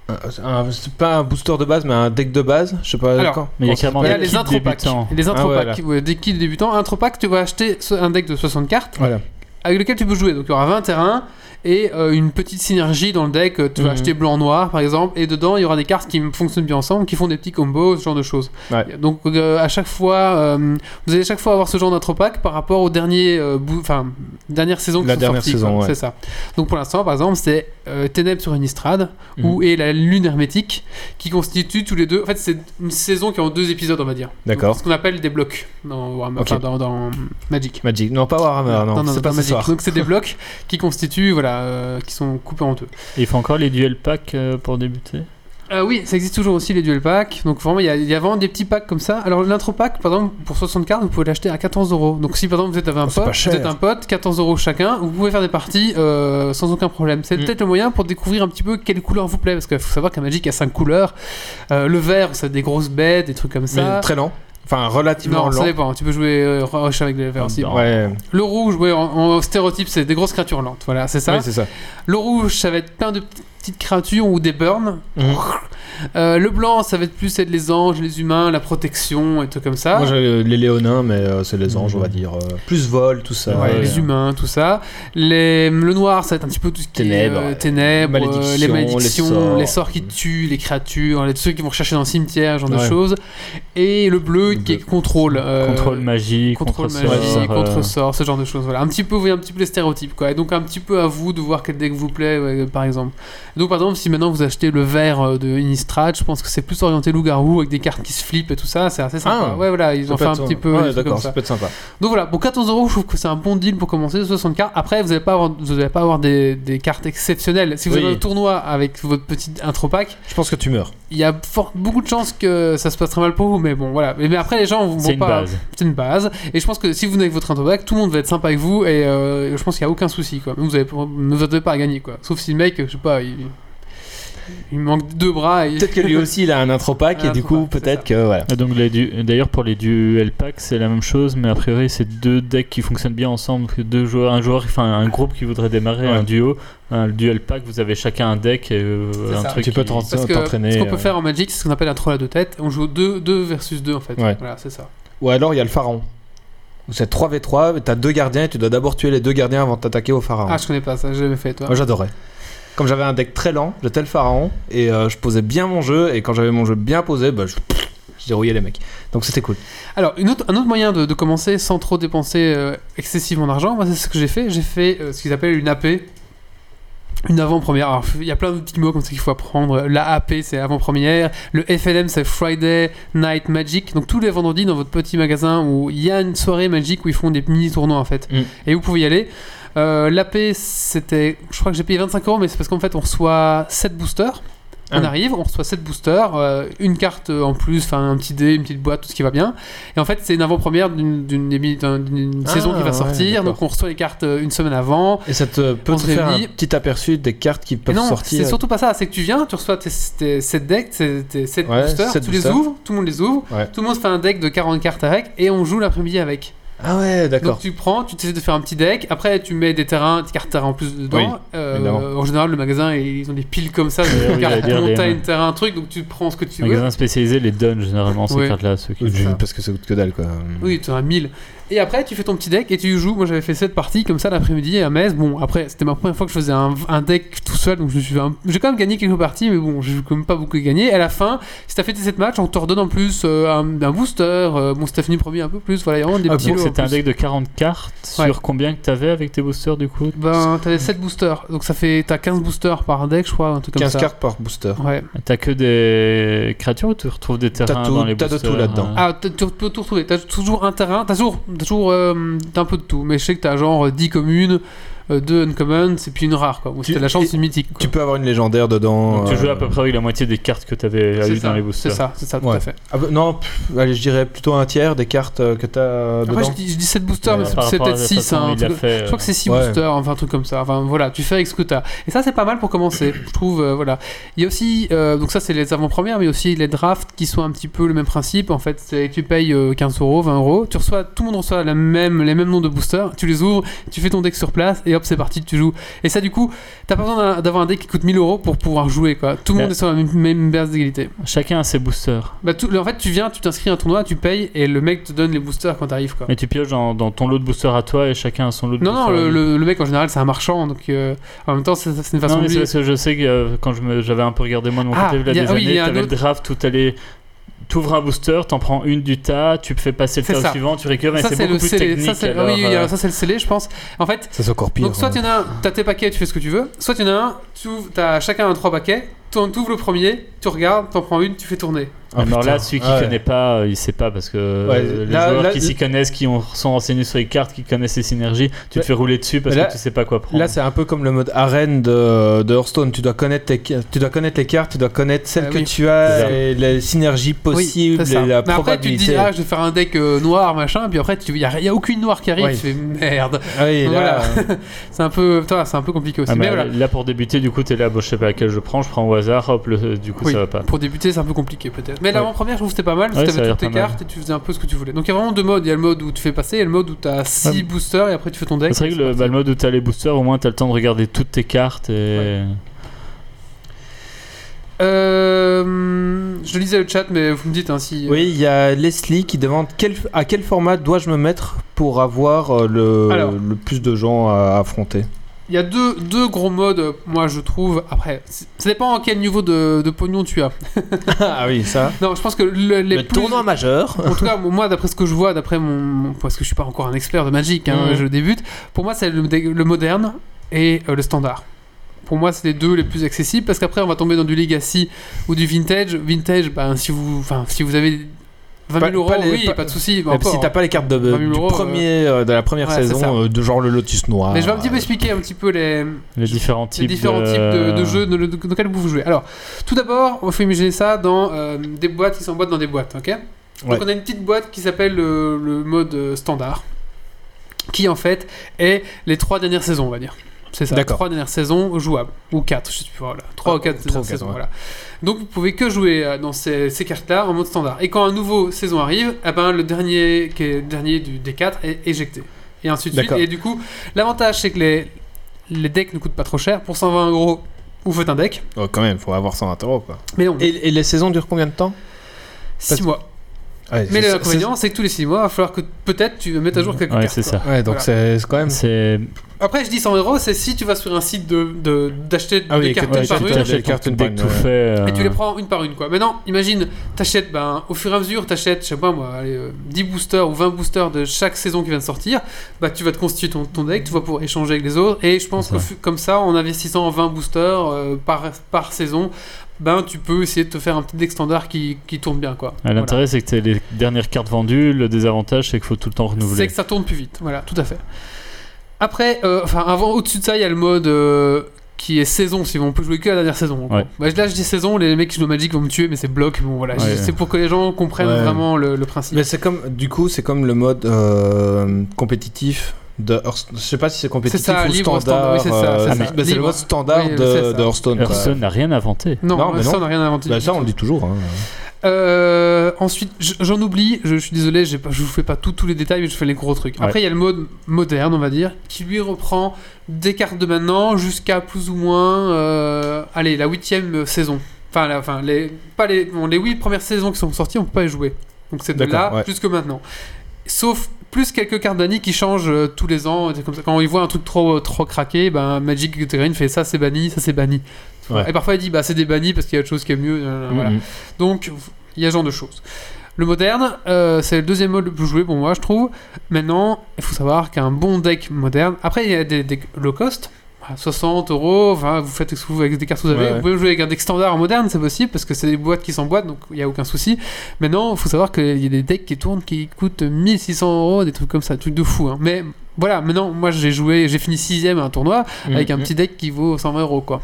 [SPEAKER 2] un- un- c'est pas un booster de base, mais un deck de base. Je sais pas.
[SPEAKER 1] Alors,
[SPEAKER 2] quand-
[SPEAKER 3] Mais il y a
[SPEAKER 2] quand ça
[SPEAKER 3] clairement
[SPEAKER 1] Il y a
[SPEAKER 2] s'appelle.
[SPEAKER 3] des
[SPEAKER 1] les
[SPEAKER 3] kits
[SPEAKER 1] intro packs.
[SPEAKER 3] débutants.
[SPEAKER 1] Les intro
[SPEAKER 2] Ah,
[SPEAKER 1] packs,
[SPEAKER 2] voilà.
[SPEAKER 1] ouais, des kits débutants. Intro pack, tu vas acheter ce- un deck de 60 cartes
[SPEAKER 2] Voilà.
[SPEAKER 1] avec lequel tu peux jouer. Donc il y aura 20 terrains et euh, une petite synergie dans le deck. Euh, Tu vas
[SPEAKER 2] Mhm.
[SPEAKER 1] acheter blanc-noir par exemple, et dedans il y aura des cartes qui m- fonctionnent bien ensemble, qui font des petits combos, ce genre de choses.
[SPEAKER 2] Ouais.
[SPEAKER 1] Donc euh, à chaque fois, euh, vous allez chaque fois avoir ce genre d'intropack par rapport aux derniers, euh, bou- enfin dernière saison qui
[SPEAKER 2] La
[SPEAKER 1] sont
[SPEAKER 2] dernière
[SPEAKER 1] sorties,
[SPEAKER 2] saison,
[SPEAKER 1] quoi.
[SPEAKER 2] ouais.
[SPEAKER 1] C'est ça. Donc pour l'instant, par exemple, c'est euh, Ténèbres sur une estrade
[SPEAKER 2] Mhm.
[SPEAKER 1] ou et la lune hermétique qui constituent tous les deux. En fait, c'est une saison qui est en deux épisodes, on va dire.
[SPEAKER 2] D'accord.
[SPEAKER 1] Donc, Ce qu'on appelle des blocs dans, Warhammer-
[SPEAKER 2] Ok.
[SPEAKER 1] enfin, dans- dans Magic.
[SPEAKER 2] Magic. Non, pas Warhammer. Non, c'est pas ce
[SPEAKER 1] Magic.
[SPEAKER 2] soir.
[SPEAKER 1] Donc c'est des blocs qui constituent, voilà, euh, qui sont coupés en deux.
[SPEAKER 3] Il faut encore les duels packs euh, pour débuter.
[SPEAKER 1] Euh, oui, ça existe toujours aussi les duel packs. Donc vraiment, il y, a- il y a vraiment des petits packs comme ça. Alors l'intro pack, par exemple, pour 60 cartes, vous pouvez l'acheter à 14 euros. Donc si par exemple vous êtes avec un
[SPEAKER 2] Oh, c'est pas
[SPEAKER 1] pote, vous
[SPEAKER 2] cher.
[SPEAKER 1] êtes un pote, 14 euros chacun, vous pouvez faire des parties euh, sans aucun problème. C'est
[SPEAKER 2] Mm.
[SPEAKER 1] peut-être le moyen pour découvrir un petit peu quelle couleur vous plaît, parce qu'il faut savoir qu'à Magic il y a 5 couleurs. Euh, le vert, c'est des grosses bêtes, des trucs comme ça.
[SPEAKER 2] Mais très lent. Enfin, relativement
[SPEAKER 1] non, ça
[SPEAKER 2] lent.
[SPEAKER 1] dépend. Tu peux jouer euh, rush avec le vert
[SPEAKER 3] Ah,
[SPEAKER 1] aussi.
[SPEAKER 3] non.
[SPEAKER 2] Ouais.
[SPEAKER 1] Le rouge, ouais, en, en stéréotype, c'est des grosses créatures lentes. Voilà, c'est ça.
[SPEAKER 2] Oui, c'est ça.
[SPEAKER 1] Le rouge, ça va être plein de petites- petites créatures ou des burns.
[SPEAKER 2] Mhm.
[SPEAKER 1] Euh, le blanc, ça va être plus être les anges, les humains, la protection et tout comme ça.
[SPEAKER 2] Moi, j'avais les léonins, mais euh, c'est les anges, on va dire. euh, plus vol, tout ça.
[SPEAKER 1] Ouais,
[SPEAKER 3] ouais.
[SPEAKER 1] les humains, tout ça. Les- le noir, ça va être un petit peu tout ce qui
[SPEAKER 2] Ténèbres,
[SPEAKER 1] est euh, ténèbres,
[SPEAKER 2] malédictions,
[SPEAKER 1] euh, les malédictions, les
[SPEAKER 2] les
[SPEAKER 1] sorts.
[SPEAKER 2] sorts.
[SPEAKER 1] qui tuent, les créatures, les, ceux qui vont chercher dans le cimetière, ce genre de
[SPEAKER 2] Ouais.
[SPEAKER 1] choses. Et le bleu
[SPEAKER 2] Le
[SPEAKER 1] qui est
[SPEAKER 2] bleu.
[SPEAKER 1] contrôle. euh,
[SPEAKER 3] contrôle magie,
[SPEAKER 1] Contrôle
[SPEAKER 3] contre
[SPEAKER 1] magie,
[SPEAKER 3] sort, euh,
[SPEAKER 1] contre-sort, ce genre de choses. Voilà, un petit peu, vous voyez un petit peu les stéréotypes, quoi. Et donc, un petit peu à vous de voir quel deck vous plaît, ouais, euh, par exemple. Donc, par exemple, si maintenant vous achetez le vert euh, de Innistrad, je pense que c'est plus orienté loup-garou avec des cartes qui se flippent et tout ça, c'est assez sympa.
[SPEAKER 2] Ah.
[SPEAKER 1] ouais, voilà, ils
[SPEAKER 2] Ça
[SPEAKER 1] ont
[SPEAKER 2] peut
[SPEAKER 1] fait un
[SPEAKER 2] être
[SPEAKER 1] petit
[SPEAKER 2] sympa.
[SPEAKER 1] peu. des
[SPEAKER 2] Ouais,
[SPEAKER 1] trucs
[SPEAKER 2] d'accord,
[SPEAKER 1] comme
[SPEAKER 2] ça
[SPEAKER 1] ça.
[SPEAKER 2] peut être sympa.
[SPEAKER 1] Donc, voilà, pour 14 euros, je trouve que c'est un bon deal pour commencer, 60 cartes. Après, vous n'allez pas avoir, vous allez pas avoir des, des cartes exceptionnelles. Si vous
[SPEAKER 2] Oui.
[SPEAKER 1] avez un tournoi avec votre petit intro pack,
[SPEAKER 2] Je pense que tu meurs.
[SPEAKER 1] il y a fort- beaucoup de chances que ça se passe très mal pour vous, mais bon, voilà. Mais, mais après, les gens vont
[SPEAKER 3] C'est une
[SPEAKER 1] pas
[SPEAKER 3] base.
[SPEAKER 1] c'est une base. Et je pense que si vous venez avec votre introbac, tout le monde va être sympa avec vous. Et euh, je pense qu'il n'y a aucun souci. Quoi. Vous avez, ne vous attendez pas à gagner. Quoi. Sauf si le mec, je sais pas, il, il manque deux bras. Et...
[SPEAKER 2] Peut-être que lui aussi, il a un intro pack
[SPEAKER 1] Un
[SPEAKER 2] et du
[SPEAKER 1] intro
[SPEAKER 2] coup,
[SPEAKER 1] pack, c'est
[SPEAKER 2] peut-être
[SPEAKER 1] ça.
[SPEAKER 2] que voilà.
[SPEAKER 3] Et donc les du- d'ailleurs pour les duels packs c'est la même chose mais a priori c'est deux decks qui fonctionnent bien ensemble que deux joueurs un joueur enfin un groupe qui voudrait démarrer
[SPEAKER 2] Ouais.
[SPEAKER 3] un duo un duel pack vous avez chacun un deck et euh,
[SPEAKER 1] C'est
[SPEAKER 3] un
[SPEAKER 1] ça.
[SPEAKER 3] truc
[SPEAKER 2] Tu peux
[SPEAKER 3] qui-
[SPEAKER 2] trans-
[SPEAKER 1] Parce que
[SPEAKER 2] t'entraîner,
[SPEAKER 1] ce qu'on peut
[SPEAKER 2] euh.
[SPEAKER 1] faire en Magic, c'est ce qu'on appelle un troll à deux têtes. On joue 2 deux, deux versus 2 en fait.
[SPEAKER 2] Ouais.
[SPEAKER 1] Voilà, c'est ça.
[SPEAKER 2] Ou alors, il y a le pharaon. Où c'est 3v3, mais t'as deux gardiens et tu dois d'abord tuer les deux gardiens avant de t'attaquer au pharaon.
[SPEAKER 1] Ah, je connais pas ça, j'ai jamais fait toi.
[SPEAKER 2] Moi, j'adorais. Comme j'avais un deck très lent, j'étais le pharaon et euh, je posais bien mon jeu. Et quand j'avais mon jeu bien posé, bah, je, je dérouillais les mecs. Donc c'était cool.
[SPEAKER 1] Alors, une autre, un autre moyen de, de commencer sans trop dépenser euh, excessivement d'argent, moi, c'est ce que j'ai fait. J'ai fait euh, ce qu'ils appellent une AP. Une avant-première. Alors, il y a plein de petits mots comme ça qu'il faut apprendre. La AP, c'est avant-première. Le FLM, c'est Friday Night Magic. Donc, tous les vendredis, dans votre petit magasin où il y a une soirée magique où ils font des mini-tournois, en fait.
[SPEAKER 2] Mm.
[SPEAKER 1] Et vous pouvez y aller. Euh, L'AP, c'était. Je crois que j'ai payé 25 euros, mais c'est parce qu'en fait, on reçoit 7 boosters.
[SPEAKER 2] Ah
[SPEAKER 1] On
[SPEAKER 2] oui.
[SPEAKER 1] arrive, on reçoit 7 boosters, euh, une carte en plus, enfin un petit dé, une petite boîte, tout ce qui va bien. Et en fait, c'est une avant-première d'une d'une- d'une- d'une
[SPEAKER 2] Ah,
[SPEAKER 1] saison qui va
[SPEAKER 2] ouais,
[SPEAKER 1] sortir.
[SPEAKER 2] d'accord.
[SPEAKER 1] donc, on reçoit les cartes euh, une semaine avant.
[SPEAKER 2] Et ça te peut
[SPEAKER 1] On
[SPEAKER 2] te
[SPEAKER 1] se
[SPEAKER 2] faire un
[SPEAKER 1] réunit.
[SPEAKER 2] petit aperçu des cartes qui
[SPEAKER 1] Et
[SPEAKER 2] peuvent
[SPEAKER 1] non,
[SPEAKER 2] sortir.
[SPEAKER 1] c'est surtout pas ça. C'est que tu viens, tu reçois tes, tes 7 decks, tes, tes 7
[SPEAKER 2] Ouais,
[SPEAKER 1] boosters,
[SPEAKER 2] sept
[SPEAKER 1] tu les
[SPEAKER 2] boosters.
[SPEAKER 1] ouvres, tout le monde les ouvre.
[SPEAKER 2] Ouais.
[SPEAKER 1] Tout le monde se fait un deck de 40 cartes avec et on joue l'après-midi avec.
[SPEAKER 2] Ah ouais,
[SPEAKER 1] Donc
[SPEAKER 2] d'accord.
[SPEAKER 1] tu prends, tu essaies de faire un petit deck, après tu mets des terrains, des cartes terrain en plus dedans.
[SPEAKER 2] Oui,
[SPEAKER 1] Euh,
[SPEAKER 2] évidemment.
[SPEAKER 1] en général, le magasin, ils ont des piles comme ça,
[SPEAKER 3] Oui,
[SPEAKER 1] de
[SPEAKER 3] oui,
[SPEAKER 1] cartes,
[SPEAKER 3] j'allais dire,
[SPEAKER 1] montagne,
[SPEAKER 3] les-
[SPEAKER 1] terrain, truc, donc tu prends ce que tu
[SPEAKER 3] Les
[SPEAKER 1] veux.
[SPEAKER 3] magasins spécialisés les donnent généralement ces
[SPEAKER 1] Oui.
[SPEAKER 3] cartes-là. à Ceux qui...
[SPEAKER 1] ça.
[SPEAKER 2] Parce que ça coûte que dalle quoi.
[SPEAKER 1] Oui, tu en as 1000. Et après, tu fais ton petit deck et tu y joues. Moi, j'avais fait cette partie comme ça l'après-midi à Metz. Bon, après, c'était ma première fois que je faisais un, un deck tout seul, donc je me suis fait un- j'ai quand même gagné quelques parties, mais bon, j'ai quand même pas beaucoup gagné. Et à la fin, si t'as fait tes 7 matchs, on te redonne en plus euh, un, un booster. euh, bon, Stephanie promis un peu plus, voilà, il y a vraiment des
[SPEAKER 2] Ah,
[SPEAKER 1] petits
[SPEAKER 3] Donc
[SPEAKER 1] lots en
[SPEAKER 3] c'était un
[SPEAKER 1] plus.
[SPEAKER 3] deck de 40 cartes
[SPEAKER 1] Ouais.
[SPEAKER 3] sur combien que t'avais avec tes boosters du coup
[SPEAKER 1] Ben, t'avais 7 boosters, donc ça fait. T'as 15 boosters par deck, je crois, un truc comme
[SPEAKER 2] 15
[SPEAKER 1] ça.
[SPEAKER 2] cartes par booster.
[SPEAKER 1] Ouais.
[SPEAKER 3] T'as que des créatures ou tu retrouves des terrains
[SPEAKER 2] tout-
[SPEAKER 3] dans les
[SPEAKER 2] t'as de
[SPEAKER 3] boosters
[SPEAKER 2] tout là-dedans.
[SPEAKER 3] euh,
[SPEAKER 1] Ah, t'as- tu peux tout retrouver. T'as toujours un terrain, t'as toujours, t'as toujours euh, t'as un peu de tout. Mais je sais que t'as genre euh, 10 communes, 2 uncommons et puis une rare. Quoi. Bon, si
[SPEAKER 2] Tu-
[SPEAKER 1] t'as de la
[SPEAKER 2] et-
[SPEAKER 1] chance, une mythique. quoi.
[SPEAKER 2] Tu peux avoir une légendaire dedans.
[SPEAKER 3] Donc tu
[SPEAKER 2] euh,
[SPEAKER 3] jouais à peu près avec la moitié des cartes que t'avais
[SPEAKER 1] C'est
[SPEAKER 3] eu
[SPEAKER 1] ça,
[SPEAKER 3] dans les
[SPEAKER 1] C'est
[SPEAKER 3] boosters.
[SPEAKER 1] ça, c'est ça, tout
[SPEAKER 2] Ouais.
[SPEAKER 1] à fait.
[SPEAKER 2] Ah bah, non, pff, allez, je dirais plutôt un tiers des cartes euh, que t'as euh,
[SPEAKER 1] Après,
[SPEAKER 2] dedans.
[SPEAKER 1] je dis, je dis 7 boosters,
[SPEAKER 3] Ouais,
[SPEAKER 1] mais
[SPEAKER 3] par
[SPEAKER 1] c'est- c'est
[SPEAKER 3] rapport à
[SPEAKER 1] peut-être hein,
[SPEAKER 3] la
[SPEAKER 1] 6.
[SPEAKER 3] façon dont il l'a fait, euh,
[SPEAKER 1] je crois que c'est 6
[SPEAKER 2] ouais.
[SPEAKER 1] boosters, enfin un truc comme ça. Enfin voilà, tu fais avec ce que t'as. Et ça, c'est pas mal pour commencer, je trouve. euh, voilà. Il y a aussi, euh, donc ça, c'est les avant-premières, mais aussi les drafts qui sont un petit peu le même principe. En fait, c'est- tu payes euh, 15 euros, 20 euros, tu reçois, tout le monde reçoit la même, les mêmes noms de boosters, tu les ouvres, tu fais ton deck sur place, et hop, c'est parti, tu joues. Et ça, du coup, t'as pas besoin d'un- d'avoir un deck qui coûte 1000 euros pour pouvoir jouer, quoi. Tout le
[SPEAKER 3] Ouais.
[SPEAKER 1] monde est sur la même, même base d'égalité.
[SPEAKER 3] Chacun a ses boosters.
[SPEAKER 1] Bah, tout- en fait, tu viens, tu t'inscris à un tournoi, tu payes, et le mec te donne les boosters quand t'arrives, quoi.
[SPEAKER 3] Mais tu pioches dans, dans ton lot de boosters à toi et chacun a son lot de
[SPEAKER 1] Non, non,
[SPEAKER 3] boosters.
[SPEAKER 1] le, le- le mec en général c'est un marchand, donc euh, en même temps c'est c'est une façon
[SPEAKER 3] Non, mais
[SPEAKER 1] de
[SPEAKER 3] c'est
[SPEAKER 1] lui.
[SPEAKER 3] parce que je sais que euh, quand je me- j'avais un peu regardé moi de mon
[SPEAKER 1] Ah,
[SPEAKER 3] côté, là,
[SPEAKER 1] il y a-
[SPEAKER 3] des
[SPEAKER 1] ah oui, il y
[SPEAKER 3] années,
[SPEAKER 1] a un
[SPEAKER 3] t'avais le
[SPEAKER 1] autre.
[SPEAKER 3] draft où t'allais. T'ouvres un booster, t'en prends une du tas, tu fais passer le
[SPEAKER 1] C'est
[SPEAKER 3] tas
[SPEAKER 1] ça.
[SPEAKER 3] au suivant, tu récupères, mais
[SPEAKER 1] Ça
[SPEAKER 3] c'est beaucoup
[SPEAKER 1] le
[SPEAKER 3] plus
[SPEAKER 1] scellé,
[SPEAKER 3] technique.
[SPEAKER 1] ça c'est
[SPEAKER 3] alors,
[SPEAKER 1] oui, oui,
[SPEAKER 3] euh,
[SPEAKER 1] alors ça, c'est le scellé, je pense. En fait,
[SPEAKER 2] Ça c'est encore pire. hein.
[SPEAKER 1] donc soit il y en a un, t'as tes paquets, tu fais ce que tu veux, soit il y en a un, tu ouvres- t'as chacun un trois paquets, t'en- t'ouvres le premier, tu regardes, t'en prends une, tu fais tourner.
[SPEAKER 2] Ah,
[SPEAKER 3] Alors
[SPEAKER 2] putain.
[SPEAKER 3] là, celui qui
[SPEAKER 2] Ouais.
[SPEAKER 3] connaît pas, euh, il sait pas parce que euh,
[SPEAKER 2] Ouais,
[SPEAKER 3] les
[SPEAKER 2] là-
[SPEAKER 3] joueurs
[SPEAKER 2] là-
[SPEAKER 3] qui s'y connaissent, qui ont- sont renseignés sur les cartes, qui connaissent les synergies, tu
[SPEAKER 2] Mais-
[SPEAKER 3] te fais rouler dessus parce
[SPEAKER 2] mais là-
[SPEAKER 3] que tu sais pas quoi prendre.
[SPEAKER 2] Là, c'est un peu comme le mode arène de, de Hearthstone. Tu dois, connaître tes- tu dois connaître les cartes, tu dois connaître celles
[SPEAKER 1] Ah
[SPEAKER 2] que
[SPEAKER 1] oui.
[SPEAKER 2] tu
[SPEAKER 3] C'est
[SPEAKER 2] as,
[SPEAKER 3] ça.
[SPEAKER 2] et les synergies possibles,
[SPEAKER 1] c'est ça.
[SPEAKER 2] et la
[SPEAKER 1] Mais après tu te dis,
[SPEAKER 2] probabilité.
[SPEAKER 1] ah, je vais faire un deck euh, noir, machin, puis après il n'y a, y a aucune noire qui arrive,
[SPEAKER 2] Oui.
[SPEAKER 1] tu fais merde.
[SPEAKER 2] Ah oui, là,
[SPEAKER 1] Voilà. C'est un, peu- toi, c'est un peu compliqué aussi.
[SPEAKER 3] euh. Ah,
[SPEAKER 1] mais
[SPEAKER 3] bah,
[SPEAKER 1] voilà.
[SPEAKER 3] Là, pour débuter, du coup, t'es là, bon, je sais pas laquelle je prends, je prends au hasard, hop, le- du coup,
[SPEAKER 1] Oui.
[SPEAKER 3] ça va pas.
[SPEAKER 1] Pour débuter, c'est un peu compliqué peut-être. Mais l'avant-première, je trouve que c'était pas mal, parce
[SPEAKER 3] Ouais,
[SPEAKER 1] que
[SPEAKER 3] ça a
[SPEAKER 1] t'avais
[SPEAKER 3] l'air
[SPEAKER 1] toutes tes
[SPEAKER 3] pas mal.
[SPEAKER 1] cartes et tu faisais un peu ce que tu voulais. Donc il y a vraiment deux modes. Il y a le mode où tu fais passer, et le mode où t'as 6
[SPEAKER 3] Ouais.
[SPEAKER 1] boosters et après tu fais ton deck.
[SPEAKER 3] C'est vrai que le, bah, le mode où t'as les boosters, au moins t'as le temps de regarder toutes tes cartes et.
[SPEAKER 1] Euh, je lisais le chat, mais vous me dites hein, si.
[SPEAKER 2] Oui, il y a Leslie qui demande quel- à quel format dois-je me mettre pour avoir euh, le,
[SPEAKER 1] Alors.
[SPEAKER 2] le plus de gens à affronter.
[SPEAKER 1] Il y a deux, deux gros modes, euh, moi je trouve. Après, c'est- ça dépend à quel niveau de, de pognon tu as.
[SPEAKER 2] ah oui, ça.
[SPEAKER 1] Non, je pense que le, les
[SPEAKER 6] Le
[SPEAKER 1] plus-
[SPEAKER 6] tournoi majeur.
[SPEAKER 1] En tout cas, moi, d'après ce que je vois, d'après mon, mon- Parce que je suis pas encore un expert de Magic, hein,
[SPEAKER 2] Mm.
[SPEAKER 6] Mhm.
[SPEAKER 1] je débute. Pour moi, c'est le, le moderne et euh, le standard. Pour moi, c'est les deux les plus accessibles parce qu'après, on va tomber dans du Legacy ou du Vintage. Vintage, ben, si, vous, enfin, si vous avez 20 000
[SPEAKER 2] Pas-
[SPEAKER 1] euros,
[SPEAKER 2] pas les-
[SPEAKER 1] oui,
[SPEAKER 2] pas-
[SPEAKER 1] pas, de souci. mais
[SPEAKER 2] Même si
[SPEAKER 1] encore. hein.
[SPEAKER 2] t'as pas les cartes de, euh,
[SPEAKER 1] 20 000
[SPEAKER 2] du
[SPEAKER 1] euros,
[SPEAKER 2] premier, euh, de la première
[SPEAKER 1] ouais, c'est ça.
[SPEAKER 2] saison, euh, de genre le Lotus Noir.
[SPEAKER 1] Mais je vais un petit peu expliquer un petit peu les,
[SPEAKER 3] Les différents types,
[SPEAKER 1] les différents types de, de jeux dans, le- dans lesquels vous jouez. Alors, tout d'abord, on fait imaginer ça dans euh, des boîtes qui s'emboîtent dans des boîtes, ok
[SPEAKER 2] Ouais.
[SPEAKER 1] Donc on a une petite boîte qui s'appelle le, le mode euh, standard, qui en fait est les trois dernières saisons, on va dire. C'est ça,
[SPEAKER 2] D'accord.
[SPEAKER 1] trois dernières saisons jouables, ou quatre, je sais plus, voilà. Trois
[SPEAKER 2] Ah,
[SPEAKER 1] ou quatre
[SPEAKER 2] trois
[SPEAKER 1] dernières
[SPEAKER 2] ou quatre,
[SPEAKER 1] saisons,
[SPEAKER 2] ouais.
[SPEAKER 1] voilà. Donc vous pouvez que jouer euh, dans ces, ces cartes-là en mode standard. Et quand un nouveau saison arrive, eh ben, le dernier, qui est le dernier du, des quatre est éjecté. Et ainsi de suite.
[SPEAKER 2] D'accord.
[SPEAKER 1] Et du coup, l'avantage c'est que les, les decks ne coûtent pas trop cher. Pour 120 euros, vous faites un deck.
[SPEAKER 2] Oh, quand même, faut avoir 120 euros quoi.
[SPEAKER 1] Mais non,
[SPEAKER 2] Et, et les saisons durent combien de temps
[SPEAKER 1] 6 mois.
[SPEAKER 2] Ouais,
[SPEAKER 1] Mais
[SPEAKER 2] c'est-
[SPEAKER 1] l'inconvénient, c'est que tous les 6 mois, il va falloir que peut-être tu mettes à jour quelques
[SPEAKER 3] Ouais,
[SPEAKER 1] cartes.
[SPEAKER 3] c'est
[SPEAKER 1] quoi.
[SPEAKER 3] ça.
[SPEAKER 2] c'est- Ouais, donc
[SPEAKER 1] Voilà.
[SPEAKER 2] c'est c'est quand même.
[SPEAKER 3] C'est
[SPEAKER 1] Après, je dis 100 euros, c'est si tu vas sur un site d'acheter de, d'acheter
[SPEAKER 2] Ah oui,
[SPEAKER 1] des cartes
[SPEAKER 2] ouais,
[SPEAKER 1] une par
[SPEAKER 2] tu
[SPEAKER 1] une,
[SPEAKER 2] t'achètes les cartes
[SPEAKER 3] cartes
[SPEAKER 2] une
[SPEAKER 3] dès
[SPEAKER 2] par
[SPEAKER 3] que
[SPEAKER 2] une,
[SPEAKER 3] tout
[SPEAKER 2] ouais.
[SPEAKER 3] fait. euh,
[SPEAKER 1] Et tu les prends une par une quoi. Maintenant, imagine, t'achètes ben, au fur et à mesure, t'achètes, je sais pas moi, allez, euh, 10 boosters ou 20 boosters de chaque saison qui vient de sortir. Bah, tu vas te constituer ton, ton deck, tu vas pouvoir échanger avec les autres. Et je pense
[SPEAKER 3] C'est
[SPEAKER 1] que fu- comme ça, en investissant en 20 boosters euh, par, par saison, ben, tu peux essayer de te faire un petit deck standard qui, qui tourne bien quoi.
[SPEAKER 3] Ah,
[SPEAKER 1] Voilà.
[SPEAKER 3] L'intérêt, c'est que t'as les dernières cartes vendues. Le désavantage, c'est qu'il faut tout le temps renouveler.
[SPEAKER 1] C'est que ça tourne plus vite, voilà, tout à fait. Après, euh, enfin, avant, au-dessus de ça, il y a le mode euh, qui est saison, si on peut jouer que la dernière saison. en gros.
[SPEAKER 3] Ouais.
[SPEAKER 1] Bah, là, je dis saison, les mecs qui jouent au Magic vont me tuer, mais c'est bloc. Bon, voilà,
[SPEAKER 3] Ouais.
[SPEAKER 1] je- c'est pour que les gens comprennent
[SPEAKER 2] Ouais.
[SPEAKER 1] vraiment le, le principe.
[SPEAKER 2] Mais c'est comme, du coup, c'est comme le mode euh, compétitif de Hearthstone. Je sais pas si c'est compétitif
[SPEAKER 1] ça,
[SPEAKER 2] ou
[SPEAKER 1] libre,
[SPEAKER 2] standard.
[SPEAKER 1] standard, oui, c'est ça,
[SPEAKER 2] euh,
[SPEAKER 1] c'est
[SPEAKER 2] mais-
[SPEAKER 1] ça.
[SPEAKER 2] mais c'est le
[SPEAKER 1] Libre.
[SPEAKER 2] mode standard
[SPEAKER 1] Oui,
[SPEAKER 2] de,
[SPEAKER 1] c'est ça.
[SPEAKER 2] de Hearthstone. quoi.
[SPEAKER 3] Hearthstone n'a rien inventé.
[SPEAKER 1] Non, euh,
[SPEAKER 2] non, Bah, mais
[SPEAKER 1] ça,
[SPEAKER 2] non.
[SPEAKER 1] on n'a rien inventé.
[SPEAKER 2] Bah, ça, on le dit toujours. hein.
[SPEAKER 1] Euh, ensuite, j- j'en oublie, je, je suis désolé, j'ai pas- je vous fais pas tout- tous les détails, mais je fais les gros trucs. Après, il y a le mode moderne, on va dire, qui lui reprend des cartes de maintenant jusqu'à plus ou moins, euh, allez, la huitième euh, saison. Enfin, la, enfin les, pas les, bon, les huit premières saisons qui sont sorties, on peut pas les jouer. Donc c'est de
[SPEAKER 2] D'accord,
[SPEAKER 1] là
[SPEAKER 2] ouais.
[SPEAKER 1] jusque maintenant. Sauf plus quelques cartes d'année qui changent euh, tous les ans. des trucs Comme ça. Quand ils voient un truc trop, euh, trop craqué, ben, Magic Gathering fait ça c'est banni, ça c'est banni.
[SPEAKER 2] Ouais.
[SPEAKER 1] Et parfois il dit bah, c'est des bannis parce qu'il y a autre chose qui est mieux. euh, voilà.
[SPEAKER 2] Mhm.
[SPEAKER 1] Donc, il y a ce genre de choses. Le moderne, euh, c'est le deuxième mode le plus joué pour moi, je trouve. Maintenant, il faut savoir qu'un bon deck moderne. Après, il y a des decks low cost. à 60 euros, enfin, vous faites ce que vous voulez avec des cartes que vous avez.
[SPEAKER 2] Ouais, ouais.
[SPEAKER 1] Vous pouvez jouer avec un deck standard en moderne, c'est possible, parce que c'est des boîtes qui s'emboîtent, donc il n'y a aucun souci. Maintenant, il faut savoir qu'il y a des decks qui tournent qui coûtent 1600 euros, des trucs comme ça, des trucs de fou. hein. Mais voilà, maintenant, moi j'ai joué, j'ai fini 6 à un tournoi
[SPEAKER 2] Mm,
[SPEAKER 1] avec un petit deck qui vaut 120 euros quoi.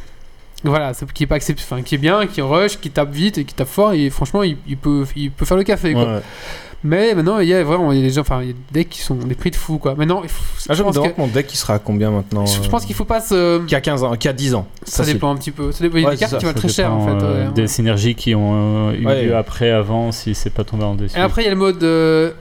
[SPEAKER 1] Voilà, c'est- qui est pas accept- enfin, qui est bien, qui rush, qui tape vite et qui tape fort et franchement il, il peut il peut faire le café quoi.
[SPEAKER 2] Ouais, ouais.
[SPEAKER 1] Mais maintenant il y a vraiment il y a des gens enfin il y a des decks qui sont des prix de fou quoi. Maintenant il faut-
[SPEAKER 2] Ah, je
[SPEAKER 1] je,
[SPEAKER 2] me
[SPEAKER 1] pense
[SPEAKER 2] demande
[SPEAKER 1] que-
[SPEAKER 2] mon deck il sera à combien maintenant euh,
[SPEAKER 1] je- je pense qu'il faut pas se
[SPEAKER 2] Qui a 15 ans, qui a 10 ans.
[SPEAKER 1] ça
[SPEAKER 2] c'est-
[SPEAKER 1] dépend un petit peu. Ça dépend, il y a
[SPEAKER 2] Ouais,
[SPEAKER 1] des cartes
[SPEAKER 2] c'est
[SPEAKER 1] qui
[SPEAKER 2] ça,
[SPEAKER 1] valent très cher en fait.
[SPEAKER 3] euh,
[SPEAKER 1] ouais.
[SPEAKER 3] Des synergies qui ont euh, eu
[SPEAKER 2] Ouais.
[SPEAKER 3] lieu après, avant, si c'est pas tombé en déçu.
[SPEAKER 1] Et après, il y a le mode euh,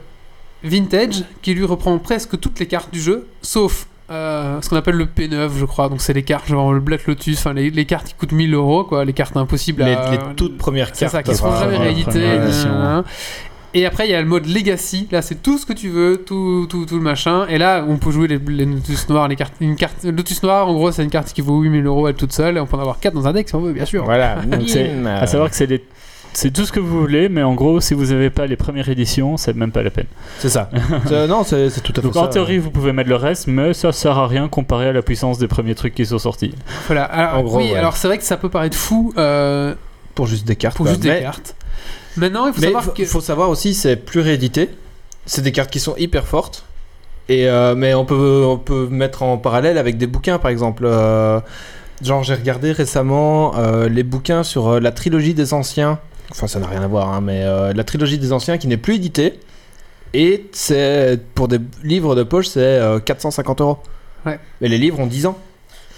[SPEAKER 1] vintage qui lui reprend presque toutes les cartes du jeu, sauf euh, ce qu'on appelle le P9, je crois. Donc, c'est les cartes genre le Black Lotus, enfin les, les cartes qui coûtent 1000 euros, quoi, les cartes impossibles
[SPEAKER 2] Les,
[SPEAKER 1] à.
[SPEAKER 2] les toutes premières
[SPEAKER 1] c'est
[SPEAKER 2] cartes.
[SPEAKER 1] ça, qui seront
[SPEAKER 2] enfin,
[SPEAKER 1] jamais
[SPEAKER 2] voilà. euh,
[SPEAKER 1] rééditées.
[SPEAKER 3] première
[SPEAKER 1] nan,
[SPEAKER 3] édition.
[SPEAKER 1] nan, nan. Et après, il y a le mode Legacy. Là, c'est tout ce que tu veux, tout, tout, tout le machin. Et là, on peut jouer les, les Lotus Noirs. Les cartes, une carte, le Lotus Noir, en gros, c'est une carte qui vaut 8000 euros elle toute seule. Et on peut en avoir 4 dans un deck si on veut, bien sûr.
[SPEAKER 2] Voilà.
[SPEAKER 3] Donc, c'est-
[SPEAKER 2] Mmh,
[SPEAKER 3] À savoir que c'est des- C'est tout ce que vous voulez, mais en gros, si vous n'avez pas les premières éditions, c'est même pas la peine.
[SPEAKER 2] C'est ça. C'est- non, c'est c'est tout à fait
[SPEAKER 3] Donc
[SPEAKER 2] ça.
[SPEAKER 3] en théorie, vous pouvez mettre le reste, mais ça sert à rien comparé à la puissance des premiers trucs qui sont sortis.
[SPEAKER 1] Voilà. Alors,
[SPEAKER 2] En gros,
[SPEAKER 1] oui,
[SPEAKER 2] ouais.
[SPEAKER 1] alors c'est vrai que ça peut paraître fou. euh,
[SPEAKER 2] Pour juste des cartes.
[SPEAKER 1] pour
[SPEAKER 2] quoi.
[SPEAKER 1] juste
[SPEAKER 2] Bah, Mais-
[SPEAKER 1] des cartes. Maintenant, il faut
[SPEAKER 2] Mais
[SPEAKER 1] savoir
[SPEAKER 2] faut-
[SPEAKER 1] que.
[SPEAKER 2] faut savoir aussi, c'est plus réédité. C'est des cartes qui sont hyper fortes. Et euh, mais on peut on peut mettre en parallèle avec des bouquins, par exemple. Euh, genre j'ai regardé récemment euh, les bouquins sur euh, la trilogie des anciens. Enfin, ça n'a rien à voir, hein, mais euh, la trilogie des anciens qui n'est plus éditée. Et c'est pour des livres de poche, c'est euh, 450 euros.
[SPEAKER 1] Ouais.
[SPEAKER 2] Mais les livres ont 10 ans.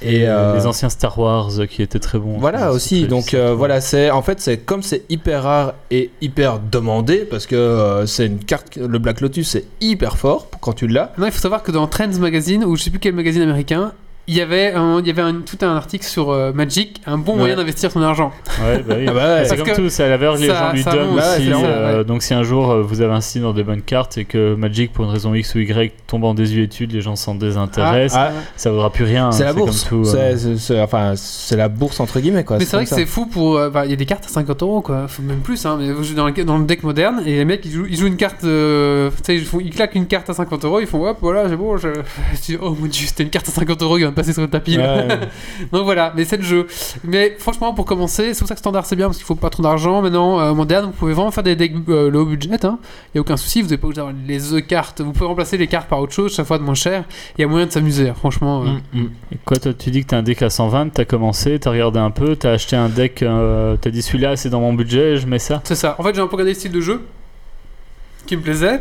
[SPEAKER 2] Et, euh,
[SPEAKER 3] Les anciens Star Wars euh, qui étaient très bons.
[SPEAKER 2] voilà
[SPEAKER 3] C'est
[SPEAKER 2] aussi,
[SPEAKER 3] très-
[SPEAKER 2] donc
[SPEAKER 3] c'est
[SPEAKER 2] euh,
[SPEAKER 3] très-
[SPEAKER 2] voilà, c'est en fait c'est comme c'est hyper rare et hyper demandé parce que euh, c'est une carte, le Black Lotus c'est hyper fort pour quand tu l'as.
[SPEAKER 1] Non, il faut savoir que dans Trends Magazine, ou je sais plus quel magazine américain, il y avait, un, il y avait un- tout un article sur euh, Magic, un bon
[SPEAKER 2] Ouais.
[SPEAKER 1] moyen d'investir son argent.
[SPEAKER 3] Ouais, bah oui.
[SPEAKER 2] Ah bah ouais.
[SPEAKER 3] C'est
[SPEAKER 1] Parce
[SPEAKER 3] comme
[SPEAKER 1] que
[SPEAKER 3] tout, c'est à la verge, les
[SPEAKER 1] ça-
[SPEAKER 3] gens lui
[SPEAKER 1] ça
[SPEAKER 3] donnent
[SPEAKER 1] monte,
[SPEAKER 3] aussi.
[SPEAKER 1] c'est ça,
[SPEAKER 3] euh,
[SPEAKER 1] ouais.
[SPEAKER 3] Donc si un jour euh, vous avez investi dans des bonnes cartes et que Magic, pour une raison X ou Y, tombe en désuétude, les gens s'en désintéressent,
[SPEAKER 2] Ah,
[SPEAKER 3] ça vaudra plus rien.
[SPEAKER 2] c'est la
[SPEAKER 3] hein,
[SPEAKER 2] bourse,
[SPEAKER 3] comme tout, euh,
[SPEAKER 2] C'est- c'est- c'est- enfin c'est la bourse entre guillemets quoi.
[SPEAKER 1] mais c'est vrai que
[SPEAKER 2] comme
[SPEAKER 1] c'est fou pour. euh, bah, Il y a des cartes à 50 euros, quoi. Faut même plus, hein. Mais vous jouez dans le, dans le deck moderne, et les mecs, ils jouent, ils jouent une carte. euh, tu sais, ils, font- ils claquent une carte à 50 euros, ils font hop, voilà, c'est bon. Je... tu dis, oh mon dieu, c'était une carte à 50 euros qui va me passer sur le tapis.
[SPEAKER 2] ça.
[SPEAKER 1] là.
[SPEAKER 2] Ouais, ouais.
[SPEAKER 1] Donc voilà, mais c'est le jeu. Mais franchement, pour commencer, c'est pour ça que standard c'est bien parce qu'il faut pas trop d'argent. Maintenant, euh, moderne, vous pouvez vraiment faire des decks euh, low budget. Hein. Il y a aucun souci, vous n'avez pas obligé d'avoir les E cartes. Vous pouvez remplacer les cartes par autre chose, chaque fois de moins cher. Il y a moyen de s'amuser, franchement. euh.
[SPEAKER 2] Mm.
[SPEAKER 3] Et quoi, toi, tu dis que t'as un deck à 120, t'as commencé, t'as regardé un peu, t'as acheté un deck, euh, t'as dit celui-là, c'est dans mon budget, je mets ça.
[SPEAKER 1] C'est ça. En fait, j'ai un peu regardé le style de jeu qui me plaisait.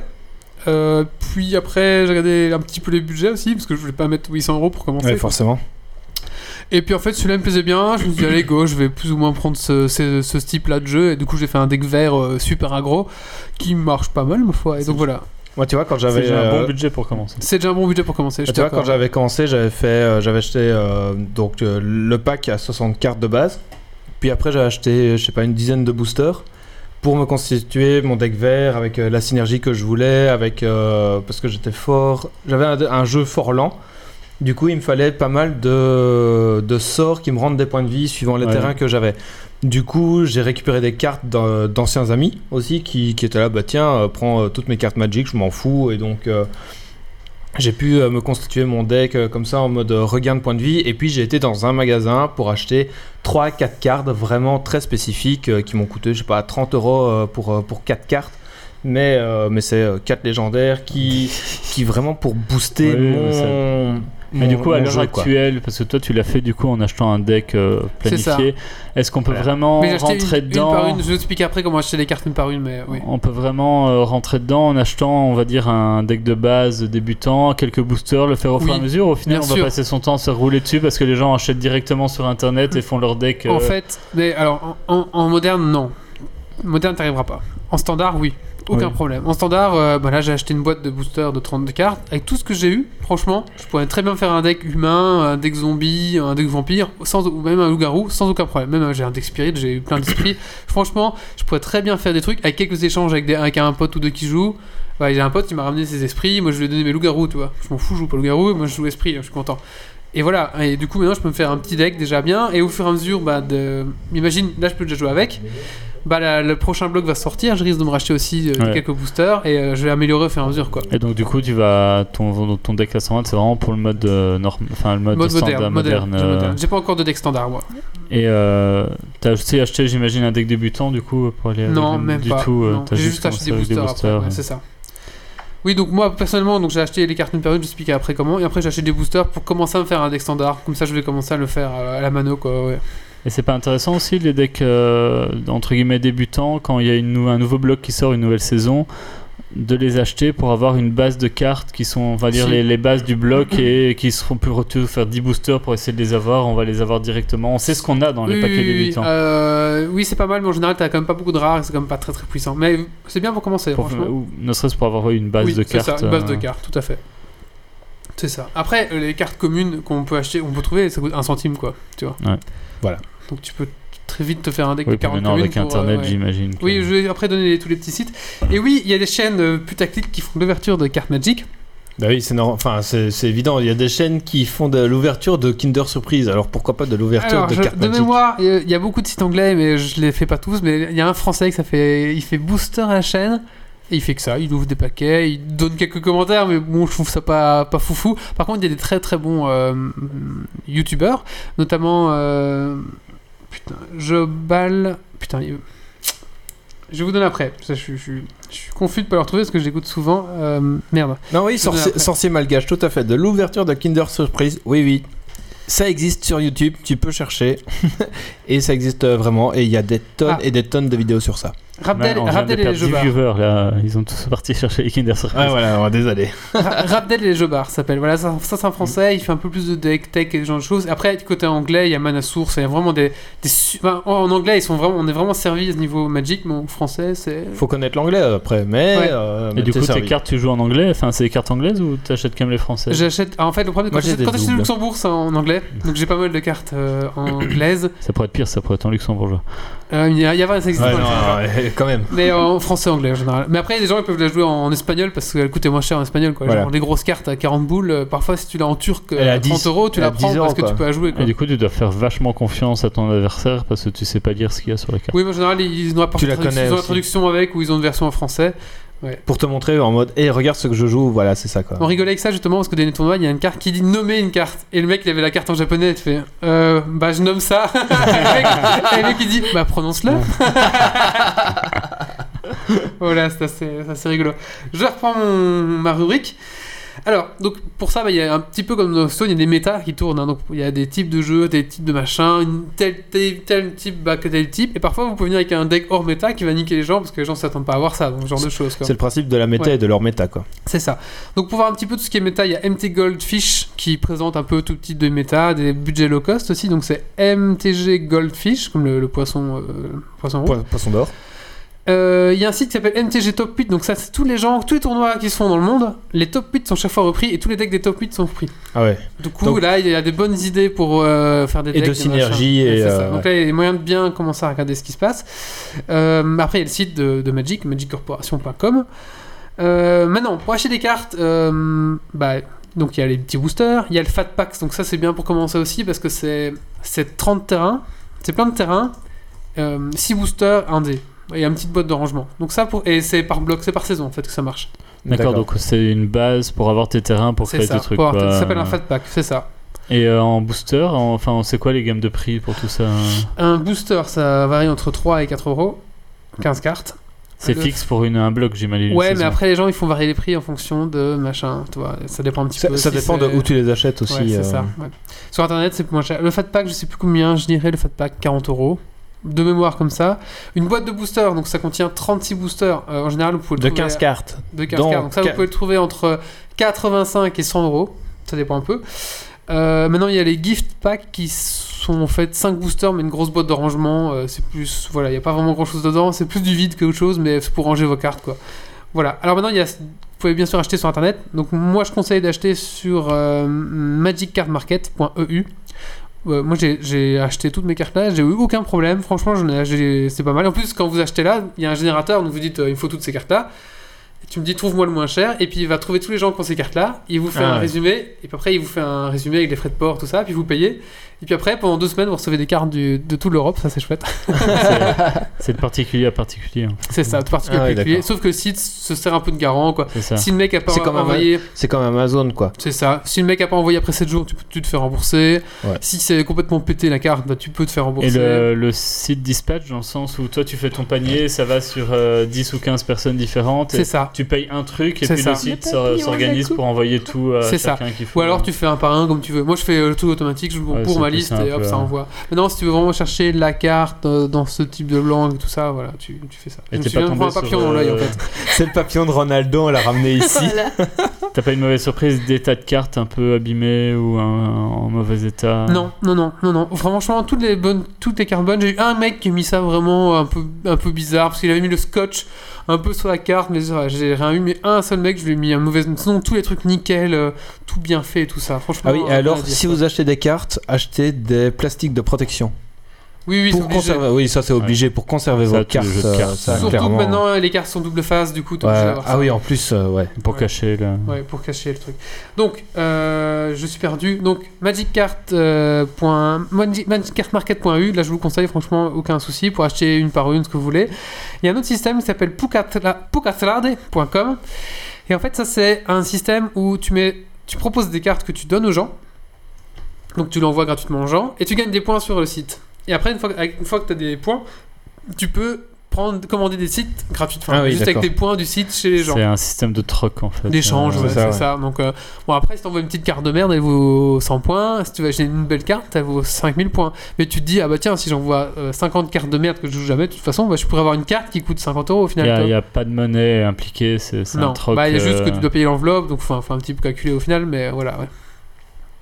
[SPEAKER 1] Euh, puis après, j'ai regardé un petit peu les budgets aussi parce que je voulais pas mettre 800 euros pour commencer.
[SPEAKER 2] Ouais, forcément.
[SPEAKER 1] Et puis en fait, celui-là me plaisait bien. Je me suis dit, allez, go, je vais plus ou moins prendre ce, ce, ce type-là de jeu. Et du coup, j'ai fait un deck vert euh, super aggro qui marche pas mal, ma foi. Et donc voilà.
[SPEAKER 2] Moi tu vois quand
[SPEAKER 3] C'est
[SPEAKER 2] j'avais
[SPEAKER 3] déjà un
[SPEAKER 2] euh,
[SPEAKER 3] bon budget pour commencer.
[SPEAKER 1] C'est déjà un bon budget pour commencer. Je
[SPEAKER 2] tu vois quand
[SPEAKER 1] t'accorde.
[SPEAKER 2] j'avais commencé, j'avais fait euh, j'avais acheté euh, donc euh, le pack à 60 cartes de base. Puis après j'avais acheté je sais pas une dizaine de boosters. pour me constituer mon deck vert avec euh, la synergie que je voulais, avec euh, parce que j'étais fort. J'avais un, un jeu fort lent. Du coup, il me fallait pas mal de, de sorts qui me rendent des points de vie suivant les
[SPEAKER 3] Ouais.
[SPEAKER 2] terrains que j'avais. Du coup, j'ai récupéré des cartes d'un- d'anciens amis aussi qui, qui étaient là, bah tiens, euh, prends euh, toutes mes cartes Magic, je m'en fous. Et donc, euh, j'ai pu euh, me constituer mon deck euh, comme ça en mode euh, regain de points de vie. Et puis, j'ai été dans un magasin pour acheter 3 4 cartes vraiment très spécifiques euh, qui m'ont coûté je sais pas 30 euros euh, pour euh, pour 4 cartes mais euh, mais c'est 4 légendaires qui qui vraiment pour booster
[SPEAKER 3] Oui,
[SPEAKER 2] mon,
[SPEAKER 3] mais ça- Mais
[SPEAKER 2] mon-
[SPEAKER 3] du coup, à
[SPEAKER 2] mon
[SPEAKER 3] l'heure
[SPEAKER 2] jeu, quoi.
[SPEAKER 3] actuelle, parce que toi, tu l'as fait du coup en achetant un deck euh,
[SPEAKER 1] C'est ça.
[SPEAKER 3] planifié, est-ce qu'on peut vraiment
[SPEAKER 1] Mais j'ai acheté
[SPEAKER 3] rentrer
[SPEAKER 1] une, une
[SPEAKER 3] dedans
[SPEAKER 1] par une. Je vais expliquer après comment acheter les cartes une par une, mais oui.
[SPEAKER 3] On peut vraiment euh, rentrer dedans en achetant, on va dire, un deck de base débutant, quelques boosters, le faire au fur et
[SPEAKER 1] Oui,
[SPEAKER 3] à mesure. Au final,
[SPEAKER 1] bien
[SPEAKER 3] on va
[SPEAKER 1] sûr.
[SPEAKER 3] passer son temps à se rouler dessus parce que les gens achètent directement sur internet et font leur deck. euh,
[SPEAKER 1] En fait, mais alors en, en- en moderne, non. Moderne, t'arriveras pas. En standard, oui. Aucun
[SPEAKER 2] Oui.
[SPEAKER 1] problème. En standard, euh, bah là j'ai acheté une boîte de booster de 32 cartes. Avec tout ce que j'ai eu, franchement, je pourrais très bien faire un deck humain, un deck zombie, un deck vampire, sans, ou même un loup-garou, sans aucun problème. Même euh, j'ai un deck spirit, j'ai eu plein d'esprits. franchement, je pourrais très bien faire des trucs avec quelques échanges avec, des- avec un pote ou deux qui jouent. Ouais, j'ai un pote qui m'a ramené ses esprits, moi je lui ai donné mes loups-garous, tu vois. Je m'en fous, je joue pas loup-garou, moi je joue esprit, hein, je suis content. Et voilà, et du coup maintenant je peux me faire un petit deck déjà bien, et au fur et à mesure, bah, de... imagine, là je peux déjà jouer avec, bah la- le prochain bloc va sortir, je risque de me racheter aussi euh,
[SPEAKER 3] Ouais.
[SPEAKER 1] quelques boosters, et euh, je vais améliorer au fur et à mesure quoi.
[SPEAKER 3] Et donc du coup, tu vas ton, ton deck à 120, c'est vraiment pour le mode euh, norm- enfin le mode,
[SPEAKER 1] Mode
[SPEAKER 3] standard
[SPEAKER 1] moderne, moderne,
[SPEAKER 3] euh,
[SPEAKER 1] moderne. J'ai pas encore de deck standard moi.
[SPEAKER 3] Et euh, t'as aussi acheté, j'imagine, un deck débutant du coup pour aller
[SPEAKER 1] Non,
[SPEAKER 3] avec-
[SPEAKER 1] même
[SPEAKER 3] du
[SPEAKER 1] pas.
[SPEAKER 3] tout. euh,
[SPEAKER 1] non.
[SPEAKER 3] t'as
[SPEAKER 1] J'ai juste acheté des
[SPEAKER 3] commencé avec
[SPEAKER 1] boosters, après, ouais,
[SPEAKER 3] ouais.
[SPEAKER 1] c'est ça. Oui, donc moi personnellement, donc j'ai acheté les cartes une période, je vous expliquerai après comment, et après j'ai acheté des boosters pour commencer à me faire un deck standard, comme ça je vais commencer à le faire euh, à la mano quoi. Ouais.
[SPEAKER 3] Et c'est pas intéressant aussi les decks euh, entre guillemets débutants quand il y a une nou- un nouveau bloc qui sort une nouvelle saison de les acheter pour avoir une base de cartes qui sont on va dire
[SPEAKER 1] Si.
[SPEAKER 3] les, les bases du bloc et qui seront plus retenus faire 10 boosters pour essayer de les avoir on va les avoir directement on sait ce qu'on a dans les
[SPEAKER 1] oui,
[SPEAKER 3] paquets
[SPEAKER 1] oui, oui,
[SPEAKER 3] débutants
[SPEAKER 1] euh, oui, c'est pas mal, mais en général, t'as quand même pas beaucoup de rares, et c'est quand même pas très très puissant. Mais c'est bien pour commencer,
[SPEAKER 3] Pour-
[SPEAKER 1] Ah, franchement.
[SPEAKER 3] ou ne serait-ce pour avoir une base
[SPEAKER 1] oui,
[SPEAKER 3] de
[SPEAKER 1] c'est
[SPEAKER 3] cartes
[SPEAKER 1] ça, une base de
[SPEAKER 3] euh,
[SPEAKER 1] cartes, tout à fait. C'est ça. Après, euh, les cartes communes qu'on peut acheter, on peut trouver, ça coûte un centime, quoi. Tu vois.
[SPEAKER 3] Ouais.
[SPEAKER 2] Voilà.
[SPEAKER 1] Donc tu peux très vite te faire un deck
[SPEAKER 3] oui,
[SPEAKER 1] de
[SPEAKER 3] puis
[SPEAKER 1] 40
[SPEAKER 3] maintenant
[SPEAKER 1] communes.
[SPEAKER 3] avec
[SPEAKER 1] pour, euh,
[SPEAKER 3] internet
[SPEAKER 1] ouais.
[SPEAKER 3] j'imagine que-
[SPEAKER 1] Oui, je vais après donner les- tous les petits sites. Et oui, il y a des chaînes euh, putaclic qui font l'ouverture de cartes Magic.
[SPEAKER 2] Bah oui, c'est normal. Enfin, c'est c'est évident. Il y a des chaînes qui font de l'ouverture de Kinder Surprise. Alors pourquoi pas de l'ouverture
[SPEAKER 1] Alors,
[SPEAKER 2] de
[SPEAKER 1] je-
[SPEAKER 2] cartes
[SPEAKER 1] de
[SPEAKER 2] Magic
[SPEAKER 1] mémoire, il y a- il y a beaucoup de sites anglais, mais je les fais pas tous. Mais il y a un français qui ça fait, il fait booster à la chaîne. Et il fait que ça, il ouvre des paquets, il donne quelques commentaires, mais bon, je trouve ça pas, pas foufou. Par contre, il y a des très très bons euh, youtubeurs, notamment. euh, putain, Jobal. Putain, il- je vais vous donner après. Ça, je, suis- je suis- je suis confus de pas le retrouver parce que j'écoute souvent. euh, merde.
[SPEAKER 2] Non, oui, sorcier,
[SPEAKER 1] après.
[SPEAKER 2] sorcier malgache, tout à fait. De l'ouverture de Kinder Surprise. Oui, oui. Ça existe sur YouTube. Tu peux chercher. et ça existe euh, vraiment. Et il y a des tonnes
[SPEAKER 1] Ah.
[SPEAKER 2] et des tonnes de vidéos sur ça.
[SPEAKER 1] Rabdel,
[SPEAKER 3] on vient de
[SPEAKER 1] Rabdel et les
[SPEAKER 3] perdre 10
[SPEAKER 1] Jobars.
[SPEAKER 3] viewers là ils ont tous parti chercher les Kinder Surprise
[SPEAKER 2] voilà. désolé.
[SPEAKER 1] Ra- Rabdel et les Jobards s'appelle. Voilà, ça, ça, c'est un français, il fait un peu plus de deck tech et ce genre de choses. Après, du côté anglais, il y a Mana Source, il y a vraiment des. des su- enfin, en en anglais, ils sont vraiment, on est vraiment servi à ce niveau Magic, mais en français, c'est.
[SPEAKER 2] Faut connaître l'anglais euh, après, mais.
[SPEAKER 1] Ouais.
[SPEAKER 2] euh,
[SPEAKER 3] Et
[SPEAKER 2] mais
[SPEAKER 3] du
[SPEAKER 2] t'es
[SPEAKER 3] coup, tes
[SPEAKER 2] servi.
[SPEAKER 3] cartes, tu joues en anglais Enfin, c'est des cartes anglaises ou t'achètes quand même les françaises
[SPEAKER 1] J'achète. ah, En fait, le problème,
[SPEAKER 2] Moi,
[SPEAKER 1] quand
[SPEAKER 2] j'ai
[SPEAKER 1] j'achète
[SPEAKER 2] des
[SPEAKER 1] quand j'achète au
[SPEAKER 2] doubles.
[SPEAKER 1] Luxembourg, c'est en anglais. Donc j'ai pas mal de cartes euh, en anglaise.
[SPEAKER 3] Ça pourrait être pire, ça pourrait être en luxembourgeois.
[SPEAKER 1] Euh, il y a, il y a vrai, ça existe
[SPEAKER 2] Ouais,
[SPEAKER 1] pas,
[SPEAKER 2] non, hein.
[SPEAKER 1] ça existe pas.
[SPEAKER 2] ouais, quand même.
[SPEAKER 1] Mais en français, anglais en général. Mais après, il y a des gens qui peuvent la jouer en, en espagnol parce qu'elle coûtait moins cher en espagnol. Quoi.
[SPEAKER 2] Voilà.
[SPEAKER 1] Genre, des grosses cartes à 40 boules, euh, parfois si tu l'as en turc
[SPEAKER 2] Elle
[SPEAKER 1] euh,
[SPEAKER 2] a
[SPEAKER 1] à 30
[SPEAKER 2] 10,
[SPEAKER 1] euros, tu
[SPEAKER 2] elle a
[SPEAKER 1] la prends
[SPEAKER 2] 10 euros,
[SPEAKER 1] parce que
[SPEAKER 2] quoi.
[SPEAKER 1] tu peux la jouer. Quoi.
[SPEAKER 3] Et du coup, tu dois faire vachement confiance à ton adversaire parce que tu sais pas lire ce qu'il y a sur la carte.
[SPEAKER 1] Oui, mais en général, ils ont, apporté
[SPEAKER 2] Tu la
[SPEAKER 1] traduction-
[SPEAKER 2] connais
[SPEAKER 1] ils ont la
[SPEAKER 2] aussi.
[SPEAKER 1] traduction avec ou ils ont une version en français.
[SPEAKER 2] Pour te montrer en mode, hé, regarde ce que je joue, voilà, c'est ça quoi.
[SPEAKER 1] On rigolait avec ça justement parce que dans les tournois, il y a une carte qui dit nommer une carte. Et le mec, il avait la carte en japonais, il te fait euh, bah je nomme ça. et, le mec, et le mec, il dit bah prononce-la. voilà, c'est assez, c'est assez rigolo. Je reprends mon- ma rubrique. Alors, donc pour ça, bah, il y a un petit peu comme dans Stone, il y a des méta qui tournent. hein. donc il y a des types de jeux, des types de machins, une tel, tel, tel type, bah, que tel type. Et parfois, vous pouvez venir avec un deck hors méta qui va niquer les gens parce que les gens s'attendent pas à voir ça, donc ce genre de choses. quoi.
[SPEAKER 2] C'est le principe de la méta
[SPEAKER 1] Ouais.
[SPEAKER 2] et de leur méta quoi.
[SPEAKER 1] C'est ça. Donc pour voir un petit peu tout ce qui est méta, il y a MT Goldfish qui présente un peu tout type de méta, des budgets low cost aussi. Donc c'est MTG Goldfish, comme le, le poisson, euh, le poisson rouge.
[SPEAKER 2] Point- Poisson d'or.
[SPEAKER 1] Euh, Il y a un site qui s'appelle MTG Top 8. Donc ça, c'est tous les gens, tous les tournois qui se font dans le monde. Les top 8 sont chaque fois repris et tous les decks des top 8 sont repris.
[SPEAKER 2] Ah ouais.
[SPEAKER 1] Du coup,
[SPEAKER 2] Donc-
[SPEAKER 1] là, il y a des bonnes idées pour euh, faire des
[SPEAKER 2] Et de
[SPEAKER 1] decks, des
[SPEAKER 2] synergie
[SPEAKER 1] machins.
[SPEAKER 2] et,
[SPEAKER 1] Ouais, c'est ça.
[SPEAKER 2] euh,
[SPEAKER 1] Donc là, il y a des moyens de bien commencer à regarder ce qui se passe. Euh, après, il y a le site de, de Magic, magiccorporation.com. Euh, maintenant, pour acheter des cartes, euh, bah, donc il y a les petits boosters, il y a le Fat Packs, donc ça c'est bien pour commencer aussi parce que c'est c'est 30 terrains, c'est plein de terrains, 6 boosters, 1 dé. Et une petite boîte de rangement. Donc ça pour et c'est par bloc, c'est par saison en fait que ça marche.
[SPEAKER 3] D'accord, donc c'est une base pour avoir tes terrains pour
[SPEAKER 1] C'est
[SPEAKER 3] créer
[SPEAKER 1] ça.
[SPEAKER 3] tes trucs.
[SPEAKER 1] pour avoir-
[SPEAKER 3] quoi.
[SPEAKER 1] ça s'appelle un fat pack, c'est ça.
[SPEAKER 3] Et euh, en booster, en- enfin, on sait quoi les gammes de prix pour tout ça hein
[SPEAKER 1] Un booster, ça varie entre 3 et 4 euros. 15 cartes.
[SPEAKER 3] C'est
[SPEAKER 1] Le-
[SPEAKER 3] fixe pour une, un bloc, j'imagine. une
[SPEAKER 1] Ouais, mais
[SPEAKER 3] saison.
[SPEAKER 1] après, les gens, ils font varier les prix en fonction de machin. Tu vois, ça dépend un petit
[SPEAKER 2] Ça,
[SPEAKER 1] peu.
[SPEAKER 2] ça
[SPEAKER 1] si
[SPEAKER 2] dépend de
[SPEAKER 1] c'est-
[SPEAKER 2] où tu les achètes aussi.
[SPEAKER 1] Ouais, c'est
[SPEAKER 2] euh,
[SPEAKER 1] ça. ouais. Sur internet, c'est plus moins cher. Le Fat Pack, je sais plus combien, je dirais le Fat Pack 40 euros. De mémoire, comme ça. Une boîte de boosters, donc ça contient 36 boosters. Euh, en général, vous pouvez le
[SPEAKER 2] De
[SPEAKER 1] trouver
[SPEAKER 2] 15 cartes.
[SPEAKER 1] de 15
[SPEAKER 2] Donc,
[SPEAKER 1] cartes. Donc ça, vous
[SPEAKER 2] quin-
[SPEAKER 1] pouvez le trouver entre 85 et 100 euros. Ça dépend un peu. Euh, maintenant, il y a les gift packs qui sont en fait 5 boosters, mais une grosse boîte de rangement. euh, c'est plus. Voilà, il n'y a pas vraiment grand chose dedans. C'est plus du vide que autre chose, mais c'est pour ranger vos cartes, quoi. Voilà. Alors maintenant, il y a- vous pouvez bien sûr acheter sur internet. Donc, moi, je conseille d'acheter sur euh, magiccardmarket.eu. E Euh, moi, j'ai- j'ai acheté toutes mes cartes là, j'ai eu aucun problème. Franchement, j'en ai- j'ai- c'est pas mal. En plus, quand vous achetez là, il y a un générateur, donc vous dites euh, il me faut toutes ces cartes là. Et Tu me dis trouve-moi le moins cher, et puis il va trouver tous les gens qui ont ces cartes-là, il vous fait
[SPEAKER 3] Ah
[SPEAKER 1] un
[SPEAKER 3] ouais.
[SPEAKER 1] résumé, et puis après il vous fait un résumé avec les frais de port, tout ça, puis vous payez. Et puis après, pendant deux semaines, vous recevez des cartes du- de toute l'Europe, ça c'est chouette.
[SPEAKER 3] C'est- C'est de particulier à particulier. hein.
[SPEAKER 1] c'est ça, de particulier
[SPEAKER 2] Ah
[SPEAKER 1] à
[SPEAKER 2] ouais,
[SPEAKER 1] particulier.
[SPEAKER 2] d'accord. Ah.
[SPEAKER 1] Sauf que le site se sert un peu de garant, quoi.
[SPEAKER 3] C'est ça.
[SPEAKER 1] Si le mec a pas
[SPEAKER 2] C'est comme un-
[SPEAKER 1] envoyé,
[SPEAKER 2] C'est comme Amazon, quoi.
[SPEAKER 1] c'est ça. Si le mec a pas envoyé après 7 jours, tu, peux- tu te fais rembourser.
[SPEAKER 2] Ouais.
[SPEAKER 1] Si c'est complètement pété la carte, bah, tu peux te faire
[SPEAKER 3] Et
[SPEAKER 1] rembourser.
[SPEAKER 3] le, le site dispatch, dans le sens où toi tu fais ton panier, ça va sur euh, 10 ou 15 personnes différentes.
[SPEAKER 1] C'est
[SPEAKER 3] Et
[SPEAKER 1] ça.
[SPEAKER 3] tu payes un truc et
[SPEAKER 1] C'est
[SPEAKER 3] puis
[SPEAKER 1] ça.
[SPEAKER 3] le
[SPEAKER 4] Le
[SPEAKER 3] site
[SPEAKER 4] papillon
[SPEAKER 3] s'or-
[SPEAKER 4] de la
[SPEAKER 3] s'organise
[SPEAKER 4] coupe.
[SPEAKER 3] pour envoyer tout à
[SPEAKER 1] C'est ça.
[SPEAKER 3] chacun qu'il faut.
[SPEAKER 1] Ou alors tu fais un par un comme tu veux. Moi je fais euh, tout automatique, je
[SPEAKER 3] Ouais,
[SPEAKER 1] pour
[SPEAKER 3] c'est
[SPEAKER 1] ma
[SPEAKER 3] plus
[SPEAKER 1] liste
[SPEAKER 3] simple,
[SPEAKER 1] et hop
[SPEAKER 3] ouais.
[SPEAKER 1] ça envoie. Maintenant si tu veux vraiment chercher la carte euh, dans ce type de langue, tout ça, voilà, tu, tu fais ça.
[SPEAKER 3] Et
[SPEAKER 1] je me
[SPEAKER 3] t'es
[SPEAKER 1] suis
[SPEAKER 3] pas
[SPEAKER 1] même pris
[SPEAKER 3] tombé
[SPEAKER 1] un
[SPEAKER 3] sur,
[SPEAKER 1] papillon dans l'œil en
[SPEAKER 3] euh,
[SPEAKER 1] fait.
[SPEAKER 2] C'est le papillon de Ronaldo, on l'a ramené ici.
[SPEAKER 4] Voilà.
[SPEAKER 3] T'as pas une mauvaise surprise des tas de cartes un peu abîmées ou un- en mauvais état
[SPEAKER 1] Non, non, non, non, non. Franchement, toutes les bonnes, toutes les cartes bonnes. J'ai eu un mec qui a mis ça vraiment un peu, un peu bizarre parce qu'il avait mis le scotch un peu sur la carte, mais euh, j'ai rien eu. Mais un seul mec, je lui ai mis un mauvais. Sinon, tous les trucs nickel, euh, tout bien fait et tout ça. Franchement.
[SPEAKER 2] Ah oui,
[SPEAKER 1] euh,
[SPEAKER 2] et alors,
[SPEAKER 1] rien à dire,
[SPEAKER 2] si
[SPEAKER 1] quoi.
[SPEAKER 2] vous achetez des cartes, achetez des plastiques de protection.
[SPEAKER 1] Oui, oui, c'est
[SPEAKER 2] pour
[SPEAKER 1] obligé.
[SPEAKER 2] conserver, oui, ça c'est obligé, pour conserver
[SPEAKER 3] Ça,
[SPEAKER 2] vos
[SPEAKER 3] tous les
[SPEAKER 2] cartes.
[SPEAKER 3] jeux de
[SPEAKER 2] euh,
[SPEAKER 3] cartes,
[SPEAKER 2] ça,
[SPEAKER 3] ouais.
[SPEAKER 1] Surtout
[SPEAKER 2] clairement.
[SPEAKER 1] que maintenant, euh, les cartes sont double face, du coup, t'es
[SPEAKER 2] Ouais,
[SPEAKER 1] obligé d'avoir ça.
[SPEAKER 2] Ah oui, en plus, euh, ouais.
[SPEAKER 3] Pour
[SPEAKER 1] Ouais.
[SPEAKER 3] cacher là.
[SPEAKER 1] Ouais, pour cacher le truc. Donc, euh, je suis perdu. Donc, magiccart, euh, point- magi- magiccartmarket.eu, là je vous conseille, franchement, aucun souci pour acheter une par une, ce que vous voulez. Il y a un autre système qui s'appelle pucatla- pucatlade.com. Et en fait, ça, c'est un système où tu, mets, tu proposes des cartes que tu donnes aux gens. Donc, tu l'envoies gratuitement aux gens et tu gagnes des points sur le site. Et après, une fois, avec- une fois que tu as des points, tu peux prendre, commander des sites gratuitement.
[SPEAKER 2] Ah oui,
[SPEAKER 1] juste avec
[SPEAKER 2] d'accord.
[SPEAKER 1] des points du site chez les gens.
[SPEAKER 3] C'est un système de troc en fait.
[SPEAKER 1] D'échange,
[SPEAKER 3] Euh,
[SPEAKER 1] ouais, c'est
[SPEAKER 2] c'est
[SPEAKER 1] ça.
[SPEAKER 2] ça, ouais.
[SPEAKER 1] Donc, euh, bon, après, si t'envoies une petite carte de merde, elle vaut 100 points. Si tu vas acheter une belle carte, elle vaut 5000 points. Mais tu te dis, ah bah tiens, si j'envoie euh, 50 cartes de merde que je joue jamais, de toute façon, bah, je pourrais avoir une carte qui coûte 50 euros au
[SPEAKER 3] Il
[SPEAKER 1] final.
[SPEAKER 3] n'y a,
[SPEAKER 1] tu vois.
[SPEAKER 3] y a pas de monnaie impliquée, c'est c'est un
[SPEAKER 1] non,
[SPEAKER 3] troc.
[SPEAKER 1] bah, il y a juste que
[SPEAKER 3] euh,
[SPEAKER 1] tu dois payer l'enveloppe, donc faut, un- faut un petit peu calculer au final, mais voilà, ouais.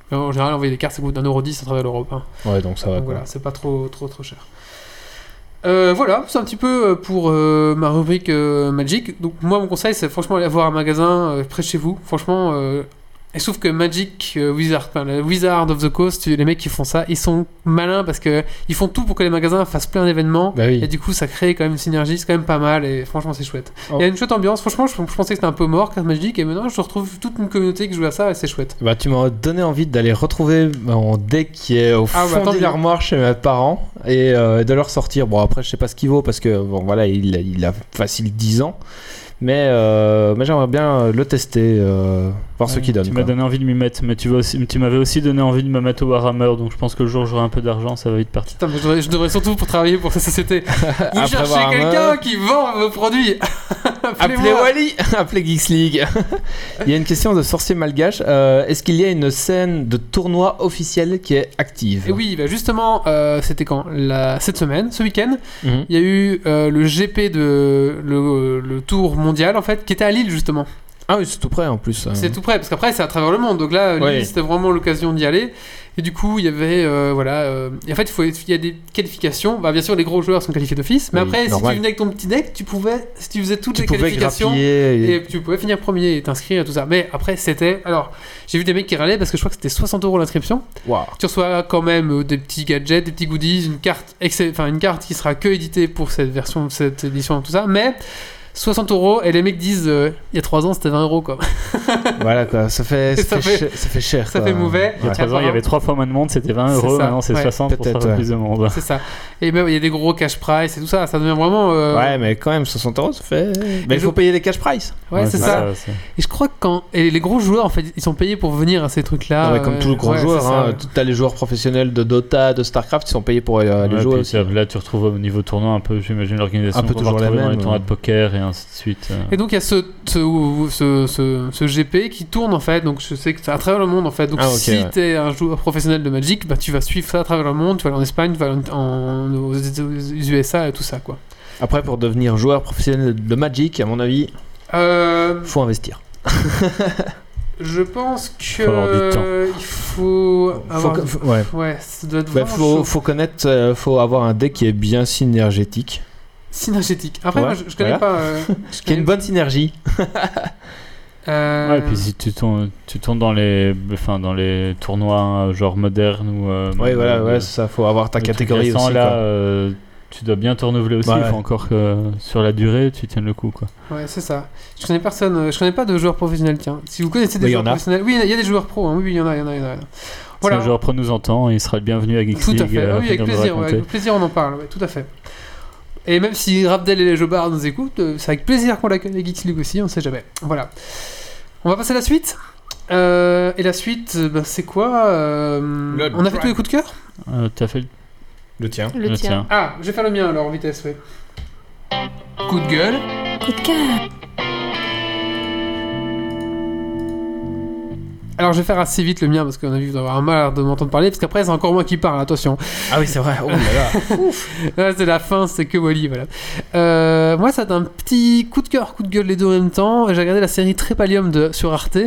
[SPEAKER 1] Mais En général, envoyer des cartes, ça coûte 1,10€ à travers l'Europe. hein.
[SPEAKER 2] Ouais, donc ça va.
[SPEAKER 1] Donc
[SPEAKER 2] quoi.
[SPEAKER 1] voilà, c'est pas trop trop trop cher. Euh, voilà, c'est un petit peu euh, pour euh, ma rubrique euh, Magic. Donc moi mon conseil c'est franchement aller avoir un magasin euh, près de chez vous. Franchement, euh, et sauf que Magic euh, Wizard, enfin, le Wizard of the Coast, les mecs qui font ça, ils sont malins parce que ils font tout pour que les magasins fassent plein d'événements.
[SPEAKER 2] Bah oui.
[SPEAKER 1] Et du coup, ça crée quand même une synergie, c'est quand même pas mal, et franchement, c'est chouette. Il
[SPEAKER 2] Oh.
[SPEAKER 1] y a une chouette ambiance, franchement, je, je pensais que c'était un peu mort, carte Magic, et maintenant, je retrouve toute une communauté qui joue à ça, et c'est chouette.
[SPEAKER 2] Bah, tu m'as donné envie d'aller retrouver mon deck qui est au
[SPEAKER 1] Ah, bah,
[SPEAKER 2] fond
[SPEAKER 1] tant
[SPEAKER 2] de
[SPEAKER 1] mieux.
[SPEAKER 2] l'armoire chez mes parents et euh, de leur sortir. Bon, après, je sais pas ce qu'il vaut parce que bon, voilà, il, il a facile 10 ans. Mais, euh, mais j'aimerais bien le tester, euh, voir ce
[SPEAKER 3] ouais,
[SPEAKER 2] qu'il donne.
[SPEAKER 3] Tu m'as
[SPEAKER 2] quoi.
[SPEAKER 3] donné envie de m'y mettre, mais tu, vas aussi- tu m'avais aussi donné envie de me mettre au Warhammer, donc je pense que le jour où j'aurai un peu d'argent, ça va vite partir.
[SPEAKER 1] Putain, mais je devrais, je devrais surtout pour travailler pour cette société. Vous
[SPEAKER 2] Après
[SPEAKER 1] cherchez
[SPEAKER 2] avoir un
[SPEAKER 1] quelqu'un
[SPEAKER 2] mug.
[SPEAKER 1] qui vend vos produits.
[SPEAKER 2] Appelez
[SPEAKER 1] Appelez-moi.
[SPEAKER 2] Wally Appelez Geeks League Il y a une question de sorcier malgache. Euh, Est-ce qu'il y a une scène de tournoi officielle qui est active
[SPEAKER 1] Et oui, bah justement, euh, c'était quand La- Cette semaine, ce week-end,
[SPEAKER 2] Mhm.
[SPEAKER 1] il y a eu euh, le GP de le, le Tour mondial en fait, qui était à Lille justement.
[SPEAKER 2] Ah oui, c'est tout près en plus.
[SPEAKER 1] C'est tout près, parce qu'après c'est à travers le monde. Donc là, Lille,
[SPEAKER 2] Ouais.
[SPEAKER 1] c'était vraiment l'occasion d'y aller. Et du coup, il y avait euh, voilà. euh, et en fait, il faut- il y a des qualifications. Bah bien sûr, les gros joueurs sont qualifiés d'office, mais
[SPEAKER 2] Oui,
[SPEAKER 1] après, si
[SPEAKER 2] normal.
[SPEAKER 1] tu venais avec ton petit deck, tu pouvais, si tu faisais toutes
[SPEAKER 2] Tu
[SPEAKER 1] les
[SPEAKER 2] pouvais
[SPEAKER 1] qualifications.
[SPEAKER 2] grappiller.
[SPEAKER 1] Et tu pouvais finir premier et t'inscrire et tout ça. Mais après, c'était. Alors, j'ai vu des mecs qui râlaient parce que je crois que c'était 60 euros l'inscription.
[SPEAKER 2] Waouh.
[SPEAKER 1] Tu reçois quand même euh, des petits gadgets, des petits goodies, une carte, excell- enfin, une carte qui sera que éditée pour cette version, cette édition, tout ça. Mais 60 euros et les mecs disent euh, il y a 3 ans c'était 20 euros quoi.
[SPEAKER 2] Voilà quoi, ça fait,
[SPEAKER 1] Et ça
[SPEAKER 2] ça
[SPEAKER 1] fait-
[SPEAKER 2] fait, cher- ça fait cher.
[SPEAKER 1] Ça
[SPEAKER 2] quoi.
[SPEAKER 1] fait mauvais.
[SPEAKER 3] Il y a
[SPEAKER 2] Ouais.
[SPEAKER 1] Tiens,
[SPEAKER 3] 3 ans, il y
[SPEAKER 1] pardon.
[SPEAKER 3] avait 3 fois moins de monde, c'était 20
[SPEAKER 1] C'est
[SPEAKER 3] euros,
[SPEAKER 1] ça,
[SPEAKER 3] maintenant c'est
[SPEAKER 1] ouais.
[SPEAKER 3] 60 pour
[SPEAKER 2] Peut-être,
[SPEAKER 3] faire
[SPEAKER 2] ouais.
[SPEAKER 3] plus de monde.
[SPEAKER 1] C'est ça. Et même il y a des gros cash price et tout ça. Ça devient vraiment. euh,
[SPEAKER 2] Ouais, mais quand même, 60 euros, ça fait. Mais il
[SPEAKER 1] je-
[SPEAKER 2] faut payer les cash price.
[SPEAKER 1] ouais, c'est ça.
[SPEAKER 3] c'est-
[SPEAKER 1] Et je crois que quand. Et les gros joueurs en fait ils sont payés pour venir à ces euh, trucs là.
[SPEAKER 2] non, mais comme tout le grand joueur, hein, t'as les joueurs professionnels de Dota, de Starcraft, ils sont payés pour euh,
[SPEAKER 3] Ouais,
[SPEAKER 2] les jouer
[SPEAKER 3] puis
[SPEAKER 2] aussi.
[SPEAKER 3] ça- Là, tu retrouves au niveau tournoi un peu, j'imagine, l'organisation.
[SPEAKER 2] Un peu
[SPEAKER 3] qu'on va
[SPEAKER 2] toujours la
[SPEAKER 3] retrouver dans
[SPEAKER 2] même,
[SPEAKER 3] les tournois de
[SPEAKER 2] ouais.
[SPEAKER 3] poker et ainsi de suite. euh.
[SPEAKER 1] Et donc il y a ce, ce, ce, ce- ce GP qui tourne en fait, donc je sais que c'est à travers le monde en fait. Donc
[SPEAKER 2] Ah, ok,
[SPEAKER 1] si
[SPEAKER 2] ouais.
[SPEAKER 1] t'es un joueur professionnel de Magic, bah, tu vas suivre ça à travers le monde, tu vas aller en Espagne, tu vas aller en, en- aux, aux USA et tout ça quoi.
[SPEAKER 2] Après, pour devenir joueur professionnel de Magic, à mon avis,
[SPEAKER 1] Euh,
[SPEAKER 2] faut investir.
[SPEAKER 1] je pense que
[SPEAKER 3] Faut avoir du temps.
[SPEAKER 1] il faut
[SPEAKER 2] Faut
[SPEAKER 1] avoir.
[SPEAKER 2] que- faut- ouais.
[SPEAKER 1] Ouais, ça doit être
[SPEAKER 2] Bah,
[SPEAKER 1] vraiment
[SPEAKER 2] faut,
[SPEAKER 1] chaud.
[SPEAKER 2] faut connaître, euh, faut avoir un deck qui est bien synergétique,
[SPEAKER 1] Synergétique. Après,
[SPEAKER 2] Ouais,
[SPEAKER 1] moi, je, je connais
[SPEAKER 2] voilà.
[SPEAKER 1] pas. euh, je
[SPEAKER 2] qui a une bonne synergie.
[SPEAKER 1] euh,
[SPEAKER 3] Ouais, et puis si tu tournes, tu tournes dans les, enfin dans les tournois hein, genre modernes ou. euh,
[SPEAKER 2] Ouais, voilà,
[SPEAKER 3] de-
[SPEAKER 2] ouais, c'est ça. Faut avoir ta
[SPEAKER 3] de trucs
[SPEAKER 2] catégorie
[SPEAKER 3] récents,
[SPEAKER 2] aussi.
[SPEAKER 3] là,
[SPEAKER 2] quoi.
[SPEAKER 3] euh, tu dois bien te renouveler aussi.
[SPEAKER 2] Ouais.
[SPEAKER 3] Il faut encore que sur la durée, tu tiennes le coup, quoi.
[SPEAKER 1] Ouais, c'est ça. Je connais personne, euh, je connais pas de joueurs professionnels, tiens. Si vous connaissez des
[SPEAKER 2] Oui,
[SPEAKER 1] joueurs
[SPEAKER 2] il Bah, y en a.
[SPEAKER 1] professionnels, oui, il y a- il y a des joueurs pros, hein. oui, oui, il y en a, il y en a, il y en a.
[SPEAKER 3] Si un joueur pro nous entend, il sera le bienvenu à Geeks
[SPEAKER 1] Tout à
[SPEAKER 3] League.
[SPEAKER 1] fait,
[SPEAKER 3] euh,
[SPEAKER 1] Ah oui, avec
[SPEAKER 3] pour nous
[SPEAKER 1] plaisir, ouais,
[SPEAKER 3] raconter.
[SPEAKER 1] avec plaisir on en parle, ouais, tout à fait. Et même si Rabdel et les Jobards nous écoutent, euh, c'est avec plaisir qu'on l'accueille à Geeks League aussi, on sait jamais. Voilà. On va passer à la suite. Euh, et la suite, euh, ben, c'est quoi euh,
[SPEAKER 7] Le
[SPEAKER 1] On a fait
[SPEAKER 7] Drive.
[SPEAKER 1] tous les coups de cœur
[SPEAKER 3] Euh, T'as fait Euh, le,
[SPEAKER 2] Le tien.
[SPEAKER 4] Le
[SPEAKER 3] le
[SPEAKER 4] tien.
[SPEAKER 3] tien.
[SPEAKER 1] Ah, je vais faire le mien alors, en vitesse, oui. Coup de gueule.
[SPEAKER 5] Coup de cœur.
[SPEAKER 1] Alors je vais faire assez vite le mien parce qu'on a vu d'avoir un mal de m'entendre parler parce qu'après c'est encore moi qui parle, attention.
[SPEAKER 2] Ah oui, c'est vrai. Oh là là.
[SPEAKER 1] Ouais, c'est la fin, c'est que Wally, voilà. Euh, moi, ça a été un petit coup de cœur, coup de gueule les deux en même temps. J'ai regardé la série Trépalium de, sur Arte.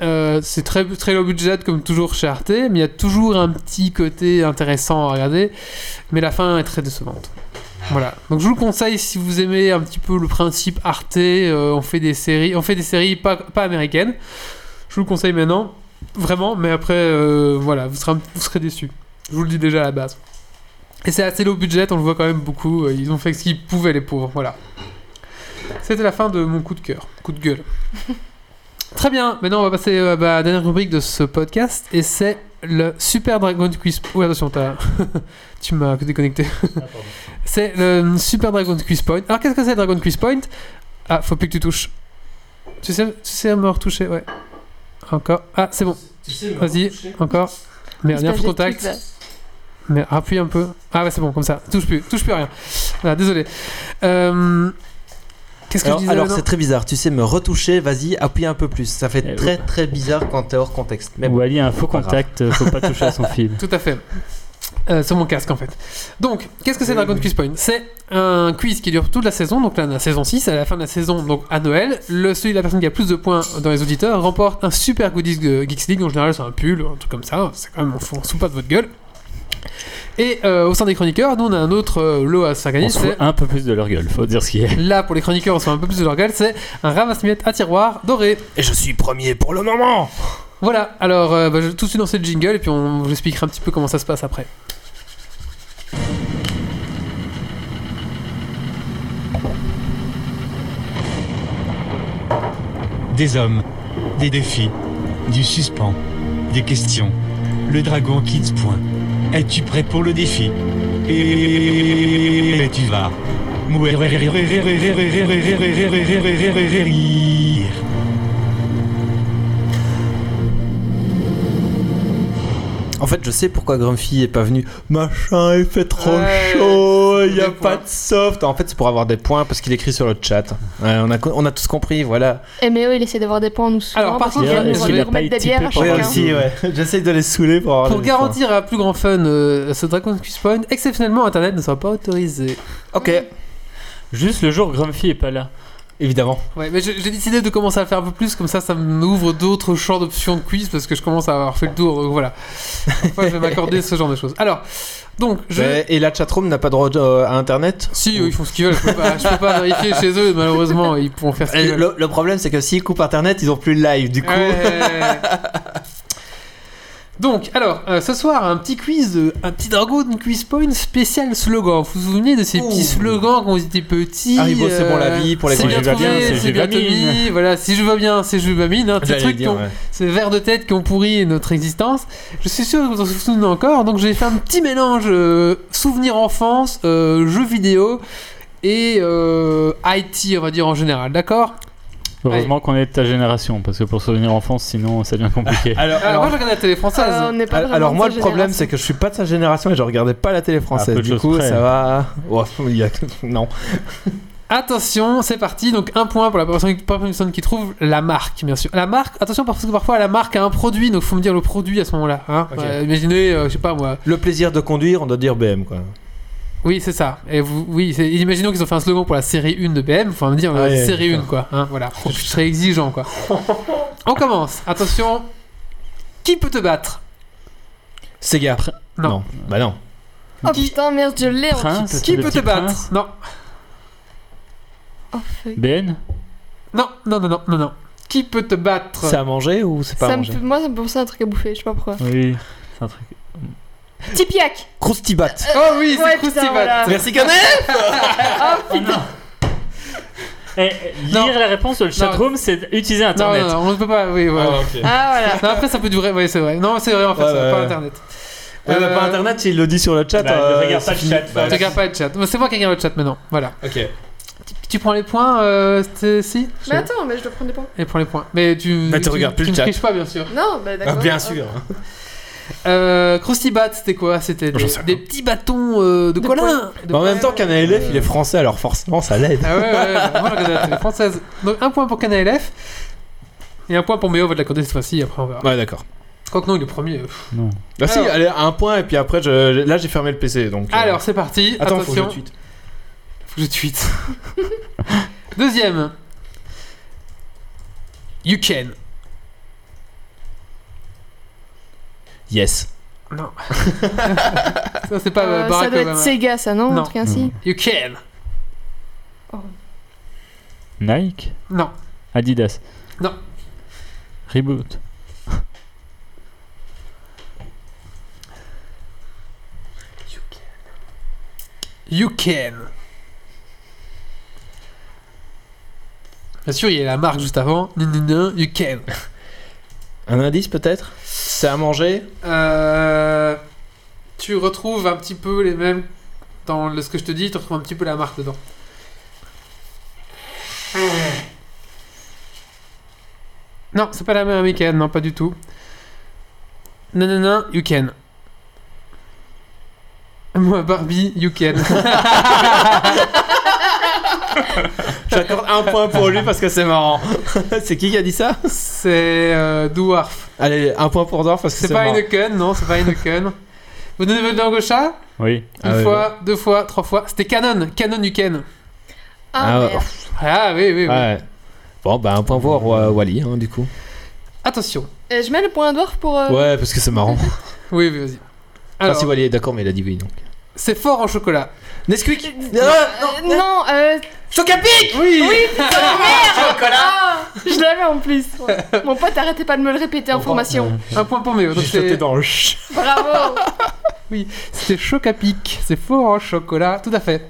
[SPEAKER 1] Euh, c'est très, très low budget comme toujours chez Arte, mais il y a toujours un petit côté intéressant à regarder. Mais la fin est très décevante. Voilà. Donc je vous le conseille si vous aimez un petit peu le principe Arte. euh, on fait des séries, on fait des séries pas, pas américaines. Je vous le conseille maintenant, vraiment. Mais après, euh, voilà, vous serez, un- vous serez déçus. Je vous le dis déjà à la base. Et c'est assez low budget, on le voit quand même beaucoup. euh, Ils ont fait ce qu'ils pouvaient, les pauvres. Voilà. C'était la fin de mon coup de cœur, coup de gueule. Très bien, maintenant on va passer euh, bah, à la dernière rubrique de ce podcast et c'est le Super Dragon Quiz. Oui, attention, t'as- tu m'as déconnecté. c'est le Super Dragon Quiz Point. Alors qu'est-ce que c'est Dragon Quiz Point Ah, faut plus que tu touches. Tu sais, tu sais me retoucher, ouais. Encore. Ah, c'est bon. Vas-y, encore. Merde, il y a un faux contact. Mais appuie un peu. Ah ouais, c'est bon, comme ça. Touche plus, touche plus à rien. Voilà, désolé. Euh, Qu'est-ce que je
[SPEAKER 6] Alors,
[SPEAKER 1] disais
[SPEAKER 6] alors,
[SPEAKER 1] là-dedans
[SPEAKER 6] c'est très bizarre, tu sais me retoucher, vas-y, appuie un peu plus. Ça
[SPEAKER 3] Eh,
[SPEAKER 6] fait très très bizarre quand t'es hors contexte. Mais bon.
[SPEAKER 3] Wally a un faux
[SPEAKER 6] pas grave.
[SPEAKER 3] contact, euh, faut pas toucher à son fil.
[SPEAKER 1] Tout à fait. Euh, sur mon casque en fait. Donc, qu'est-ce que c'est Dragon Quiz Point C'est un quiz qui dure toute la saison, donc là, la saison 6, à la fin de la saison, donc à Noël, le, celui de la personne qui a plus de points dans les auditeurs remporte un super goodies de Geeks League, en général c'est un pull, un truc comme ça, c'est quand même, on fout- on se fout pas de votre gueule. Et euh, au sein des chroniqueurs, nous on a un autre euh, lot à se faire gagner,
[SPEAKER 3] On se fout
[SPEAKER 1] c'est
[SPEAKER 3] un peu plus de leur gueule, faut dire ce qu'il y a.
[SPEAKER 1] là pour les chroniqueurs, on se fait un peu plus de leur gueule, c'est un ramasse-miettes à tiroir doré.
[SPEAKER 6] Et je suis premier pour le moment
[SPEAKER 1] Voilà, alors euh, bah, je vais tout de suite lancer le jingle et puis on vous expliquera un petit peu comment ça se passe après.
[SPEAKER 8] Des hommes, des défis, du suspens, des questions. Le dragon quitte point. Es-tu prêt pour le défi Et tu vas.
[SPEAKER 6] En fait, je sais pourquoi Grumpy est pas venu. Machin, il fait trop
[SPEAKER 1] Ouais,
[SPEAKER 6] chaud,
[SPEAKER 1] c'est
[SPEAKER 6] il y a
[SPEAKER 1] des
[SPEAKER 6] pas
[SPEAKER 1] points.
[SPEAKER 6] de soft.
[SPEAKER 2] En fait, c'est pour avoir des points parce qu'il écrit sur le chat. Ouais, on, a, co- on a tous compris, voilà.
[SPEAKER 4] Et mais oh, il essaie d'avoir des points en nous saoulant
[SPEAKER 1] Alors, par
[SPEAKER 4] parce qu'il
[SPEAKER 1] contre,
[SPEAKER 4] vient
[SPEAKER 1] est-ce
[SPEAKER 4] nous
[SPEAKER 1] qu'il a
[SPEAKER 4] remettre
[SPEAKER 3] pas
[SPEAKER 4] des bières
[SPEAKER 3] équipé
[SPEAKER 4] à
[SPEAKER 3] pour
[SPEAKER 4] chacun.
[SPEAKER 3] avoir des-
[SPEAKER 2] ouais.
[SPEAKER 6] J'essaye de les saouler pour
[SPEAKER 2] Oh,
[SPEAKER 6] avoir
[SPEAKER 1] Pour
[SPEAKER 6] des points.
[SPEAKER 1] garantir un plus grand fun euh, ce Dragon Quest Point, exceptionnellement Internet ne sera pas autorisé.
[SPEAKER 6] Ok,
[SPEAKER 3] Juste le jour où Grumpy est pas là.
[SPEAKER 6] évidemment.
[SPEAKER 1] Ouais, mais je- j'ai décidé de commencer à le faire un peu plus, comme ça ça m'ouvre d'autres champs d'options de quiz parce que je commence à avoir fait le tour, donc voilà. Enfin, je vais m'accorder ce genre de choses. Alors, donc, je.
[SPEAKER 2] Mais- Et la chatroom n'a pas droit euh, à internet
[SPEAKER 1] Si, eux, ils font ce qu'ils veulent, je peux pas, je peux pas vérifier chez eux, malheureusement, ils pourront faire ce qu'ils
[SPEAKER 6] Et
[SPEAKER 1] veulent.
[SPEAKER 6] Le, le problème, c'est que s'ils coupent internet, ils ont plus le live. Du coup,
[SPEAKER 1] Ouais. Euh. Donc, alors, euh, ce soir, un petit quiz, euh, un petit dragon de quiz point spécial slogan. Vous vous souvenez de ces
[SPEAKER 6] Ouh.
[SPEAKER 1] petits slogans quand vous étiez petits
[SPEAKER 2] Haribo, c'est Ah bon la
[SPEAKER 1] euh,
[SPEAKER 2] vie, pour les
[SPEAKER 1] c'est
[SPEAKER 2] grands,
[SPEAKER 1] bien
[SPEAKER 2] je vais
[SPEAKER 1] trouvé,
[SPEAKER 3] bien, c'est
[SPEAKER 1] c'est bien
[SPEAKER 3] Juvamine.
[SPEAKER 1] tenu, Voilà, si je vais bien, c'est Juvamine. Hein, ces
[SPEAKER 2] J'allais
[SPEAKER 1] trucs,
[SPEAKER 2] dire,
[SPEAKER 1] qui ont-
[SPEAKER 2] ouais.
[SPEAKER 1] ces vers de tête qui ont pourri notre existence. Je suis sûr que vous en souvenez encore, donc j'ai fait un petit mélange euh, souvenir enfance, euh, jeux vidéo et euh, IT, on va dire en général, d'accord
[SPEAKER 3] Heureusement qu'on est de ta génération, parce que pour souvenir enfance, sinon ça devient compliqué.
[SPEAKER 2] Alors,
[SPEAKER 1] Alors,
[SPEAKER 2] alors-
[SPEAKER 1] moi, je regarde la télé française.
[SPEAKER 4] Euh, on n'est pas vraiment
[SPEAKER 2] alors moi,
[SPEAKER 4] de
[SPEAKER 2] le
[SPEAKER 4] cette
[SPEAKER 2] problème,
[SPEAKER 4] génération.
[SPEAKER 2] c'est que je suis pas de sa génération et je regardais pas la télé
[SPEAKER 3] À
[SPEAKER 2] française.
[SPEAKER 3] peu de
[SPEAKER 2] Du
[SPEAKER 3] choses
[SPEAKER 2] coup,
[SPEAKER 3] près.
[SPEAKER 2] ça va. Oh, il y a- Non.
[SPEAKER 1] Attention, c'est parti. Donc un point pour la personne, pour la personne qui trouve la marque, bien sûr. La marque, attention parce que parfois la marque a un produit, donc faut me dire le produit à ce moment-là. hein.
[SPEAKER 2] Ok.
[SPEAKER 1] Ouais, imaginez, euh, je sais pas moi.
[SPEAKER 2] Le plaisir de conduire, on doit dire BM, quoi.
[SPEAKER 1] Oui, c'est ça. Et vous, oui, c'est- imaginons qu'ils ont fait un slogan pour la série 1 de BM. Faut me dire euh,
[SPEAKER 2] Ah ouais,
[SPEAKER 1] série 1 quoi. hein, voilà. Je serais exigeant quoi. On commence. Attention. Qui peut te battre
[SPEAKER 2] Sega.
[SPEAKER 1] Non.
[SPEAKER 2] Bah non.
[SPEAKER 4] Oh putain, merde, je l'ai en
[SPEAKER 3] Prince
[SPEAKER 4] type.
[SPEAKER 1] Qui
[SPEAKER 3] le
[SPEAKER 1] peut te
[SPEAKER 3] petit
[SPEAKER 1] battre
[SPEAKER 3] prince
[SPEAKER 1] Non,
[SPEAKER 4] Oh fuck.
[SPEAKER 3] BN
[SPEAKER 1] non, non, non, non, non, non. Qui peut te battre
[SPEAKER 2] C'est à manger ou c'est pas à
[SPEAKER 4] Ça me
[SPEAKER 2] manger
[SPEAKER 4] fait- moi, ça me fait penser à un truc à bouffer, je sais pas pourquoi.
[SPEAKER 3] Oui, c'est un truc.
[SPEAKER 4] Tipiak
[SPEAKER 2] Croustibat.
[SPEAKER 1] Oh oui, c'est
[SPEAKER 4] Ouais, putain,
[SPEAKER 1] Croustibat.
[SPEAKER 4] voilà.
[SPEAKER 6] Merci Canet
[SPEAKER 3] Oh non Eh, eh,
[SPEAKER 1] Non.
[SPEAKER 3] Lire la réponse sur le chatroom, c'est utiliser
[SPEAKER 1] Non,
[SPEAKER 3] Internet.
[SPEAKER 1] non, non, on ne peut pas. Oui, voilà.
[SPEAKER 4] Ah voilà.
[SPEAKER 1] Non, après, ça peut durer. Oui, c'est vrai. Non, c'est vrai, en fait,
[SPEAKER 2] Ouais,
[SPEAKER 1] ça,
[SPEAKER 2] ouais,
[SPEAKER 1] pas
[SPEAKER 2] ouais.
[SPEAKER 1] internet.
[SPEAKER 2] Ouais, bah,
[SPEAKER 1] Euh,
[SPEAKER 2] pas internet, il le dit sur le chat.
[SPEAKER 3] Bah,
[SPEAKER 2] euh,
[SPEAKER 3] regarde
[SPEAKER 2] c'est
[SPEAKER 3] pas le
[SPEAKER 2] fini.
[SPEAKER 3] chat,
[SPEAKER 2] Bah,
[SPEAKER 1] Tu regardes pas le chat. C'est moi qui regarde le chat maintenant. Voilà.
[SPEAKER 2] Ok.
[SPEAKER 1] Tu, tu prends les points, euh, Stacy
[SPEAKER 4] Mais attends, mais je dois prendre des points.
[SPEAKER 1] Et prends les points. Mais tu.
[SPEAKER 2] Bah, tu regardes plus
[SPEAKER 1] tu
[SPEAKER 2] le
[SPEAKER 1] me
[SPEAKER 2] chat.
[SPEAKER 1] triches pas, bien sûr.
[SPEAKER 4] Non, bah
[SPEAKER 2] Ah,
[SPEAKER 4] d'accord.
[SPEAKER 2] bien sûr.
[SPEAKER 1] Euh, Krusty Bat, c'était quoi C'était des,
[SPEAKER 2] J'en sais rien.
[SPEAKER 1] des petits bâtons euh, de
[SPEAKER 4] Des
[SPEAKER 1] colin De
[SPEAKER 2] Mais Bah, en même
[SPEAKER 1] poing.
[SPEAKER 2] temps qu'un ALF, il est français, alors forcément, ça l'aide.
[SPEAKER 1] Ah ouais, ouais, ouais, bah, moi, je regardais la télé française. Donc, un point pour Cana LF. Et un point pour Méo, va te l'accorder cette fois-ci, après on verra.
[SPEAKER 2] Ouais, d'accord.
[SPEAKER 1] Quoique non, il est premier. euh, Pff.
[SPEAKER 2] Bah, si,
[SPEAKER 1] Alors.
[SPEAKER 2] allez, à un point, et puis après, je- là, j'ai fermé le PC. donc. euh,
[SPEAKER 1] Alors, c'est parti.
[SPEAKER 2] attends, faut que je
[SPEAKER 1] Attention.
[SPEAKER 2] tweete.
[SPEAKER 1] Faut que je tweet. Deuxième. You can.
[SPEAKER 2] Yes.
[SPEAKER 1] Non. ça, c'est pas euh,
[SPEAKER 4] Euh, ça
[SPEAKER 1] Barack
[SPEAKER 4] doit être
[SPEAKER 1] Obama.
[SPEAKER 4] Sega, ça, non Mm.
[SPEAKER 1] Non.
[SPEAKER 4] Un truc ainsi
[SPEAKER 1] You can.
[SPEAKER 3] Nike
[SPEAKER 1] Non.
[SPEAKER 3] Adidas
[SPEAKER 1] Non.
[SPEAKER 3] Reboot
[SPEAKER 1] You can. Bien sûr, il y a la marque juste avant. Nin, nin, nin, You can.
[SPEAKER 2] Un indice, peut-être C'est à manger
[SPEAKER 1] Euh, tu retrouves un petit peu les mêmes. Dans le- ce que je te dis, tu retrouves un petit peu la marque dedans. Non, c'est pas la même américaine, non, pas du tout. Non, non, non, you can. Moi, Barbie, you can.
[SPEAKER 2] J'accorde un point pour lui parce que c'est marrant. c'est qui qui a dit ça
[SPEAKER 1] c'est euh, Dwarf.
[SPEAKER 2] Allez, un point pour Dorf parce que
[SPEAKER 1] C'est
[SPEAKER 2] c'est
[SPEAKER 1] pas
[SPEAKER 2] marrant.
[SPEAKER 1] une gun, non, c'est pas une gun. Vous donnez votre langue au chat
[SPEAKER 3] Oui.
[SPEAKER 1] Une
[SPEAKER 2] Ah ouais,
[SPEAKER 1] fois, deux fois, trois fois. C'était Canon, Canon, you can.
[SPEAKER 4] Ah,
[SPEAKER 2] Ah,
[SPEAKER 4] merde.
[SPEAKER 1] Ah oui, oui, oui.
[SPEAKER 2] Ouais. Bon, bah, un point pour Wa- Wally, hein, du coup.
[SPEAKER 1] Attention.
[SPEAKER 4] Euh, je mets le point dwarf pour. euh,
[SPEAKER 2] Ouais, parce que c'est marrant.
[SPEAKER 1] Oui, oui, vas-y.
[SPEAKER 2] Alors,
[SPEAKER 1] Alors,
[SPEAKER 2] si Wally est d'accord, mais il a dit oui, donc.
[SPEAKER 1] c'est fort en chocolat.
[SPEAKER 2] Nesquik
[SPEAKER 4] euh, non, euh,
[SPEAKER 1] Oui,
[SPEAKER 4] ah, je l'avais en plus. Ouais. Mon pote, arrêtez pas de me le répéter en formation.
[SPEAKER 1] Un point pour Méo. donc c'est-
[SPEAKER 2] dans le ch.
[SPEAKER 4] Bravo.
[SPEAKER 1] C'était choc à pic. C'est fort en chocolat, tout à fait.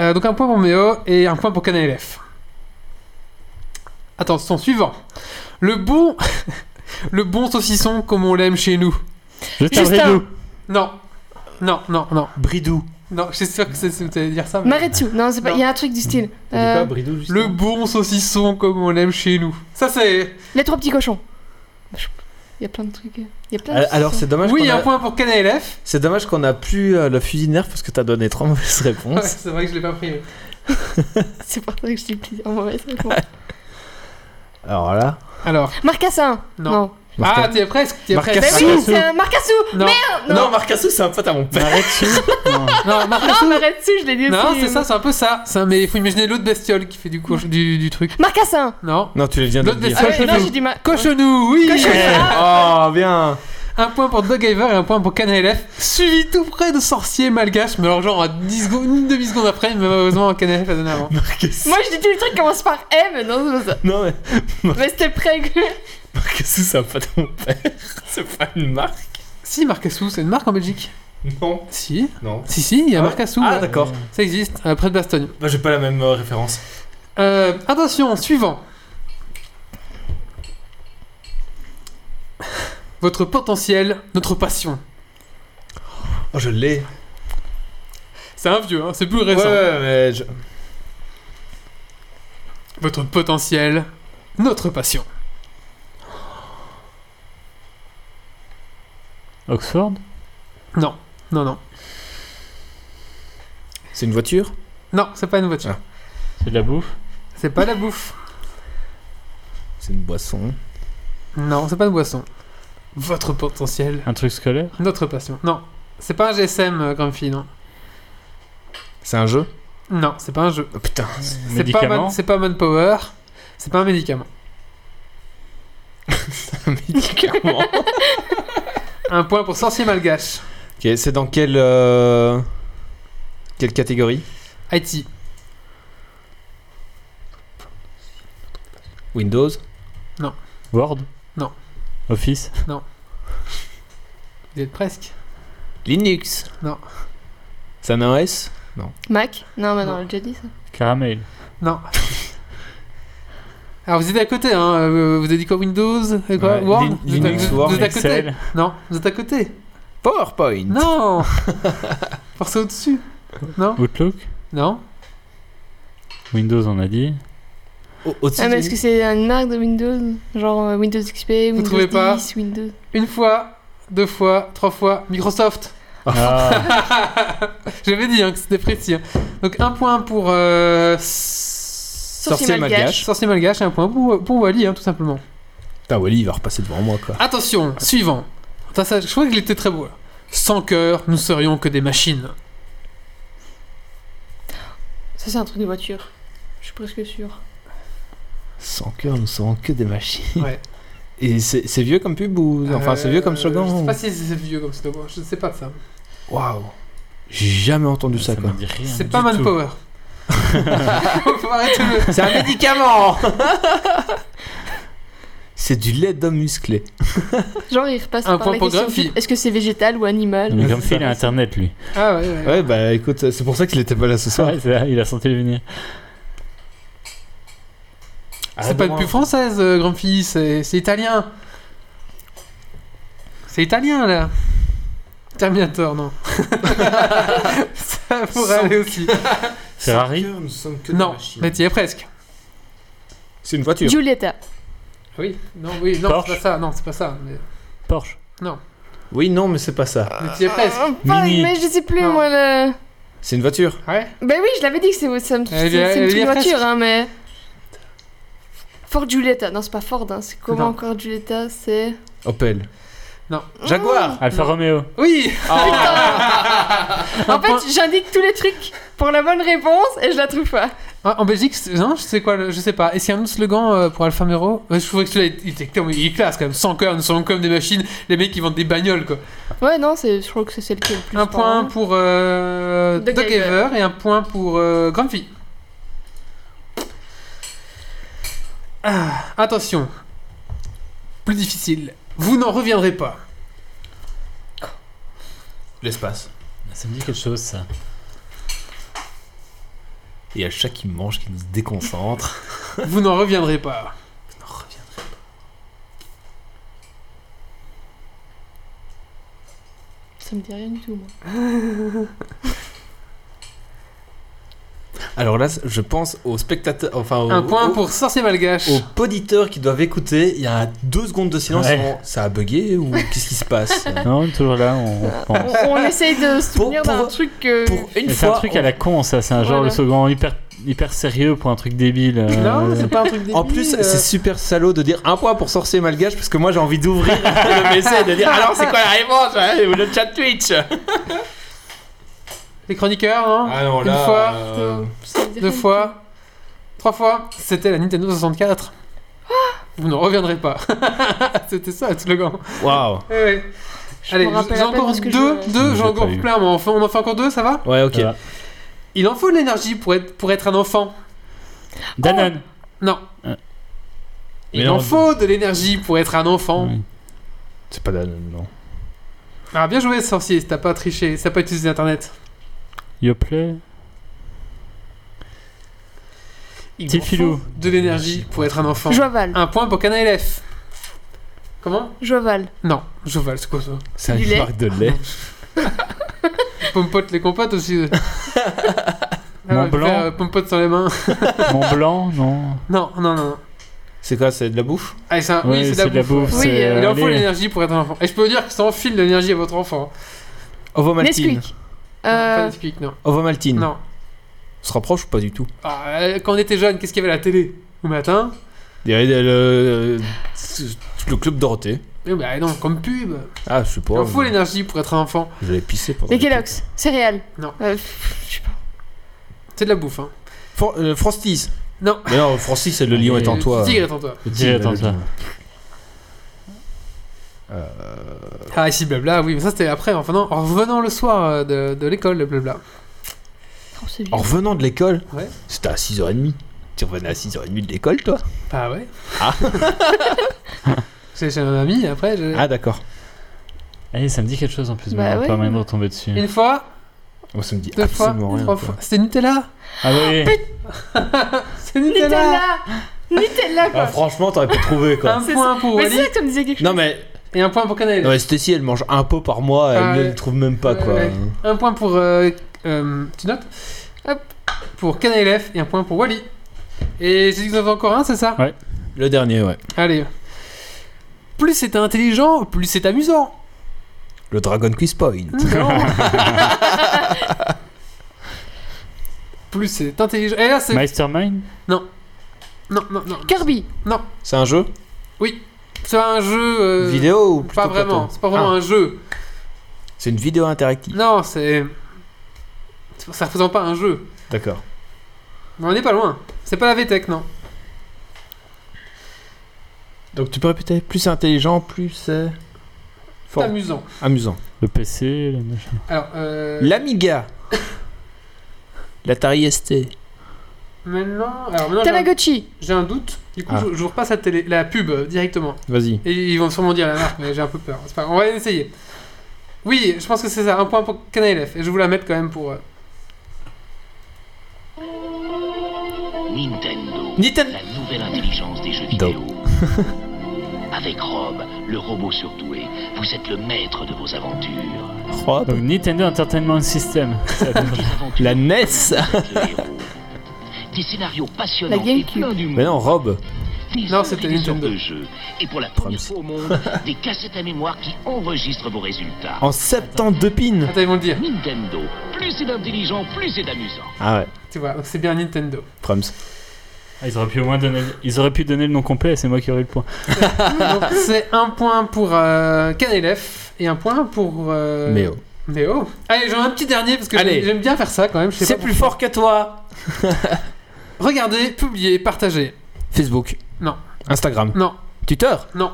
[SPEAKER 1] Euh, donc un point pour Méo et un point pour Canalef. Attention, suivant. Le bon... Le bon saucisson comme on l'aime chez nous.
[SPEAKER 4] Justin.
[SPEAKER 3] Justin
[SPEAKER 1] Non. Non, non, non.
[SPEAKER 2] Bridou.
[SPEAKER 1] Non, je suis sûr que c'est c'est- vous allez dire ça. mais-
[SPEAKER 4] Maretsu. Non, c'est pas. Il y a un truc du style. Euh,
[SPEAKER 2] Bridou,
[SPEAKER 1] Le bon saucisson comme on l'aime chez nous. Ça c'est...
[SPEAKER 4] les trois petits cochons. Il y a plein de trucs. euh, Il y a plein de
[SPEAKER 2] Alors, c'est dommage
[SPEAKER 1] Oui,
[SPEAKER 2] qu'on
[SPEAKER 1] un
[SPEAKER 2] a-
[SPEAKER 1] point pour Canalef.
[SPEAKER 2] c'est dommage qu'on a plus euh, le fusil de nerf parce que t'as donné trois mauvaises
[SPEAKER 1] Ouais,
[SPEAKER 2] réponses.
[SPEAKER 1] c'est vrai que je l'ai pas pris.
[SPEAKER 4] C'est pour ça que je dis plus- en mauvaise réponse.
[SPEAKER 2] Alors là.
[SPEAKER 1] Alors,
[SPEAKER 4] Marcassin.
[SPEAKER 1] Non.
[SPEAKER 4] Non.
[SPEAKER 1] Ah, t'y es presque, t'y es
[SPEAKER 2] Marc
[SPEAKER 1] presque. Ben
[SPEAKER 4] Mais
[SPEAKER 2] Cassou.
[SPEAKER 4] oui, c'est un Marcassou.
[SPEAKER 1] Non.
[SPEAKER 4] Non.
[SPEAKER 2] Non, Marcassou, c'est un pote à mon père.
[SPEAKER 3] Maretsu Non.
[SPEAKER 1] Non, Marc
[SPEAKER 4] Non,
[SPEAKER 1] Cassou.
[SPEAKER 4] Maretsu, je l'ai dit aussi.
[SPEAKER 1] Non, c'est ça, c'est un peu ça. Ça, mais il faut imaginer l'autre bestiole qui fait du, coche- du, du truc.
[SPEAKER 4] Marcassin.
[SPEAKER 1] Non.
[SPEAKER 2] Non, tu les viens de
[SPEAKER 1] L'autre
[SPEAKER 2] le dire.
[SPEAKER 1] vaisseau.
[SPEAKER 4] Ah ouais,
[SPEAKER 1] Cochonou.
[SPEAKER 4] non, j'ai dit ma...
[SPEAKER 1] Cochonou, oui
[SPEAKER 2] Oh, bien.
[SPEAKER 1] Un point pour Doggiver et un point pour Canalef. Suivi tout près de Sorcier Malgache, mais alors genre à 10 secondes, une demi-seconde après, mais malheureusement Canalef a donné avant.
[SPEAKER 4] Moi, j'ai dit le truc qui commence par M. Non, non,
[SPEAKER 2] Non,
[SPEAKER 4] non.
[SPEAKER 2] mais
[SPEAKER 4] Mais c'était prêt.
[SPEAKER 2] Marcassou, c'est un pote à mon père. C'est pas une marque.
[SPEAKER 1] Si, Marcassou, c'est une marque en Belgique.
[SPEAKER 2] Non.
[SPEAKER 1] Si.
[SPEAKER 2] Non.
[SPEAKER 1] Si, si, il y a
[SPEAKER 2] Ah ouais.
[SPEAKER 1] Marcassou.
[SPEAKER 2] Ah,
[SPEAKER 1] ouais.
[SPEAKER 2] d'accord.
[SPEAKER 1] Ça existe, euh, près de Bastogne.
[SPEAKER 2] Bah, j'ai pas la même euh, référence.
[SPEAKER 1] Euh, attention, suivant. Votre potentiel, notre passion.
[SPEAKER 2] Oh, je l'ai.
[SPEAKER 1] C'est un vieux, hein, c'est plus
[SPEAKER 2] Ouais,
[SPEAKER 1] récent.
[SPEAKER 2] ouais, mais je-
[SPEAKER 1] Votre potentiel, notre passion.
[SPEAKER 3] Oxford
[SPEAKER 1] Non, non, non.
[SPEAKER 2] C'est une voiture
[SPEAKER 1] Non, c'est pas une voiture.
[SPEAKER 3] C'est de la bouffe
[SPEAKER 1] C'est pas la bouffe.
[SPEAKER 2] C'est une boisson.
[SPEAKER 1] Non, c'est pas une boisson. Votre potentiel,
[SPEAKER 3] Un truc scolaire
[SPEAKER 1] notre passion. Non, c'est pas un GSM, euh, grande fille, non.
[SPEAKER 2] C'est un jeu
[SPEAKER 1] Non, c'est pas un jeu.
[SPEAKER 2] Oh, Putain.
[SPEAKER 1] C'est pas,
[SPEAKER 3] Médicament
[SPEAKER 1] Man- c'est pas Manpower. C'est pas un médicament.
[SPEAKER 2] Un médicament.
[SPEAKER 1] Un point pour sorcier malgache.
[SPEAKER 2] Ok, c'est dans quelle. euh, Quelle catégorie
[SPEAKER 1] Haïti.
[SPEAKER 2] Windows
[SPEAKER 3] Word
[SPEAKER 1] Non.
[SPEAKER 3] Office
[SPEAKER 1] Vous y êtes presque.
[SPEAKER 2] Linux
[SPEAKER 1] Non.
[SPEAKER 2] C'est un OS
[SPEAKER 4] Mac Non, mais non,
[SPEAKER 1] Non.
[SPEAKER 4] on l'a déjà dit ça.
[SPEAKER 3] Caramel
[SPEAKER 1] Non. Alors vous êtes à côté, hein. euh, Vous avez dit quoi Windows et quoi
[SPEAKER 2] Ouais,
[SPEAKER 1] Word
[SPEAKER 2] Lin-
[SPEAKER 1] Vous êtes à-
[SPEAKER 2] Linux,
[SPEAKER 1] vous-
[SPEAKER 2] Word,
[SPEAKER 1] Vous êtes à côté
[SPEAKER 3] Excel
[SPEAKER 1] Non, vous êtes à côté.
[SPEAKER 2] PowerPoint
[SPEAKER 1] Non Forcez au-dessus. Non
[SPEAKER 3] Outlook
[SPEAKER 1] Non
[SPEAKER 3] Windows on a dit
[SPEAKER 2] Au- au-dessus
[SPEAKER 1] Euh.
[SPEAKER 4] Ah, mais
[SPEAKER 2] du-
[SPEAKER 4] est-ce que c'est une marque de Windows Genre euh, Windows XP, Windows
[SPEAKER 1] trouvez
[SPEAKER 4] 10,
[SPEAKER 1] pas
[SPEAKER 4] Windows.
[SPEAKER 1] Une fois, deux fois, trois fois, Microsoft.
[SPEAKER 3] Ah
[SPEAKER 1] J'avais dit hein, que c'était précis. hein. Donc un point pour euh, sorcier
[SPEAKER 4] Sorcier malgache.
[SPEAKER 1] Sorcier malgache et un point pour, pour Wally, hein, tout simplement.
[SPEAKER 2] Putain, Wally, il va repasser devant moi, quoi.
[SPEAKER 1] Attention, suivant. Attends, ça, je crois qu'il était très beau. là. Sans cœur, nous serions que des machines.
[SPEAKER 4] Ça, c'est un truc de voiture. Je suis presque sûre.
[SPEAKER 2] Sans cœur, nous serons que des machines.
[SPEAKER 1] Ouais.
[SPEAKER 2] Et c'est c'est vieux comme pub ou. Enfin, c'est vieux comme
[SPEAKER 1] Euh,
[SPEAKER 2] slogan
[SPEAKER 1] Je sais
[SPEAKER 2] ou-
[SPEAKER 1] pas si c'est vieux comme slogan, je ne sais pas de ça.
[SPEAKER 2] Waouh J'ai jamais entendu ça,
[SPEAKER 3] Ça me
[SPEAKER 2] quoi.
[SPEAKER 3] dit rien
[SPEAKER 1] C'est
[SPEAKER 3] du
[SPEAKER 1] pas
[SPEAKER 3] tout.
[SPEAKER 1] Manpower. Faut arrêter le-
[SPEAKER 2] C'est un médicament C'est du lait d'homme musclé.
[SPEAKER 4] Genre, il repasse
[SPEAKER 1] Un
[SPEAKER 4] par
[SPEAKER 1] point
[SPEAKER 4] la
[SPEAKER 1] pour
[SPEAKER 4] question
[SPEAKER 1] Grumpy.
[SPEAKER 4] du- Est-ce que c'est végétal ou animal
[SPEAKER 3] Mais Grumpy il a internet lui
[SPEAKER 1] Ah ouais, ouais.
[SPEAKER 2] Ouais, bah écoute, c'est pour ça qu'il était pas là ce soir.
[SPEAKER 3] Ouais, c'est vrai, il a senti le venir
[SPEAKER 1] C'est pas une pub française, euh, Grumpy, c'est c'est italien. C'est italien, là. Terminator, non. Ça pourrait
[SPEAKER 2] Sans-
[SPEAKER 1] aller aussi.
[SPEAKER 3] Ferrari
[SPEAKER 1] Non, mais t'y es presque.
[SPEAKER 2] C'est une voiture.
[SPEAKER 4] Giulietta.
[SPEAKER 1] Oui, non, oui, non, c'est
[SPEAKER 3] Porsche.
[SPEAKER 1] pas ça, non, c'est pas ça. Mais,
[SPEAKER 3] Porsche
[SPEAKER 2] Oui, non, mais c'est pas ça.
[SPEAKER 1] mais t'y es presque.
[SPEAKER 4] Ah, putain,
[SPEAKER 3] Mini.
[SPEAKER 4] mais je sais plus,
[SPEAKER 1] Non.
[SPEAKER 4] moi, le...
[SPEAKER 2] C'est une voiture.
[SPEAKER 1] Ouais,
[SPEAKER 4] Ben oui, je l'avais dit que c'est ça me-
[SPEAKER 1] Elle
[SPEAKER 4] c'est
[SPEAKER 1] y a-
[SPEAKER 4] c'est
[SPEAKER 1] elle
[SPEAKER 4] une
[SPEAKER 1] y a
[SPEAKER 4] petite
[SPEAKER 1] presque.
[SPEAKER 4] voiture, hein, mais... Ford Giulietta. Non, c'est pas Ford, hein. C'est comment
[SPEAKER 1] Non.
[SPEAKER 4] encore Giulietta C'est...
[SPEAKER 2] Opel.
[SPEAKER 1] Non.
[SPEAKER 2] Jaguar
[SPEAKER 3] Alfa Romeo
[SPEAKER 1] oui Ah.
[SPEAKER 4] En fait, j'indique tous les trucs pour la bonne réponse et je la trouve pas.
[SPEAKER 1] Ah, En Belgique, c'est- non, je sais quoi, le- je sais pas. Est-ce qu'il y a un autre slogan euh, pour Alfa Romeo Euh, Je trouvais que celui-là, il était comme- il est classe quand même. Sans cœur, nous sommes comme des machines. Les mecs, ils vendent des bagnoles, quoi.
[SPEAKER 4] Ouais, non, c'est- je crois que c'est celle qui est le plus...
[SPEAKER 1] Un point
[SPEAKER 4] parlant.
[SPEAKER 1] pour euh,
[SPEAKER 4] Doug
[SPEAKER 1] Doug
[SPEAKER 4] Haver.
[SPEAKER 1] Haver et un point pour euh, Grumpy. Ah, attention. Plus difficile. Vous n'en reviendrez pas.
[SPEAKER 2] L'espace.
[SPEAKER 3] ça me dit quelque chose ça
[SPEAKER 2] Il y a le chat qui mange, qui nous déconcentre.
[SPEAKER 1] Vous n'en reviendrez pas.
[SPEAKER 4] Ça me dit rien du tout, moi.
[SPEAKER 2] Alors là, je pense aux spectateurs, enfin aux,
[SPEAKER 1] Un point
[SPEAKER 2] aux-
[SPEAKER 1] pour Sorcier Malgache.
[SPEAKER 2] aux poditeurs qui doivent écouter. Il y a deux secondes de silence.
[SPEAKER 3] Ouais.
[SPEAKER 2] ils vont, Ça a bugué ou qu'est-ce qui se passe
[SPEAKER 3] Non toujours là on reprend.
[SPEAKER 4] On, on essaye de se
[SPEAKER 2] Pour-
[SPEAKER 4] souvenir
[SPEAKER 2] pour-
[SPEAKER 4] d'un truc que...
[SPEAKER 2] Pour une
[SPEAKER 3] Mais C'est un
[SPEAKER 2] fois,
[SPEAKER 3] truc à la con ça C'est un genre
[SPEAKER 4] Voilà.
[SPEAKER 3] le slogan hyper hyper sérieux pour un truc débile euh,
[SPEAKER 1] Non, c'est pas un truc débile.
[SPEAKER 2] En plus,
[SPEAKER 1] euh.
[SPEAKER 2] c'est super salaud de dire un point pour sorcier malgache parce que moi j'ai envie d'ouvrir le PC et de dire alors c'est quoi la réponse hein, ou le chat Twitch
[SPEAKER 1] Les chroniqueurs, non
[SPEAKER 2] Ah non,
[SPEAKER 1] Une fois,
[SPEAKER 2] euh,
[SPEAKER 4] Ça me dit
[SPEAKER 1] Deux
[SPEAKER 4] rien du
[SPEAKER 1] fois. Trois fois. C'était la Nintendo 64. Ah Vous n'en reviendrez pas. C'était ça le slogan.
[SPEAKER 2] Waouh
[SPEAKER 1] Ouais, ouais.
[SPEAKER 4] Je
[SPEAKER 1] Allez,
[SPEAKER 4] me rappelle
[SPEAKER 1] j'ai
[SPEAKER 4] à peine
[SPEAKER 1] encore
[SPEAKER 4] parce que
[SPEAKER 1] deux,
[SPEAKER 4] je-
[SPEAKER 1] deux,
[SPEAKER 3] Je
[SPEAKER 1] j'ai
[SPEAKER 3] l'ai
[SPEAKER 1] encore
[SPEAKER 3] pas eu.
[SPEAKER 1] plein, mais on, fait- on en fait encore deux, ça va
[SPEAKER 2] Ouais, ok.
[SPEAKER 3] voilà.
[SPEAKER 1] Il en faut de l'énergie pour être, pour être un enfant.
[SPEAKER 3] Danone
[SPEAKER 1] Non.
[SPEAKER 3] Euh.
[SPEAKER 1] Il
[SPEAKER 2] Mais
[SPEAKER 1] en
[SPEAKER 2] non,
[SPEAKER 1] faut de l'énergie pour être un enfant.
[SPEAKER 3] Oui.
[SPEAKER 2] C'est pas Danone, non.
[SPEAKER 1] Ah, bien joué, sorcier, si t'as pas triché, si t'as pas utilisé internet.
[SPEAKER 3] Yoplait
[SPEAKER 1] Il
[SPEAKER 3] Petit
[SPEAKER 1] en
[SPEAKER 3] filou.
[SPEAKER 1] faut De l'énergie pour être un enfant.
[SPEAKER 4] tout. Joaval.
[SPEAKER 1] Un point pour Cana LF. Comment
[SPEAKER 4] Joaval.
[SPEAKER 1] Non, Joval, c'est quoi ça
[SPEAKER 2] C'est
[SPEAKER 4] Du
[SPEAKER 2] une
[SPEAKER 4] lait.
[SPEAKER 2] marque de lait.
[SPEAKER 1] Pompote les compotes aussi. Ah
[SPEAKER 3] Mont Blanc.
[SPEAKER 1] euh, pompote sur les mains.
[SPEAKER 3] Mont Blanc Non
[SPEAKER 1] Non, non, non. non.
[SPEAKER 2] C'est quoi C'est de la bouffe
[SPEAKER 1] Allez, ça,
[SPEAKER 3] Ouais,
[SPEAKER 1] oui, c'est de la bouffe. hein.
[SPEAKER 4] Oui,
[SPEAKER 3] c'est,
[SPEAKER 4] euh,
[SPEAKER 1] Il en faut de
[SPEAKER 3] allez.
[SPEAKER 1] l'énergie pour être un enfant. Et je peux vous dire que ça enfile de l'énergie à votre enfant.
[SPEAKER 2] Ovomaltine.
[SPEAKER 4] Nesquik.
[SPEAKER 1] Non, Pas
[SPEAKER 4] Euh,
[SPEAKER 1] d'explique, non.
[SPEAKER 2] Ovomaltine.
[SPEAKER 1] Non.
[SPEAKER 2] On se rapproche ou pas du tout
[SPEAKER 1] Ah, euh, quand on était jeune, qu'est-ce qu'il y avait à la télé Le matin
[SPEAKER 2] Il y a le, le club Dorothée.
[SPEAKER 1] Eh ben non, comme pub.
[SPEAKER 2] Ah, je sais
[SPEAKER 1] Il
[SPEAKER 2] pas.
[SPEAKER 1] en faut l'énergie pour être un enfant.
[SPEAKER 2] J'avais pissé pendant.
[SPEAKER 4] les Kellogg's. Céréales.
[SPEAKER 1] Non.
[SPEAKER 4] Euh, pff, je sais pas.
[SPEAKER 1] C'est de la bouffe, hein.
[SPEAKER 2] For- euh, Frosties.
[SPEAKER 1] Non. Euh,
[SPEAKER 2] Mais non, Frosties, c'est le lion
[SPEAKER 3] Et
[SPEAKER 2] est en toi.
[SPEAKER 1] Le tigre est en toi.
[SPEAKER 3] Dis attends ça
[SPEAKER 1] Ah, ici, blabla, oui, mais ça c'était après, en venant, en revenant le soir euh, de, de l'école, le blabla.
[SPEAKER 4] Oh, c'est
[SPEAKER 2] En
[SPEAKER 4] vieux.
[SPEAKER 2] revenant de l'école,
[SPEAKER 1] Ouais.
[SPEAKER 2] c'était à 6h30. Tu revenais à 6h30 de l'école, toi
[SPEAKER 1] Ah ouais
[SPEAKER 2] Ah.
[SPEAKER 1] C'est chez un ami, après. je-
[SPEAKER 2] Ah, d'accord.
[SPEAKER 3] Eh, ça me dit quelque chose en plus,
[SPEAKER 4] Bah
[SPEAKER 3] mais on a
[SPEAKER 4] ouais.
[SPEAKER 3] pas moyen de retomber dessus.
[SPEAKER 1] Une fois,
[SPEAKER 2] Oh, ça me dit
[SPEAKER 1] deux fois,
[SPEAKER 2] absolument rien.
[SPEAKER 1] trois
[SPEAKER 2] quoi.
[SPEAKER 1] fois. C'était Nutella
[SPEAKER 3] Ah oui,
[SPEAKER 1] C'est Nutella,
[SPEAKER 4] Nutella Nutella,
[SPEAKER 2] Ah,
[SPEAKER 4] quoi
[SPEAKER 2] franchement, t'aurais pu trouver quoi.
[SPEAKER 1] Un
[SPEAKER 4] C'est
[SPEAKER 1] point pour
[SPEAKER 4] Mais c'est
[SPEAKER 1] Wally
[SPEAKER 4] ça que tu me disais quelque chose
[SPEAKER 2] non, mais,
[SPEAKER 1] et un point pour Canal.
[SPEAKER 2] non, mais Stacy, elle mange un pot par mois, elle
[SPEAKER 1] Ah,
[SPEAKER 2] ne
[SPEAKER 1] ouais.
[SPEAKER 2] le trouve même pas quoi.
[SPEAKER 1] Ouais. Un point pour. euh, euh, tu notes
[SPEAKER 4] Hop.
[SPEAKER 1] Pour Canal et un point pour Wally. Et j'ai dit que vous en avez encore un, c'est ça
[SPEAKER 3] Ouais.
[SPEAKER 2] Le dernier, ouais.
[SPEAKER 1] Allez. Plus c'est intelligent, plus c'est amusant.
[SPEAKER 2] Le Dragon Quiz Point.
[SPEAKER 1] Non. plus c'est intelligent. Et là, c'est.
[SPEAKER 3] Mastermind
[SPEAKER 1] Non, non, non.
[SPEAKER 4] Kirby
[SPEAKER 2] C'est un jeu
[SPEAKER 1] C'est un jeu. euh,
[SPEAKER 2] Vidéo ou
[SPEAKER 1] Pas
[SPEAKER 2] plutôt
[SPEAKER 1] vraiment.
[SPEAKER 2] plateau
[SPEAKER 1] C'est pas vraiment
[SPEAKER 2] Ah,
[SPEAKER 1] un jeu.
[SPEAKER 2] C'est une vidéo interactive.
[SPEAKER 1] Non, c'est. c'est- Ça faisant pas un jeu.
[SPEAKER 2] D'accord.
[SPEAKER 1] Mais on n'est pas loin. C'est pas la VTech, non.
[SPEAKER 2] Donc tu peux répéter plus c'est intelligent, plus c'est.
[SPEAKER 1] C'est
[SPEAKER 2] Fort.
[SPEAKER 1] amusant.
[SPEAKER 2] Amusant.
[SPEAKER 3] Le PC, le machin.
[SPEAKER 1] Alors, euh.
[SPEAKER 2] L'Amiga L'Atari ST.
[SPEAKER 1] Maintenant. Alors, maintenant, j'ai un-
[SPEAKER 4] Tamagotchi
[SPEAKER 1] j'ai un doute. Du coup,
[SPEAKER 2] Ah.
[SPEAKER 1] je, je vous repasse la, télé, la pub euh, directement.
[SPEAKER 2] Vas-y.
[SPEAKER 1] Et ils vont sûrement dire la marque, mais j'ai un peu peur. C'est pas grave, On va essayer. Oui, je pense que c'est ça. Un point pour Canal F. Et je vous la mettre quand même pour. euh,
[SPEAKER 5] Nintendo,
[SPEAKER 2] Nintendo
[SPEAKER 5] la nouvelle intelligence des jeux
[SPEAKER 2] Do.
[SPEAKER 5] vidéo. Avec Rob, le robot surdoué, vous êtes le maître de vos aventures.
[SPEAKER 3] Donc Nintendo Entertainment System.
[SPEAKER 5] Des aventures,
[SPEAKER 2] La NES
[SPEAKER 5] le héros. Des scénarios
[SPEAKER 4] La
[SPEAKER 5] passionnants et
[SPEAKER 4] GameCube.
[SPEAKER 5] pleins d'humour.
[SPEAKER 2] Mais non, Rob
[SPEAKER 5] Des
[SPEAKER 1] Non,
[SPEAKER 5] heures
[SPEAKER 1] c'était
[SPEAKER 5] et des
[SPEAKER 1] Nintendo.
[SPEAKER 5] heures de jeu. Et pour la première fois au monde, des cassettes à mémoire qui enregistrent vos résultats.
[SPEAKER 2] En 72 pins
[SPEAKER 1] Attends, ils vont le dire.
[SPEAKER 5] Nintendo, plus c'est intelligent, plus c'est amusant.
[SPEAKER 2] Ah ouais,
[SPEAKER 1] Tu vois, donc c'est bien Nintendo.
[SPEAKER 2] Prums.
[SPEAKER 3] Ah, ils auraient pu au moins donner, ils auraient pu donner le nom complet, c'est moi qui aurais eu le point.
[SPEAKER 1] Donc, c'est un point pour euh, Canal F et un point pour. euh,
[SPEAKER 2] Mais oh.
[SPEAKER 1] Néo. Allez, j'en ai un petit dernier parce que
[SPEAKER 2] Allez.
[SPEAKER 1] j'aime- j'aime bien faire ça quand même. je sais
[SPEAKER 2] C'est
[SPEAKER 1] pas
[SPEAKER 2] plus fort que toi
[SPEAKER 1] pourquoi. Regardez, publiez, partagez.
[SPEAKER 2] Facebook.
[SPEAKER 1] Non.
[SPEAKER 2] Instagram.
[SPEAKER 1] Non,
[SPEAKER 2] Twitter.
[SPEAKER 1] non,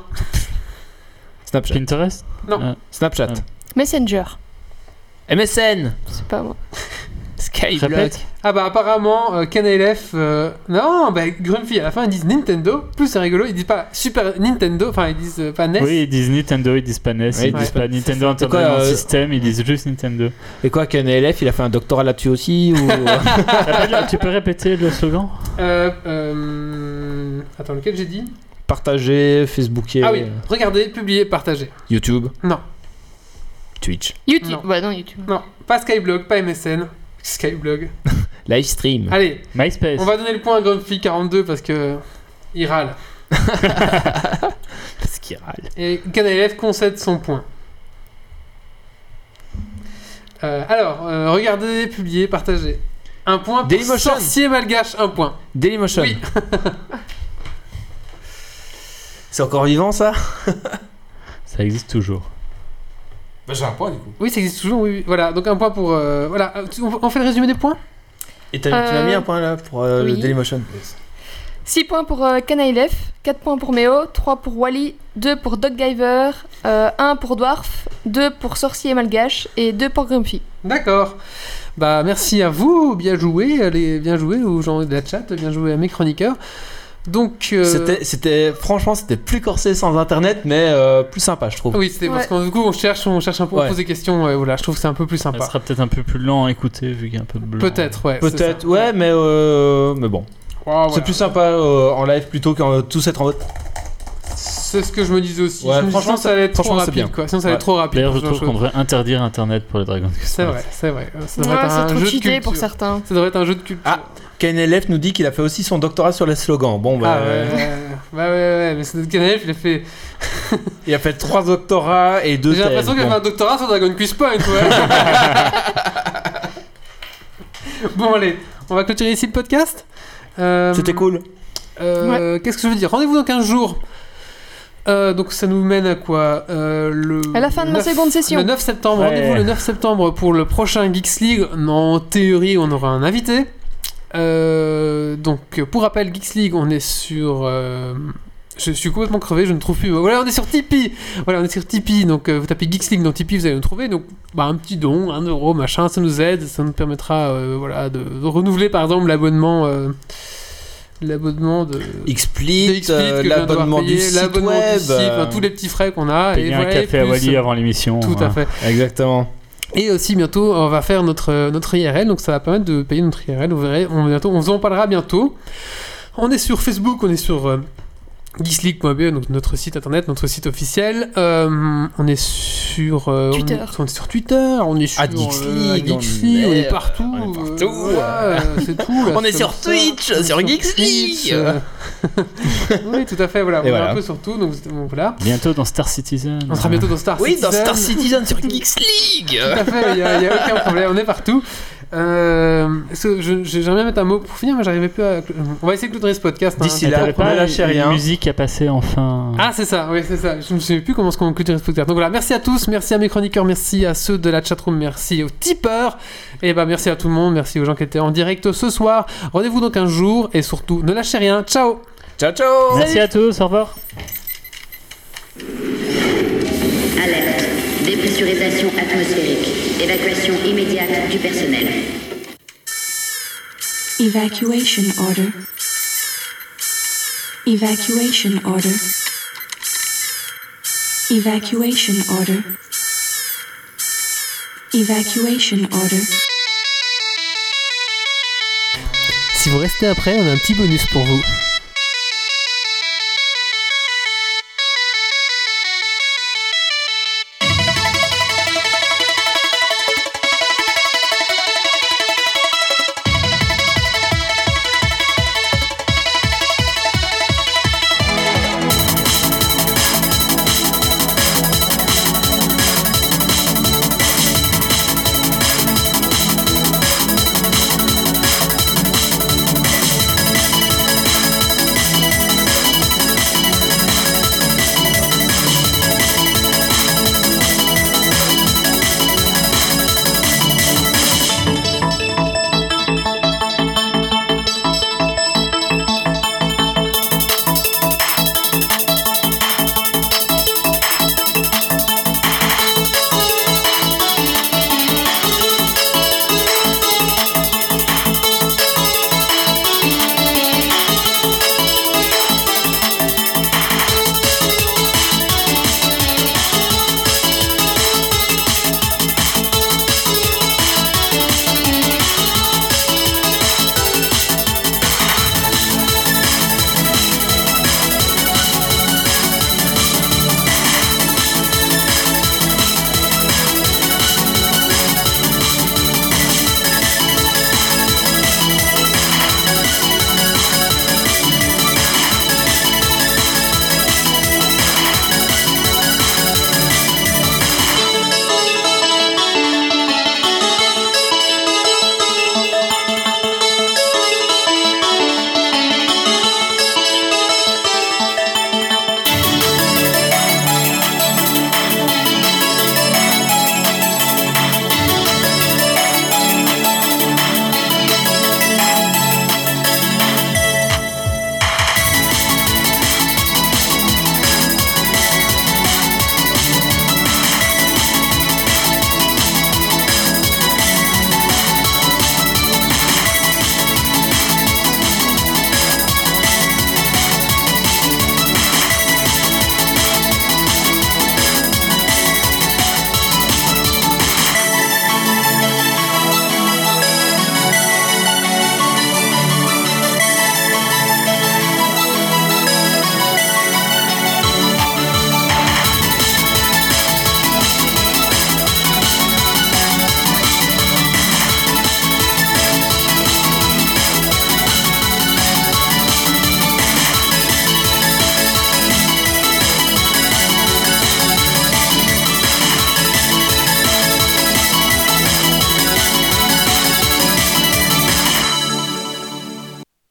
[SPEAKER 2] Snapchat.
[SPEAKER 3] Pinterest
[SPEAKER 2] Snapchat.
[SPEAKER 4] Messenger
[SPEAKER 2] MSN.
[SPEAKER 4] C'est pas moi.
[SPEAKER 2] Skyblock.
[SPEAKER 3] Répète.
[SPEAKER 1] Ah bah apparemment, euh, KNLF... euh, Non, bah Grumpy, à la fin, ils disent Nintendo. Plus c'est rigolo, ils disent pas Super Nintendo, enfin ils disent euh, pas NES.
[SPEAKER 3] Oui, ils disent Nintendo, ils disent pas NES,
[SPEAKER 2] Ouais,
[SPEAKER 3] ils disent
[SPEAKER 2] ouais.
[SPEAKER 3] pas Nintendo
[SPEAKER 2] C'est quoi,
[SPEAKER 3] Entertainment
[SPEAKER 2] euh,
[SPEAKER 3] System, ils disent juste Nintendo.
[SPEAKER 2] Et quoi qu'un élève, il a fait un doctorat là-dessus aussi ou... euh,
[SPEAKER 3] Rappelle-le, tu peux répéter le slogan
[SPEAKER 1] Euh, euh, Attends, lequel j'ai dit
[SPEAKER 2] Partager, Facebooker, euh,
[SPEAKER 1] Ah oui, regardez, publiez, partagez.
[SPEAKER 2] YouTube.
[SPEAKER 1] Non.
[SPEAKER 2] Twitch.
[SPEAKER 4] YouTube
[SPEAKER 1] Non.
[SPEAKER 4] Bah non, YouTube.
[SPEAKER 1] Non, pas Skyblog, pas MSN. Skyblog.
[SPEAKER 2] Livestream.
[SPEAKER 1] Allez,
[SPEAKER 3] MySpace.
[SPEAKER 1] on va donner le point à Grumpy42 parce que... Il râle.
[SPEAKER 2] Parce qu'il râle.
[SPEAKER 1] Et Canalef concède son point. Euh, alors, euh, regardez, publiez, partagez. Un point pour
[SPEAKER 2] Dailymotion.
[SPEAKER 1] sorcier malgache, un point.
[SPEAKER 2] Dailymotion.
[SPEAKER 1] Oui.
[SPEAKER 2] C'est encore vivant ça
[SPEAKER 3] Ça existe toujours.
[SPEAKER 2] Bah j'ai un point du coup.
[SPEAKER 1] Oui, ça existe toujours, oui. oui. Voilà, donc un point pour... euh, voilà, Euh, tu- on on fait le résumé des points
[SPEAKER 2] Et t'as- tu m'as
[SPEAKER 4] Euh,
[SPEAKER 2] mis un point là pour euh, le
[SPEAKER 4] oui.
[SPEAKER 2] Dailymotion
[SPEAKER 4] 6 points pour euh, Canailef, 4 points pour Méo, 3 pour Wally, 2 pour Doggiver, 1 pour Dwarf, 2 pour Sorcier Malgache et 2 pour Grumpy.
[SPEAKER 1] D'accord. Bah merci à vous, bien joué, allez, bien joué aux gens de la chat, bien joué à mes chroniqueurs. Donc... euh,
[SPEAKER 2] C'était, c'était, franchement, c'était plus corsé sans internet, mais euh, plus sympa, je trouve.
[SPEAKER 1] Oui, c'était parce
[SPEAKER 4] Ouais.
[SPEAKER 1] que du coup on cherche, on cherche un peu, on
[SPEAKER 2] Ouais.
[SPEAKER 1] pose des questions, ouais, voilà, je trouve que c'est un peu plus
[SPEAKER 3] Ça
[SPEAKER 1] sympa.
[SPEAKER 3] sera peut-être un peu plus lent à écouter vu qu'il y a un peu de blanc.
[SPEAKER 1] Peut-être, ouais. Ah, c'est
[SPEAKER 2] Peut-être,
[SPEAKER 1] ça.
[SPEAKER 2] ouais, mais euh, mais bon,
[SPEAKER 1] Wow,
[SPEAKER 2] c'est
[SPEAKER 1] voilà.
[SPEAKER 2] plus sympa euh, en live plutôt qu'en tous être en mode.
[SPEAKER 1] C'est ce que je me disais aussi.
[SPEAKER 2] Ouais,
[SPEAKER 1] Je me dis, sinon,
[SPEAKER 2] franchement,
[SPEAKER 1] ça allait être trop
[SPEAKER 2] franchement, c'est
[SPEAKER 1] rapide,
[SPEAKER 2] bien.
[SPEAKER 1] quoi. Sinon, ça allait
[SPEAKER 2] Ouais.
[SPEAKER 1] être trop rapide.
[SPEAKER 3] D'ailleurs, je
[SPEAKER 1] pour ce
[SPEAKER 3] trouve qu'on
[SPEAKER 1] genre de
[SPEAKER 3] devrait interdire Internet pour les Dragon
[SPEAKER 1] choses. C'est vrai, c'est vrai. Ça devrait
[SPEAKER 4] Ouais,
[SPEAKER 1] être un
[SPEAKER 4] Ah, c'est trop
[SPEAKER 1] jeu de
[SPEAKER 4] cheaté
[SPEAKER 1] culture.
[SPEAKER 4] pour certains.
[SPEAKER 1] Ça devrait être un jeu de culture.
[SPEAKER 2] Ah, KNLF nous dit qu'il a fait aussi son doctorat sur les slogans. Bon, bah,
[SPEAKER 1] Ah, ouais, ouais, ouais. Bah ouais, ouais, mais c'est Canal, il a fait.
[SPEAKER 2] il a fait trois doctorats et deux.
[SPEAKER 1] J'ai l'impression qu'il
[SPEAKER 2] thèses,
[SPEAKER 1] a fait un
[SPEAKER 2] bon.
[SPEAKER 1] doctorat sur Dragon Quest Point, ouais. bon, allez, on va clôturer ici le podcast. Euh,
[SPEAKER 2] C'était cool.
[SPEAKER 1] euh, Qu'est-ce que je veux dire Rendez-vous dans 15 jours. Euh, donc ça nous mène à quoi Euh, le
[SPEAKER 4] À la fin de ma
[SPEAKER 1] 9
[SPEAKER 4] seconde session.
[SPEAKER 1] Le 9 septembre,
[SPEAKER 3] Ouais.
[SPEAKER 1] rendez-vous le 9 septembre pour le prochain Geeks League. En théorie, on aura un invité. Euh, donc, pour rappel, Geeks League, on est sur euh, je suis complètement crevé, je ne trouve plus. Voilà, on est sur Tipeee. Voilà, on est sur Tipeee. Donc, euh, vous tapez Geeks League dans Tipeee, vous allez nous trouver. Donc, bah, un petit don, un euro, machin, ça nous aide, ça nous permettra, euh, voilà, de, de renouveler par exemple l'abonnement, euh, l'abonnement de.
[SPEAKER 6] Explit,
[SPEAKER 1] de Xsplit
[SPEAKER 6] euh,
[SPEAKER 1] que je viens de devoir
[SPEAKER 6] l'abonnement du
[SPEAKER 1] payer,
[SPEAKER 6] site
[SPEAKER 1] l'abonnement du
[SPEAKER 6] web.
[SPEAKER 1] site, enfin, tous les petits frais qu'on a.
[SPEAKER 3] Payer un
[SPEAKER 1] voilà,
[SPEAKER 3] café à
[SPEAKER 1] Ah, plus-
[SPEAKER 3] Wally avant hein. l'émission.
[SPEAKER 1] Tout à
[SPEAKER 3] voilà.
[SPEAKER 1] fait.
[SPEAKER 2] Exactement.
[SPEAKER 1] Et aussi bientôt, on va faire notre, euh, notre IRL, donc ça va permettre de payer notre IRL. On verra, on, bientôt, on vous en parlera bientôt. On est sur Facebook, on est sur euh, geeksleague.be, donc notre site internet, notre site officiel. Euh, on est sur euh,
[SPEAKER 4] Twitter.
[SPEAKER 1] On, on est sur Twitter, on est sur
[SPEAKER 6] À
[SPEAKER 1] euh,
[SPEAKER 6] Geeksleague,
[SPEAKER 1] à Geeksleague,
[SPEAKER 6] on
[SPEAKER 1] on,
[SPEAKER 6] est-
[SPEAKER 1] est partout.
[SPEAKER 6] on est partout.
[SPEAKER 1] euh, voilà, euh, c'est tout. là,
[SPEAKER 6] On est
[SPEAKER 1] c'est
[SPEAKER 6] sur
[SPEAKER 1] comme ça.
[SPEAKER 6] Twitch,
[SPEAKER 1] On est
[SPEAKER 6] sur Geeks
[SPEAKER 1] Twitch,
[SPEAKER 6] League.
[SPEAKER 1] euh. oui, tout à fait. Voilà,
[SPEAKER 2] Et
[SPEAKER 1] on est
[SPEAKER 2] voilà.
[SPEAKER 1] un peu sur tout. Donc, donc voilà.
[SPEAKER 3] Bientôt dans Star Citizen.
[SPEAKER 1] On sera bientôt dans Star
[SPEAKER 6] Oui, dans
[SPEAKER 1] Citizen.
[SPEAKER 6] Star Citizen sur Geeks League.
[SPEAKER 1] Tout à fait, il n'y a, y a aucun problème, on est partout. Euh, est-ce que je- je- J'aimerais bien mettre un mot pour finir, mais j'arrivais plus à. On va essayer de clôturer ce podcast. hein.
[SPEAKER 2] D'ici
[SPEAKER 3] Et
[SPEAKER 2] là,
[SPEAKER 3] t'avais
[SPEAKER 2] on ne
[SPEAKER 3] pas
[SPEAKER 2] lâchez
[SPEAKER 3] une-
[SPEAKER 2] rien.
[SPEAKER 3] Une musique à passer enfin.
[SPEAKER 1] Ah, c'est ça, oui, c'est ça. Je ne sais plus comment on clôture ce podcast. Donc voilà, merci à tous, merci à mes chroniqueurs, merci à ceux de la chatroom, merci aux tipeurs. Et bah, merci à tout le monde, merci aux gens qui étaient en direct ce soir. Rendez-vous donc un jour et surtout, ne lâchez rien. Ciao!
[SPEAKER 2] Ciao, ciao
[SPEAKER 3] Merci à tous, au revoir.
[SPEAKER 9] Alerte. Dépressurisation atmosphérique. Évacuation immédiate du personnel.
[SPEAKER 10] Evacuation order. Evacuation order. Evacuation order. Evacuation order.
[SPEAKER 1] Si vous restez après, on a un petit bonus pour vous.